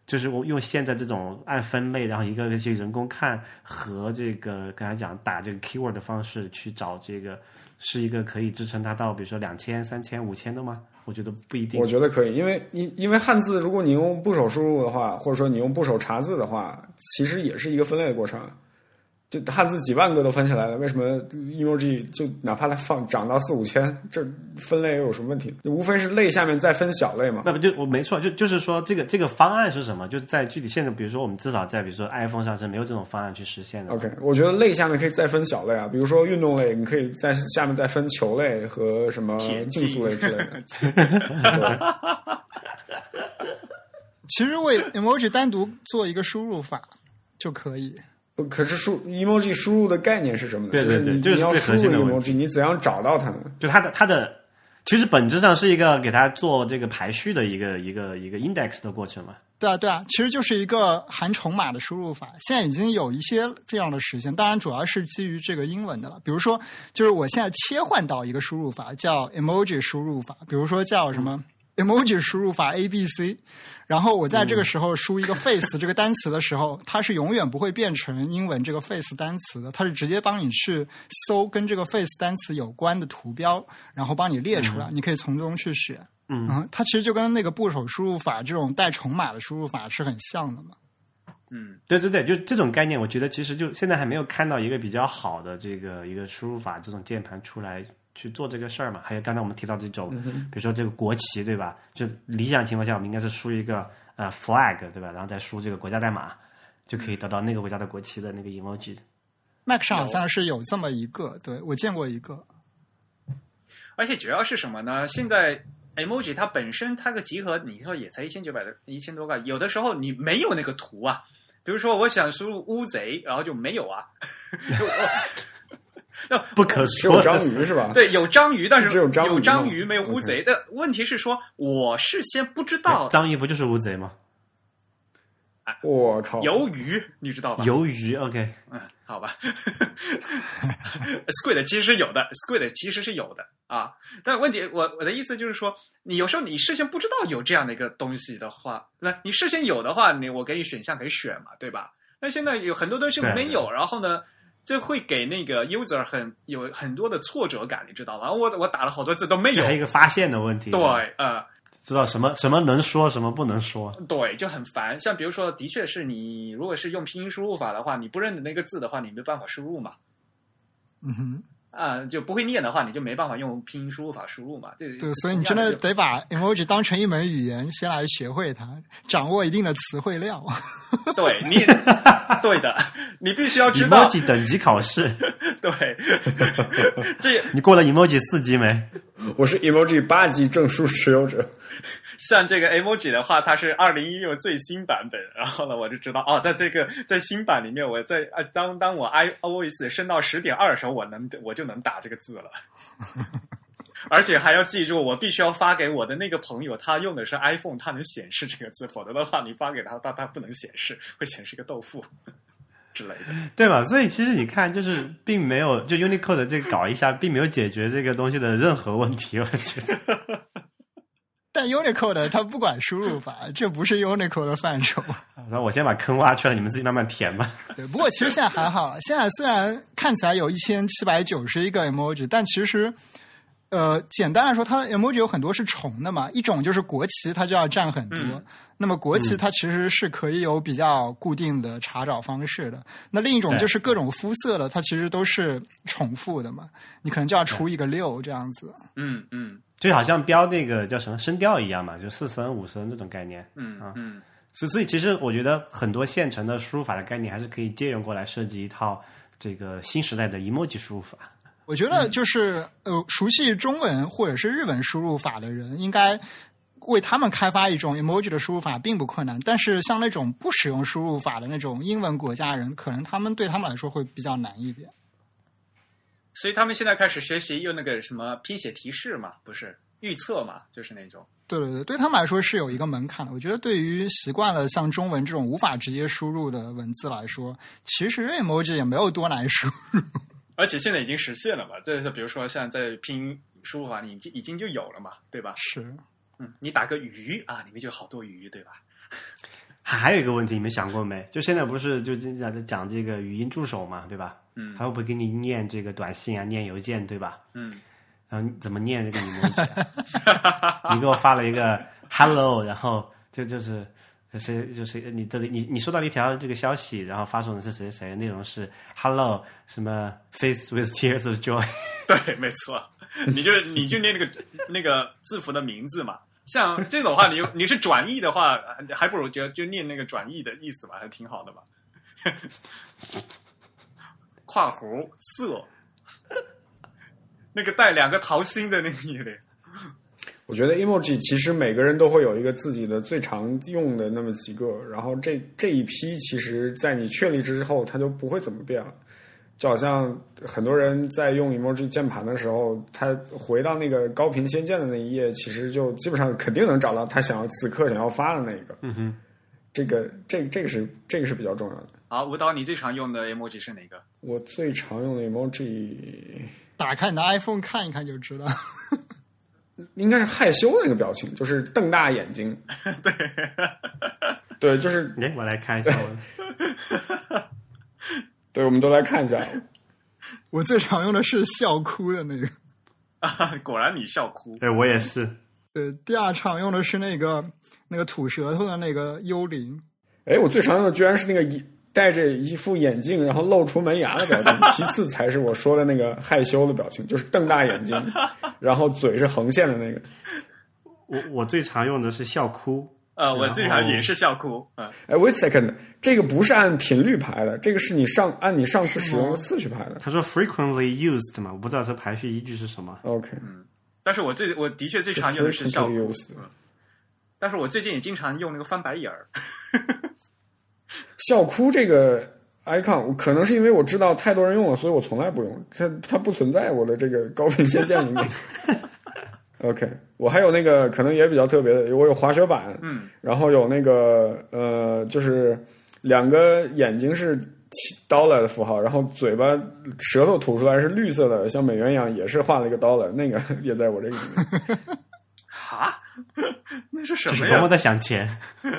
就是我用现在这种按分类，然后一个个去人工看和这个刚才讲打这个 keyword 的方式去找这个，是一个可以支撑它到比如说两千、三千、五千的吗？我觉得不一定
我。觉得可以，因为因因为汉字，如果你用部首输入的话，或者说你用部首查字的话，其实也是一个分类的过程。就汉字几万个都分下来了，为什么 emoji 就哪怕它放涨到四五千，这分类又有什么问题？就无非是类下面再分小类嘛。
那不就我没错，就就是说这个这个方案是什么？就是在具体现在，比如说我们至少在比如说 iPhone 上是没有这种方案去实现的。
OK，我觉得类下面可以再分小类啊，比如说运动类，你可以在下面再分球类和什么
田
竞
径
速类之类 的。
其实为 emoji 单独做一个输入法就可以。
不可是输 emoji 输入的概念是什么呢？
对对对
就是你
这是
你要
最
输
核心
入
的问
emoji，你怎样找到它呢？
就它的它的，其实本质上是一个给它做这个排序的一个一个一个 index 的过程嘛。
对啊，对啊，其实就是一个含重码的输入法。现在已经有一些这样的实现，当然主要是基于这个英文的了。比如说，就是我现在切换到一个输入法叫 emoji 输入法，比如说叫什么 emoji 输入法 A B C，然后我在这个时候输一个 face 这个单词的时候，它是永远不会变成英文这个 face 单词的，它是直接帮你去搜跟这个 face 单词有关的图标，然后帮你列出来，你可以从中去选。嗯，它其实就跟那个部首输入法这种带重码的输入法是很像的嘛。
嗯，
对对对，就这种概念，我觉得其实就现在还没有看到一个比较好的这个一个输入法这种键盘出来去做这个事儿嘛。还有刚才我们提到这种，
嗯
比如说这个国旗，对吧？就理想情况下，我们应该是输一个呃 flag，对吧？然后再输这个国家代码，就可以得到那个国家的国旗的那个 emoji。
Mac 上好像是有这么一个，对我见过一个。
而且主要是什么呢？现在 emoji 它本身它个集合，你说也才一千九百的一千多个，有的时候你没有那个图啊。比如说我想输入乌贼，然后就没有啊。
不可
只有
说
章
的是
鱼是吧？
对，有章鱼，但是
只有章鱼
有章鱼
吗
没有乌贼。但问题是说，我事先不知道
章鱼不就是乌贼吗？
我靠，
鱿鱼，你知道吧？
鱿鱼，OK，
嗯，好吧。Squid 其实是有的，Squid 其实是有的啊。但问题，我我的意思就是说，你有时候你事先不知道有这样的一个东西的话，那你事先有的话，你我给你选项可以选嘛，对吧？那现在有很多东西
对
没有，然后呢，这会给那个 user 很有很多的挫折感，你知道吗？我我打了好多字都没
这
有
还有，一个发现的问题，
对，呃，
知道什么什么能说，什么不能说，
对，就很烦。像比如说，的确是你如果是用拼音输入法的话，你不认得那个字的话，你没办法输入嘛。
嗯哼，
啊，就不会念的话，你就没办法用拼音输入法输入嘛。这
对，所以你真的得把 emoji 当成一门语言，先来学会它，掌握一定的词汇量。
对你对的，你必须要知道
emoji 等级考试，
对这
你过了 emoji 四级没？
我是 emoji 八级证书持有者。
像这个 emoji 的话，它是二零一六最新版本，然后呢，我就知道哦，在这个在新版里面，我在啊，当当我 iOS 升到十点二的时候，我能我就能打这个字了，而且还要记住，我必须要发给我的那个朋友，他用的是 iPhone，他能显示这个字，否则的话，你发给他，他他不能显示，会显示个豆腐 之类的。
对吧？所以其实你看，就是并没有就 Unicode 这个搞一下，并没有解决这个东西的任何问题。 我觉得，
但 Unicode 它不管输入法，这不是 Unicode 的范畴。
然后我先把坑挖出来，你们自己慢慢填吧。
对，不过其实现在还好，现在虽然看起来有一千七百九十一个 emoji，但其实，呃，简单来说，它的 emoji 有很多是重的嘛。一种就是国旗，它就要占很多。那么国旗它其实是可以有比较固定的查找方式的。那另一种就是各种肤色的，它其实都是重复的嘛。你可能就要除一个六这样子。
嗯嗯
就好像标那个叫什么声调一样嘛，就四声、五声这种概念。
嗯
啊
嗯，
所以所以其实我觉得很多现成的输入法的概念还是可以借用过来设计一套这个新时代的 emoji 输入法。
我觉得就是呃，熟悉中文或者是日文输入法的人，应该为他们开发一种 emoji 的输入法并不困难。但是像那种不使用输入法的那种英文国家人，可能他们对他们来说会比较难一点。
所以他们现在开始学习用那个什么拼写提示嘛，不是预测嘛，就是那种。
对对对，对他们来说是有一个门槛的。我觉得对于习惯了像中文这种无法直接输入的文字来说，其实 emoji 也没有多难输。
而且现在已经实现了嘛，这是比如说像在拼音输入法，你已经已经就有了嘛，对吧？
是，
嗯，你打个鱼啊，里面就有好多鱼，对吧？
还还有一个问题，你们想过没？就现在不是就经常在讲这个语音助手嘛，对吧？
嗯
他会不会给你念这个短信啊，念邮件，对吧？
嗯，
然后你怎么念这个 emoji？、啊、 你给我发了一个 hello，然后就就是谁就是你的你你收到了一条这个消息，然后发送的是谁谁，内容是 hello 什么 face with tears of joy，
对，没错，你就你就念那个那个字符的名字嘛。像这种话，你你是转译的话，还不如就就念那个转译的意思吧，还挺好的吧。 跨弧色，那个带两个桃心的那个也得，
我觉得 emoji 其实每个人都会有一个自己的最常用的那么几个，然后这这一批其实，在你确立之后，它就不会怎么变了。就好像很多人在用 emoji 键盘的时候，他回到那个高频仙剑的那一页，其实就基本上肯定能找到他想要此刻想要发的那个。嗯
哼，
这个这这个是这个是比较重要的。
好，舞蹈，你最常用的 emoji 是哪个？
我最常用的 emoji
打开你的 iPhone 看一看就知道。
应该是害羞那个表情，就是瞪大眼睛。对，对，就是
哎，我来看一下我的。
对，我们都来看一下。
我最常用的是笑哭的那个。
啊，果然你笑哭。
对我也是，
对，呃第二场用的是那个那个吐舌头的那个幽灵，
哎，我最常用的居然是那个
戴着一副眼镜，然后露出门牙的表情，其次才是我说的那个害羞的表情，就是瞪大眼睛，然后嘴是横线的那个。
我我最常用的是笑哭，
呃，我最常也是笑哭，嗯，
哎，wait a second，这个不是按频率排的，这个是你上按你上次使用的次序排的。
他说 frequently used 嘛，我不知道这排序依据是什么。
OK，
但是我最我的确最常用的是笑哭，嗯但是我最近也经常用那个翻白眼儿，
笑哭这个 icon，可能是因为我知道太多人用了，所以我从来不用它，它不存在我的这个高频限键里 面。OK，我还有那个可能也比较特别的，我有滑雪板，
嗯，
然后有那个呃，就是两个眼睛是起 dollar 的符号，然后嘴巴舌头吐出来是绿色的，像美元一样，也是画了一个 dollar，那个 也在我这个里 面。
哈， 那是 什
这
么
是多
呀
么？的想钱！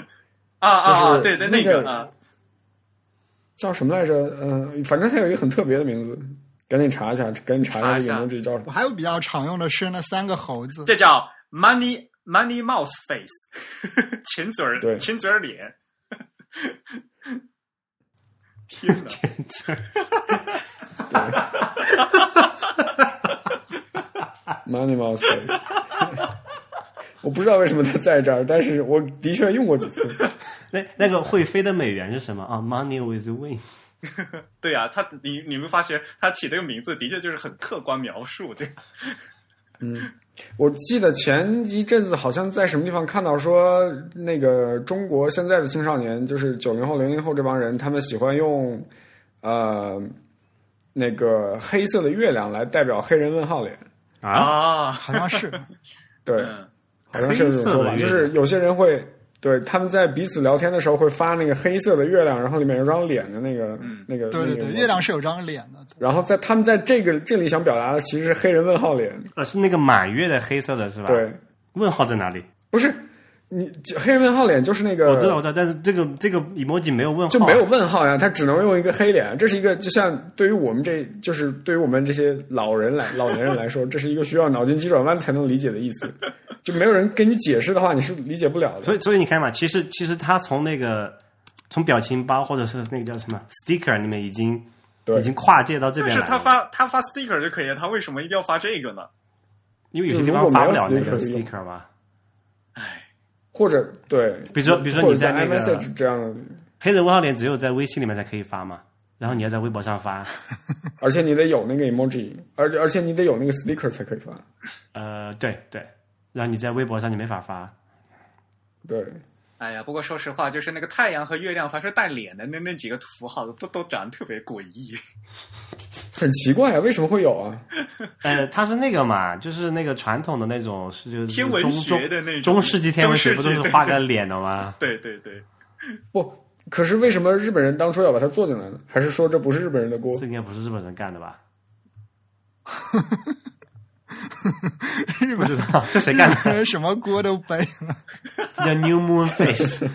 啊啊，
就
啊
是
对对，
那
个
个
啊，
叫什么来着？嗯、反正它有一个很特别的名字，赶紧查一下，赶紧查
查
一
一
下这
下
个名字叫什
我
么。
还有比较常用的是那三个猴子，
这叫 money money mouse face，亲 嘴儿
对
亲嘴儿脸。天哪！
Money Mouse Face。我 不知道为什么它在这儿，但是我的确用过几次。
那那个会飞的美元是什么啊？Money with wings。
对啊，他你你们发现他起这个名字的确就是很客观描述这个
我记得前一阵子好像在什么地方看到说，那个中国现在的青少年，就是九零后、零零后这帮人，他们喜欢用呃那个黑色的月亮来代表黑人问号脸。
啊，
啊，
好像 是
对，
嗯，
好像是有这种
黑色的月
说法，
亮
就是有些人会对他们在彼此聊天的时候会发那个黑色的月亮，然后里面有张脸的那个、
嗯
那个
对对
那
对，
个
月亮是有张脸的，
然后在他们在这个这里想表达的其实是黑人问号脸，
呃，是那个满月的黑色的是吧？，
对，
问号在哪里？
不是你就黑人问号脸就是那个
我知道，我知道，但是这个这个 emoji 没有问号，
就没有问号呀，他只能用一个黑脸，这是一个就像对于我们这就是对于我们这些老 人来老年人来说，这是一个需要脑筋急转弯才能理解的意思，就没有人给你解释的话，你是理解不了的。
所以，所以你看嘛，其实其实他从那个从表情包或者是那个叫什么 sticker 里面已经
对
已经跨界到这
但
边
是
来
他
了，
发他发 sticker 就可以了，他为什么一定要发这个呢？
因为有些地
就如
方
果
发
没
不
有
了那个
sticker 用
sticker 嘛。
哎，
或者对，
比如说比如说你在那个
或者 iMessage 这样的，
黑人问号脸只有在微信里面才可以发嘛，然后你要在微博上发，
而且你得有那个 emoji，而且而且你得有那个 sticker 才可以发。
呃，对对，然后你在微博上你没法发，
对，
哎呀，不过说实话，就是那个太阳和月亮，凡是带脸的那那几个符号都都长得特别诡异。
很奇怪啊，为什么会有啊？
呃，它是那个嘛，就是那个传统的那种是就是
天文学的那种
嗯中中世纪天文学
中
不
世纪
都是画个脸的吗？
对对对，
不，可是为什么日本人当初要把它做进来呢？还是说这不是日本人的锅
这？应该不是日本人干的吧？
日
不
本
知道这谁干的？
人什么锅都背了。
这叫 New Moon Face。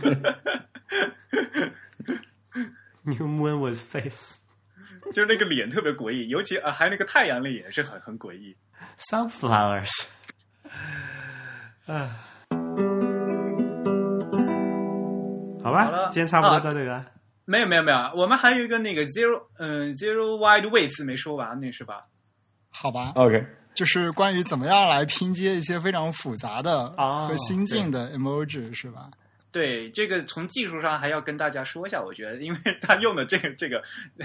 New Moon was face.
就是那个脸特别诡异，尤其呃还有那个太阳脸也是很很诡异。
Sunflowers. 啊，好吧
好了，
今天差不多
啊
到这里了。
没有没有没有，我们还有一个那个 zero 嗯、zero wide width 没说完，那是吧？
好吧，
OK，
就是关于怎么样来拼接一些非常复杂的
哦
和新进的 emoji 是吧？
对，这个从技术上还要跟大家说一下，我觉得，因为他用的这个这个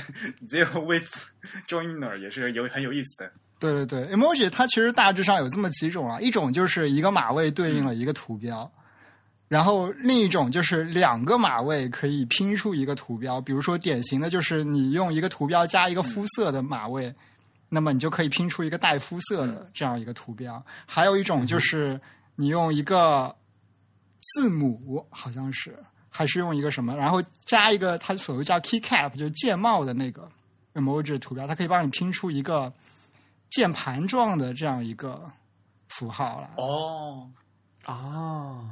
zero width joiner 也是有很有意思的。
对对对，emoji 它其实大致上有这么几种啊，一种就是一个马位对应了一个图标，然后另一种就是两个马位可以拼出一个图标，比如说典型的就是你用一个图标加一个肤色的马位，那么你就可以拼出一个带肤色的这样一个图标。还有一种就是你用一个字母，好像是还是用一个什么，然后加一个它所谓叫 keycap，就是键帽的那个 emoji 图标，它可以帮你拼出一个键盘状的这样一个符号来。
哦，
哦，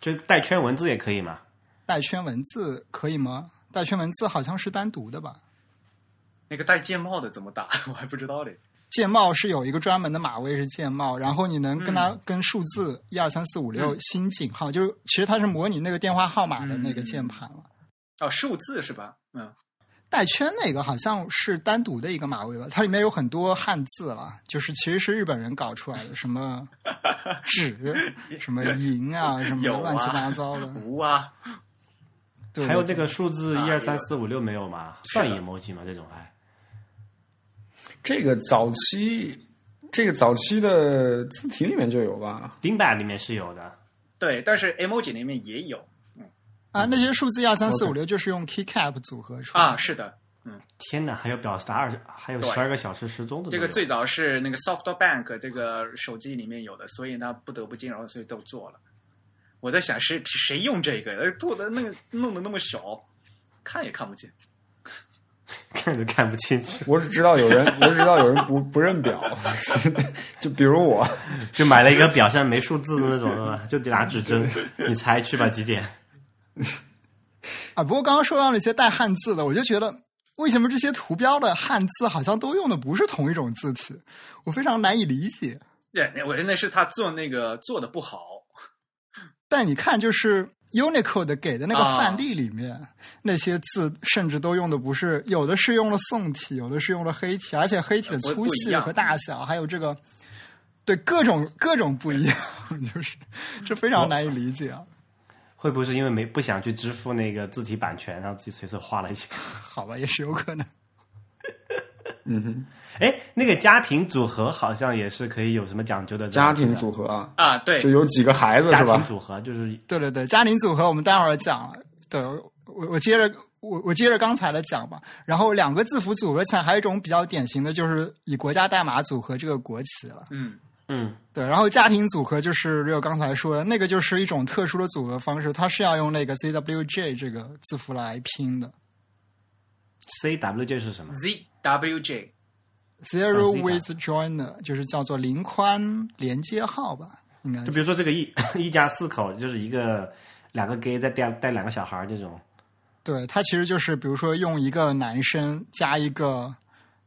就带圈文字也可以嘛？
带圈文字可以吗？带圈文字好像是单独的吧？
那个戴键帽的怎么打？ 我还不知道嘞。
键帽是有一个专门的码位是键帽，然后你能跟
嗯
它跟数字
嗯
一二三四五六新井号，就是其实它是模拟那个电话号码的那个键盘了。
哦，数字是吧？嗯，
带圈那个好像是单独的一个马位吧，它里面有很多汉字了，就是其实是日本人搞出 来的，什么纸、什么银啊，什么
有啊
乱七八糟的。
无啊，
对，
还有
对
那个数字
啊
一二
这个
三四五六没有吗？算 emoji 吗？这种哎，
这个早期，这个早期的字体里面就有吧？
钉板里面是有的，
对，但是 emoji 里面也有
啊，那些数字一二三四五六就是用 keycap 组合出来的
啊，是的，
天哪，还有表达二十，还有
对
十二个小时时钟的
这个
都有
最早是那个 SoftBank 这个手机里面有的，所以它不得不兼容，所以都做了。我在想谁谁用这个，呃做的那个弄得那么小，看也看不见。
看都看不清楚，
我只知道有人， 我只知道有人不不认表， 就比如我，
就买了一个表上没数字的那种 的，就得拿指针，你猜去吧几点？
啊，不过刚刚说到那些带汉字的，我就觉得为什么这些图标的汉字好像都用的不是同一种字体，我非常难以理解。
对，我认为是他做那个做的不好。
但你看，就是 Unicode 给的那个
啊
范例里面，那些字甚至都用的不是，有的是用了宋体，有的是用了黑体，而且黑体的
不
粗
不一
细
样
和大小，还有这个。对各种各种不一样， 就是这非常难以理解啊！
会不会是因为没不想去支付那个字体版权，然后自己随手画了一些？
好吧，也是有可能。
哎，那个家庭组合好像也是可以有什么讲究的？
家庭组合啊，
啊，对
就，有几个孩子
家
是
庭
吧？
组合就是
对对对，家庭组合我们待会儿讲了。对，我我接着我我接着刚才的讲吧。然后两个字符组合起来，还有一种比较典型的就是以国家代码组合这个国旗了。
嗯，
嗯，
对，然后家庭组合就是六刚才说的那个，就是一种特殊的组合方式，它是要用那个 CWJ 这个字符来拼的
CWJ 是什么？
ZWJ，
，Zero
啊
with Joiner，就是叫做零宽连接号吧，应该
就
叫
比如说这个一 一家四口，就是一个两个 gay 再带带两个小孩儿这种，
对，它其实就是比如说用一个男生加一个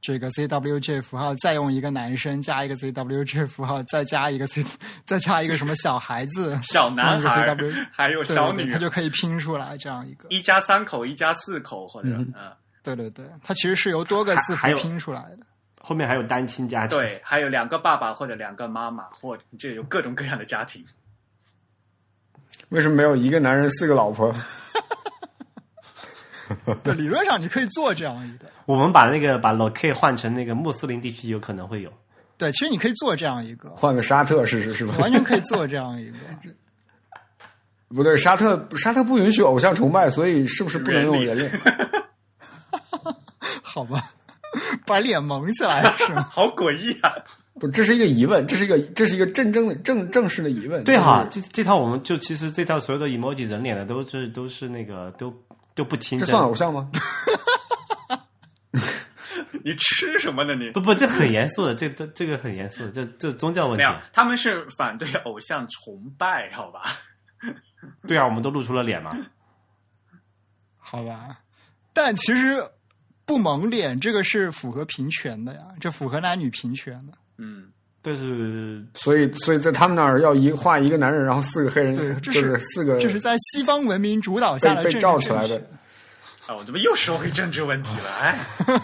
这个 ZWJ 符号，再用一个男生加一个 ZWJ 符号，再加一个 Z，再 加一个什么小孩 子
小男孩
然后一个 CW
儿，还有
对
小
对
女
对，
儿
它，就可以拼出来这样一个。
一家三口，一家四口，或者嗯、
对对对，它其实是由多个字符
还还有
拼出来的。
后面还有单亲家庭。，
对，还有两个爸爸或者两个妈妈，或者就有各种各样的家庭。
为什么没有一个男人四个老婆？
对，理论上你可以做这样一个。
我们把那个把 locate 换成那个穆斯林地区，有可能会有。
对，其实你可以做这样一个，
换个沙特试试是吧
你？ 完全可以做这样一个。
不对，沙特沙特不允许偶像崇拜，所以是不是不能用人
人
脸？
好吧， 把脸蒙起来是吗？
好诡异啊！
不，这是一个疑问，这是一个这是一个真正的正正式的疑问。
对哈，
嗯
就是
这这套我们就其实这套所有的 emoji 人脸的都是都是那个都都不清
这
真。
算偶像吗？
你吃什么呢你？
不不，这很严肃的，这这这个很严肃的，这这宗教问
没
题
有。，他们是反对偶像崇拜，好吧？
对啊，我们都露出了脸嘛。
好吧，但其实不蒙脸这个是符合平权的呀，这符合男女平权的。
嗯，
但是
所以所以在他们那儿要一画一个男人，然后四个黑人，
对，这
就是四个
这是在西方文明主导下的
被被
政治
罩起来
正
的
确，
啊，我怎么又说回政治问题了？哎，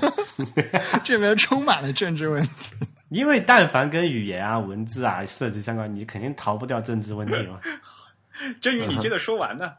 这里面充满了政治问题。
因为但凡跟语言啊、文字啊涉及相关，你肯定逃不掉政治问题嘛。
振宇，你接着说完呢。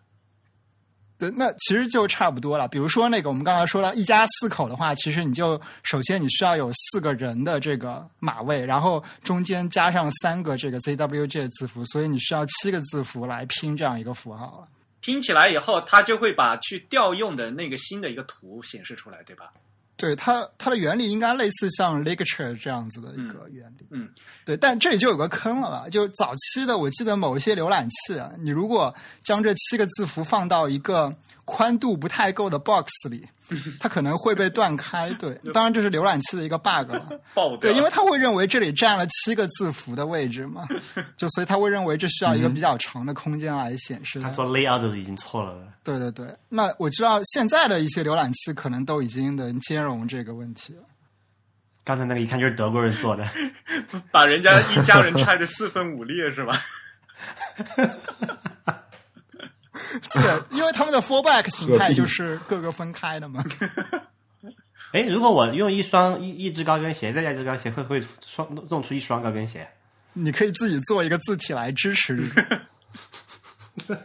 对，那其实就差不多了。比如说那个，我们刚才说到一家四口的话，其实你就首先你需要有四个人的这个码位，然后中间加上三个这个 ZWJ 字符，所以你需要七个字符来拼这样一个符号了。
拼起来以后，它就会把去调用的那个新的一个图显示出来，对吧？
对它，它的原理应该类似像 ligature 这样子的一个原理。
嗯，
对，但这里就有个坑了吧？就早期的，我记得某一些浏览器啊，你如果将这七个字符放到一个宽度不太够的 box 里，它可能会被断开。对， 当然这是浏览器的一个 bug 了。
爆掉
对，因为它会认为这里占了七个字符的位 置嘛，就所以它会认为这需要一个比较长的空间来显示它
他。做 layout 都已经错了。
对对对，那我知道现在的一些浏览器可能都已经能兼容这个问题了。
刚才那个一看就是德国人做的，
把人家一家人拆的四分五裂，是吧？
对，因为他们的 fallback 形态就是各个分开的嘛。
哎，如果我用一双一一只高跟鞋，再加一只高跟鞋，会不会双弄出一双高跟鞋？
你可以自己做一个字体来支持这个。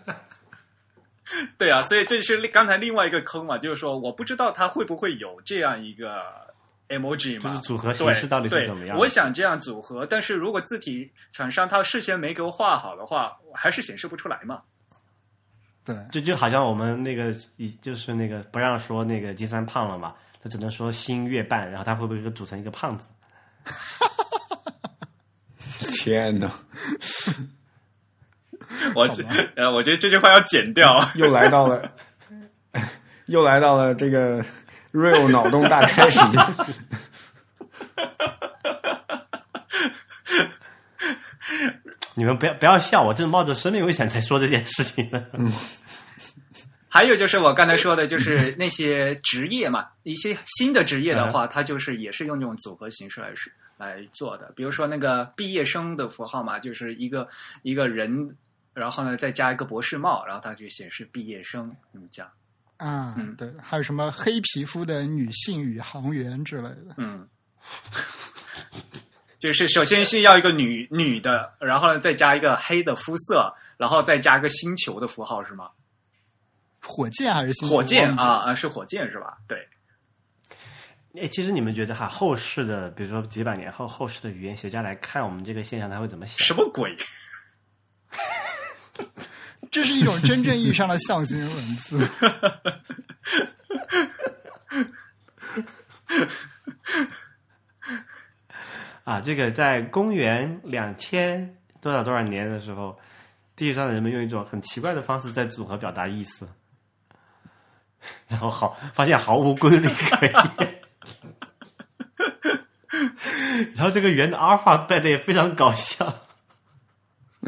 对啊，所以这是刚才另外一个坑嘛，就是说我不知道它会不会有这样一个 emoji
就是
嘛。
组合形
对
式到底是
对
怎么样？
我想这样组合，但是如果字体厂商他事先没给我画好的话，我还是显示不出来嘛。
对，
就就好像我们那个以就是那个不让说那个杰三胖了嘛，他只能说心越半，然后他会不会组成一个胖子？
天哪！
我这呃，我觉得这句话要剪掉。
又来 到了，又来到了这个 real 脑洞大开时间。
你们不要不要笑，我正冒着生命危险在说这件事情呢。
还有就是我刚才说的，就是那些职业嘛，一些新的职业的
嗯
话，它就是也是用这种组合形式来是来做的。比如说那个毕业生的符号嘛，就是一个一个人，然后呢再加一个博士帽，然后它就显示毕业生，嗯，这样，
啊，
嗯
对，还有什么黑皮肤的女性宇航员之类的，
嗯。 就是首先是要一个女女的，然后呢再加一个黑的肤色，然后再加一个星球的符号是吗？
火箭还是星球
火箭
忘记
啊
了
啊是火箭是吧？对，
哎，其实你们觉得哈，后世的比如说几百年后，后世的语言学家来看我们这个现象，他会怎么
什
想？
么鬼？
这是一种真正意义上的象形文字。
啊，这个在公元两千多少多少年的时候，地球上的人们用一种很奇怪的方式在组合表达意思，然后好发现毫无规律可言， 然后这个圆的阿尔法贝的也非常搞笑。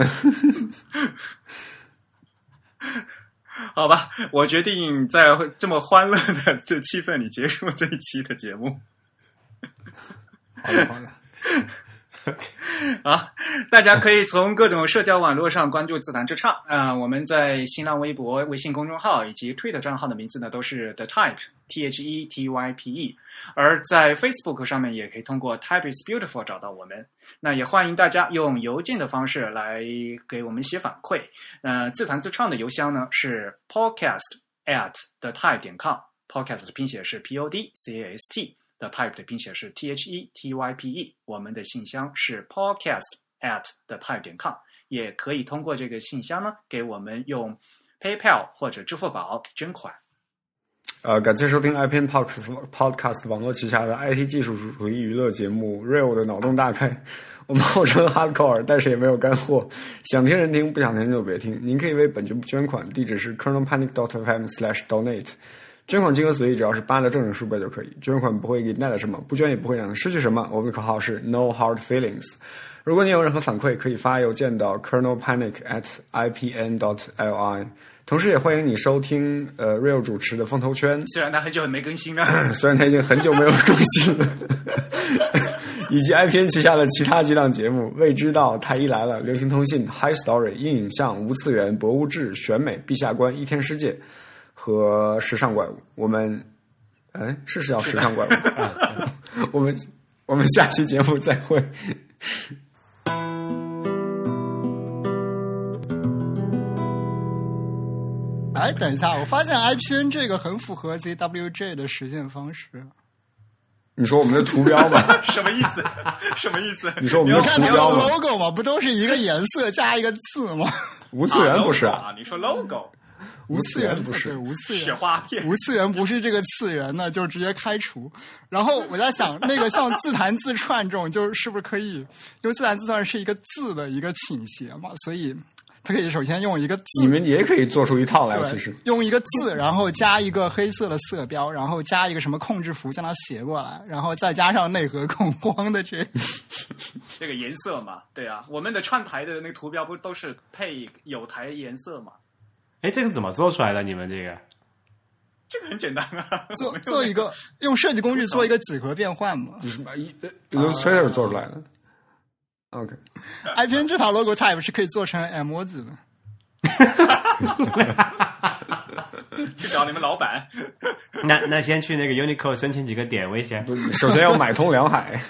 好吧，我决定在这么欢乐的这气氛里结束这一期的节目
好的，好的。
啊！大家可以从各种社交网络上关注“自弹自唱”啊、我们在新浪微博、微信公众号以及 Twitter 账号的名字呢都是 The Type T H E T Y P E，而在 Facebook 上面也可以通过 Type is Beautiful 找到我们。那也欢迎大家用邮件的方式来给我们写反馈。呃，自弹自唱的邮箱呢是 podcast at the type 点 com。podcast 的拼写是 p o d c a s t，the type 的拼写是 t h e t y p e。我们的信箱是 podcast at the type 点 com，也可以通过这个信箱呢给我们用 PayPal 或者支付宝捐款。
呃，感谢收听 IPN Podcast Podcast 网络旗下的 IT 技术主义娱乐节目 Real 的脑洞大开。我们号称 Hardcore，但是也没有干货，想听人听，不想听就别听。您可以为本节目捐款，地址是 kernelpanic.fm/donate。捐款金额随意，只要是八的正整数倍就可以。捐款不会给你带来什么，不捐也不会让你失去什么。我们的口号是 No Hard Feelings。如果你有任何反馈，可以发邮件到 kernelpanic at ipn dot li。同时，也欢迎你收听呃 Real 主持的《风投圈》，
虽然他很久没更新了，，
虽然它已经很久没有更新了， 以及 IPN 旗下的其他几档节目：未知道、太医来了、流行通信、High Story、硬影像、无次元、博物志、选美、陛下观、一天世界和时尚怪物。我们，哎，是是叫时尚怪物。啊我们我们下期节目再会。
哎，等一下，我发现 IPN 这个很符合 ZWJ 的实现方式。
你说我们的图标吧
什么意 思？什么意思？
你说我们
要
的
你看
图
它有
标吧，
logo 嘛，不都是一个颜色加一个字吗？
无次元不是
啊？你说 logo
无次元
不
对啊
是。
无次
雪
元。
花片？
无次元不是这个次元呢，就直接开除。然后我在想，那个像自弹自串这种，就是是不是可以？因为自弹自串是一个字的一个倾斜嘛，所以它可以首先用一个
你
字，
们也可以做出一套来，其实
对，用一个字，然后加一个黑色的色标，然后加一个什么控制符将它斜过来，然后再加上内核恐慌的这
这个颜色嘛，对啊，我们的串台的那个图标不都是配有台颜色嘛？
哎，这个怎么做出来的？你们这个？
这个很简单啊，我
做
们
做一个用设计工具做一个几何变换嘛。
你是把一呃由 Twitter 做出来的。OK。
啊 IPN 这套 logo type 是可以做成 emoji 的。
去找你们老板。
那那先去那个 Unicode 申请几个点位先。
不首先要买通梁海，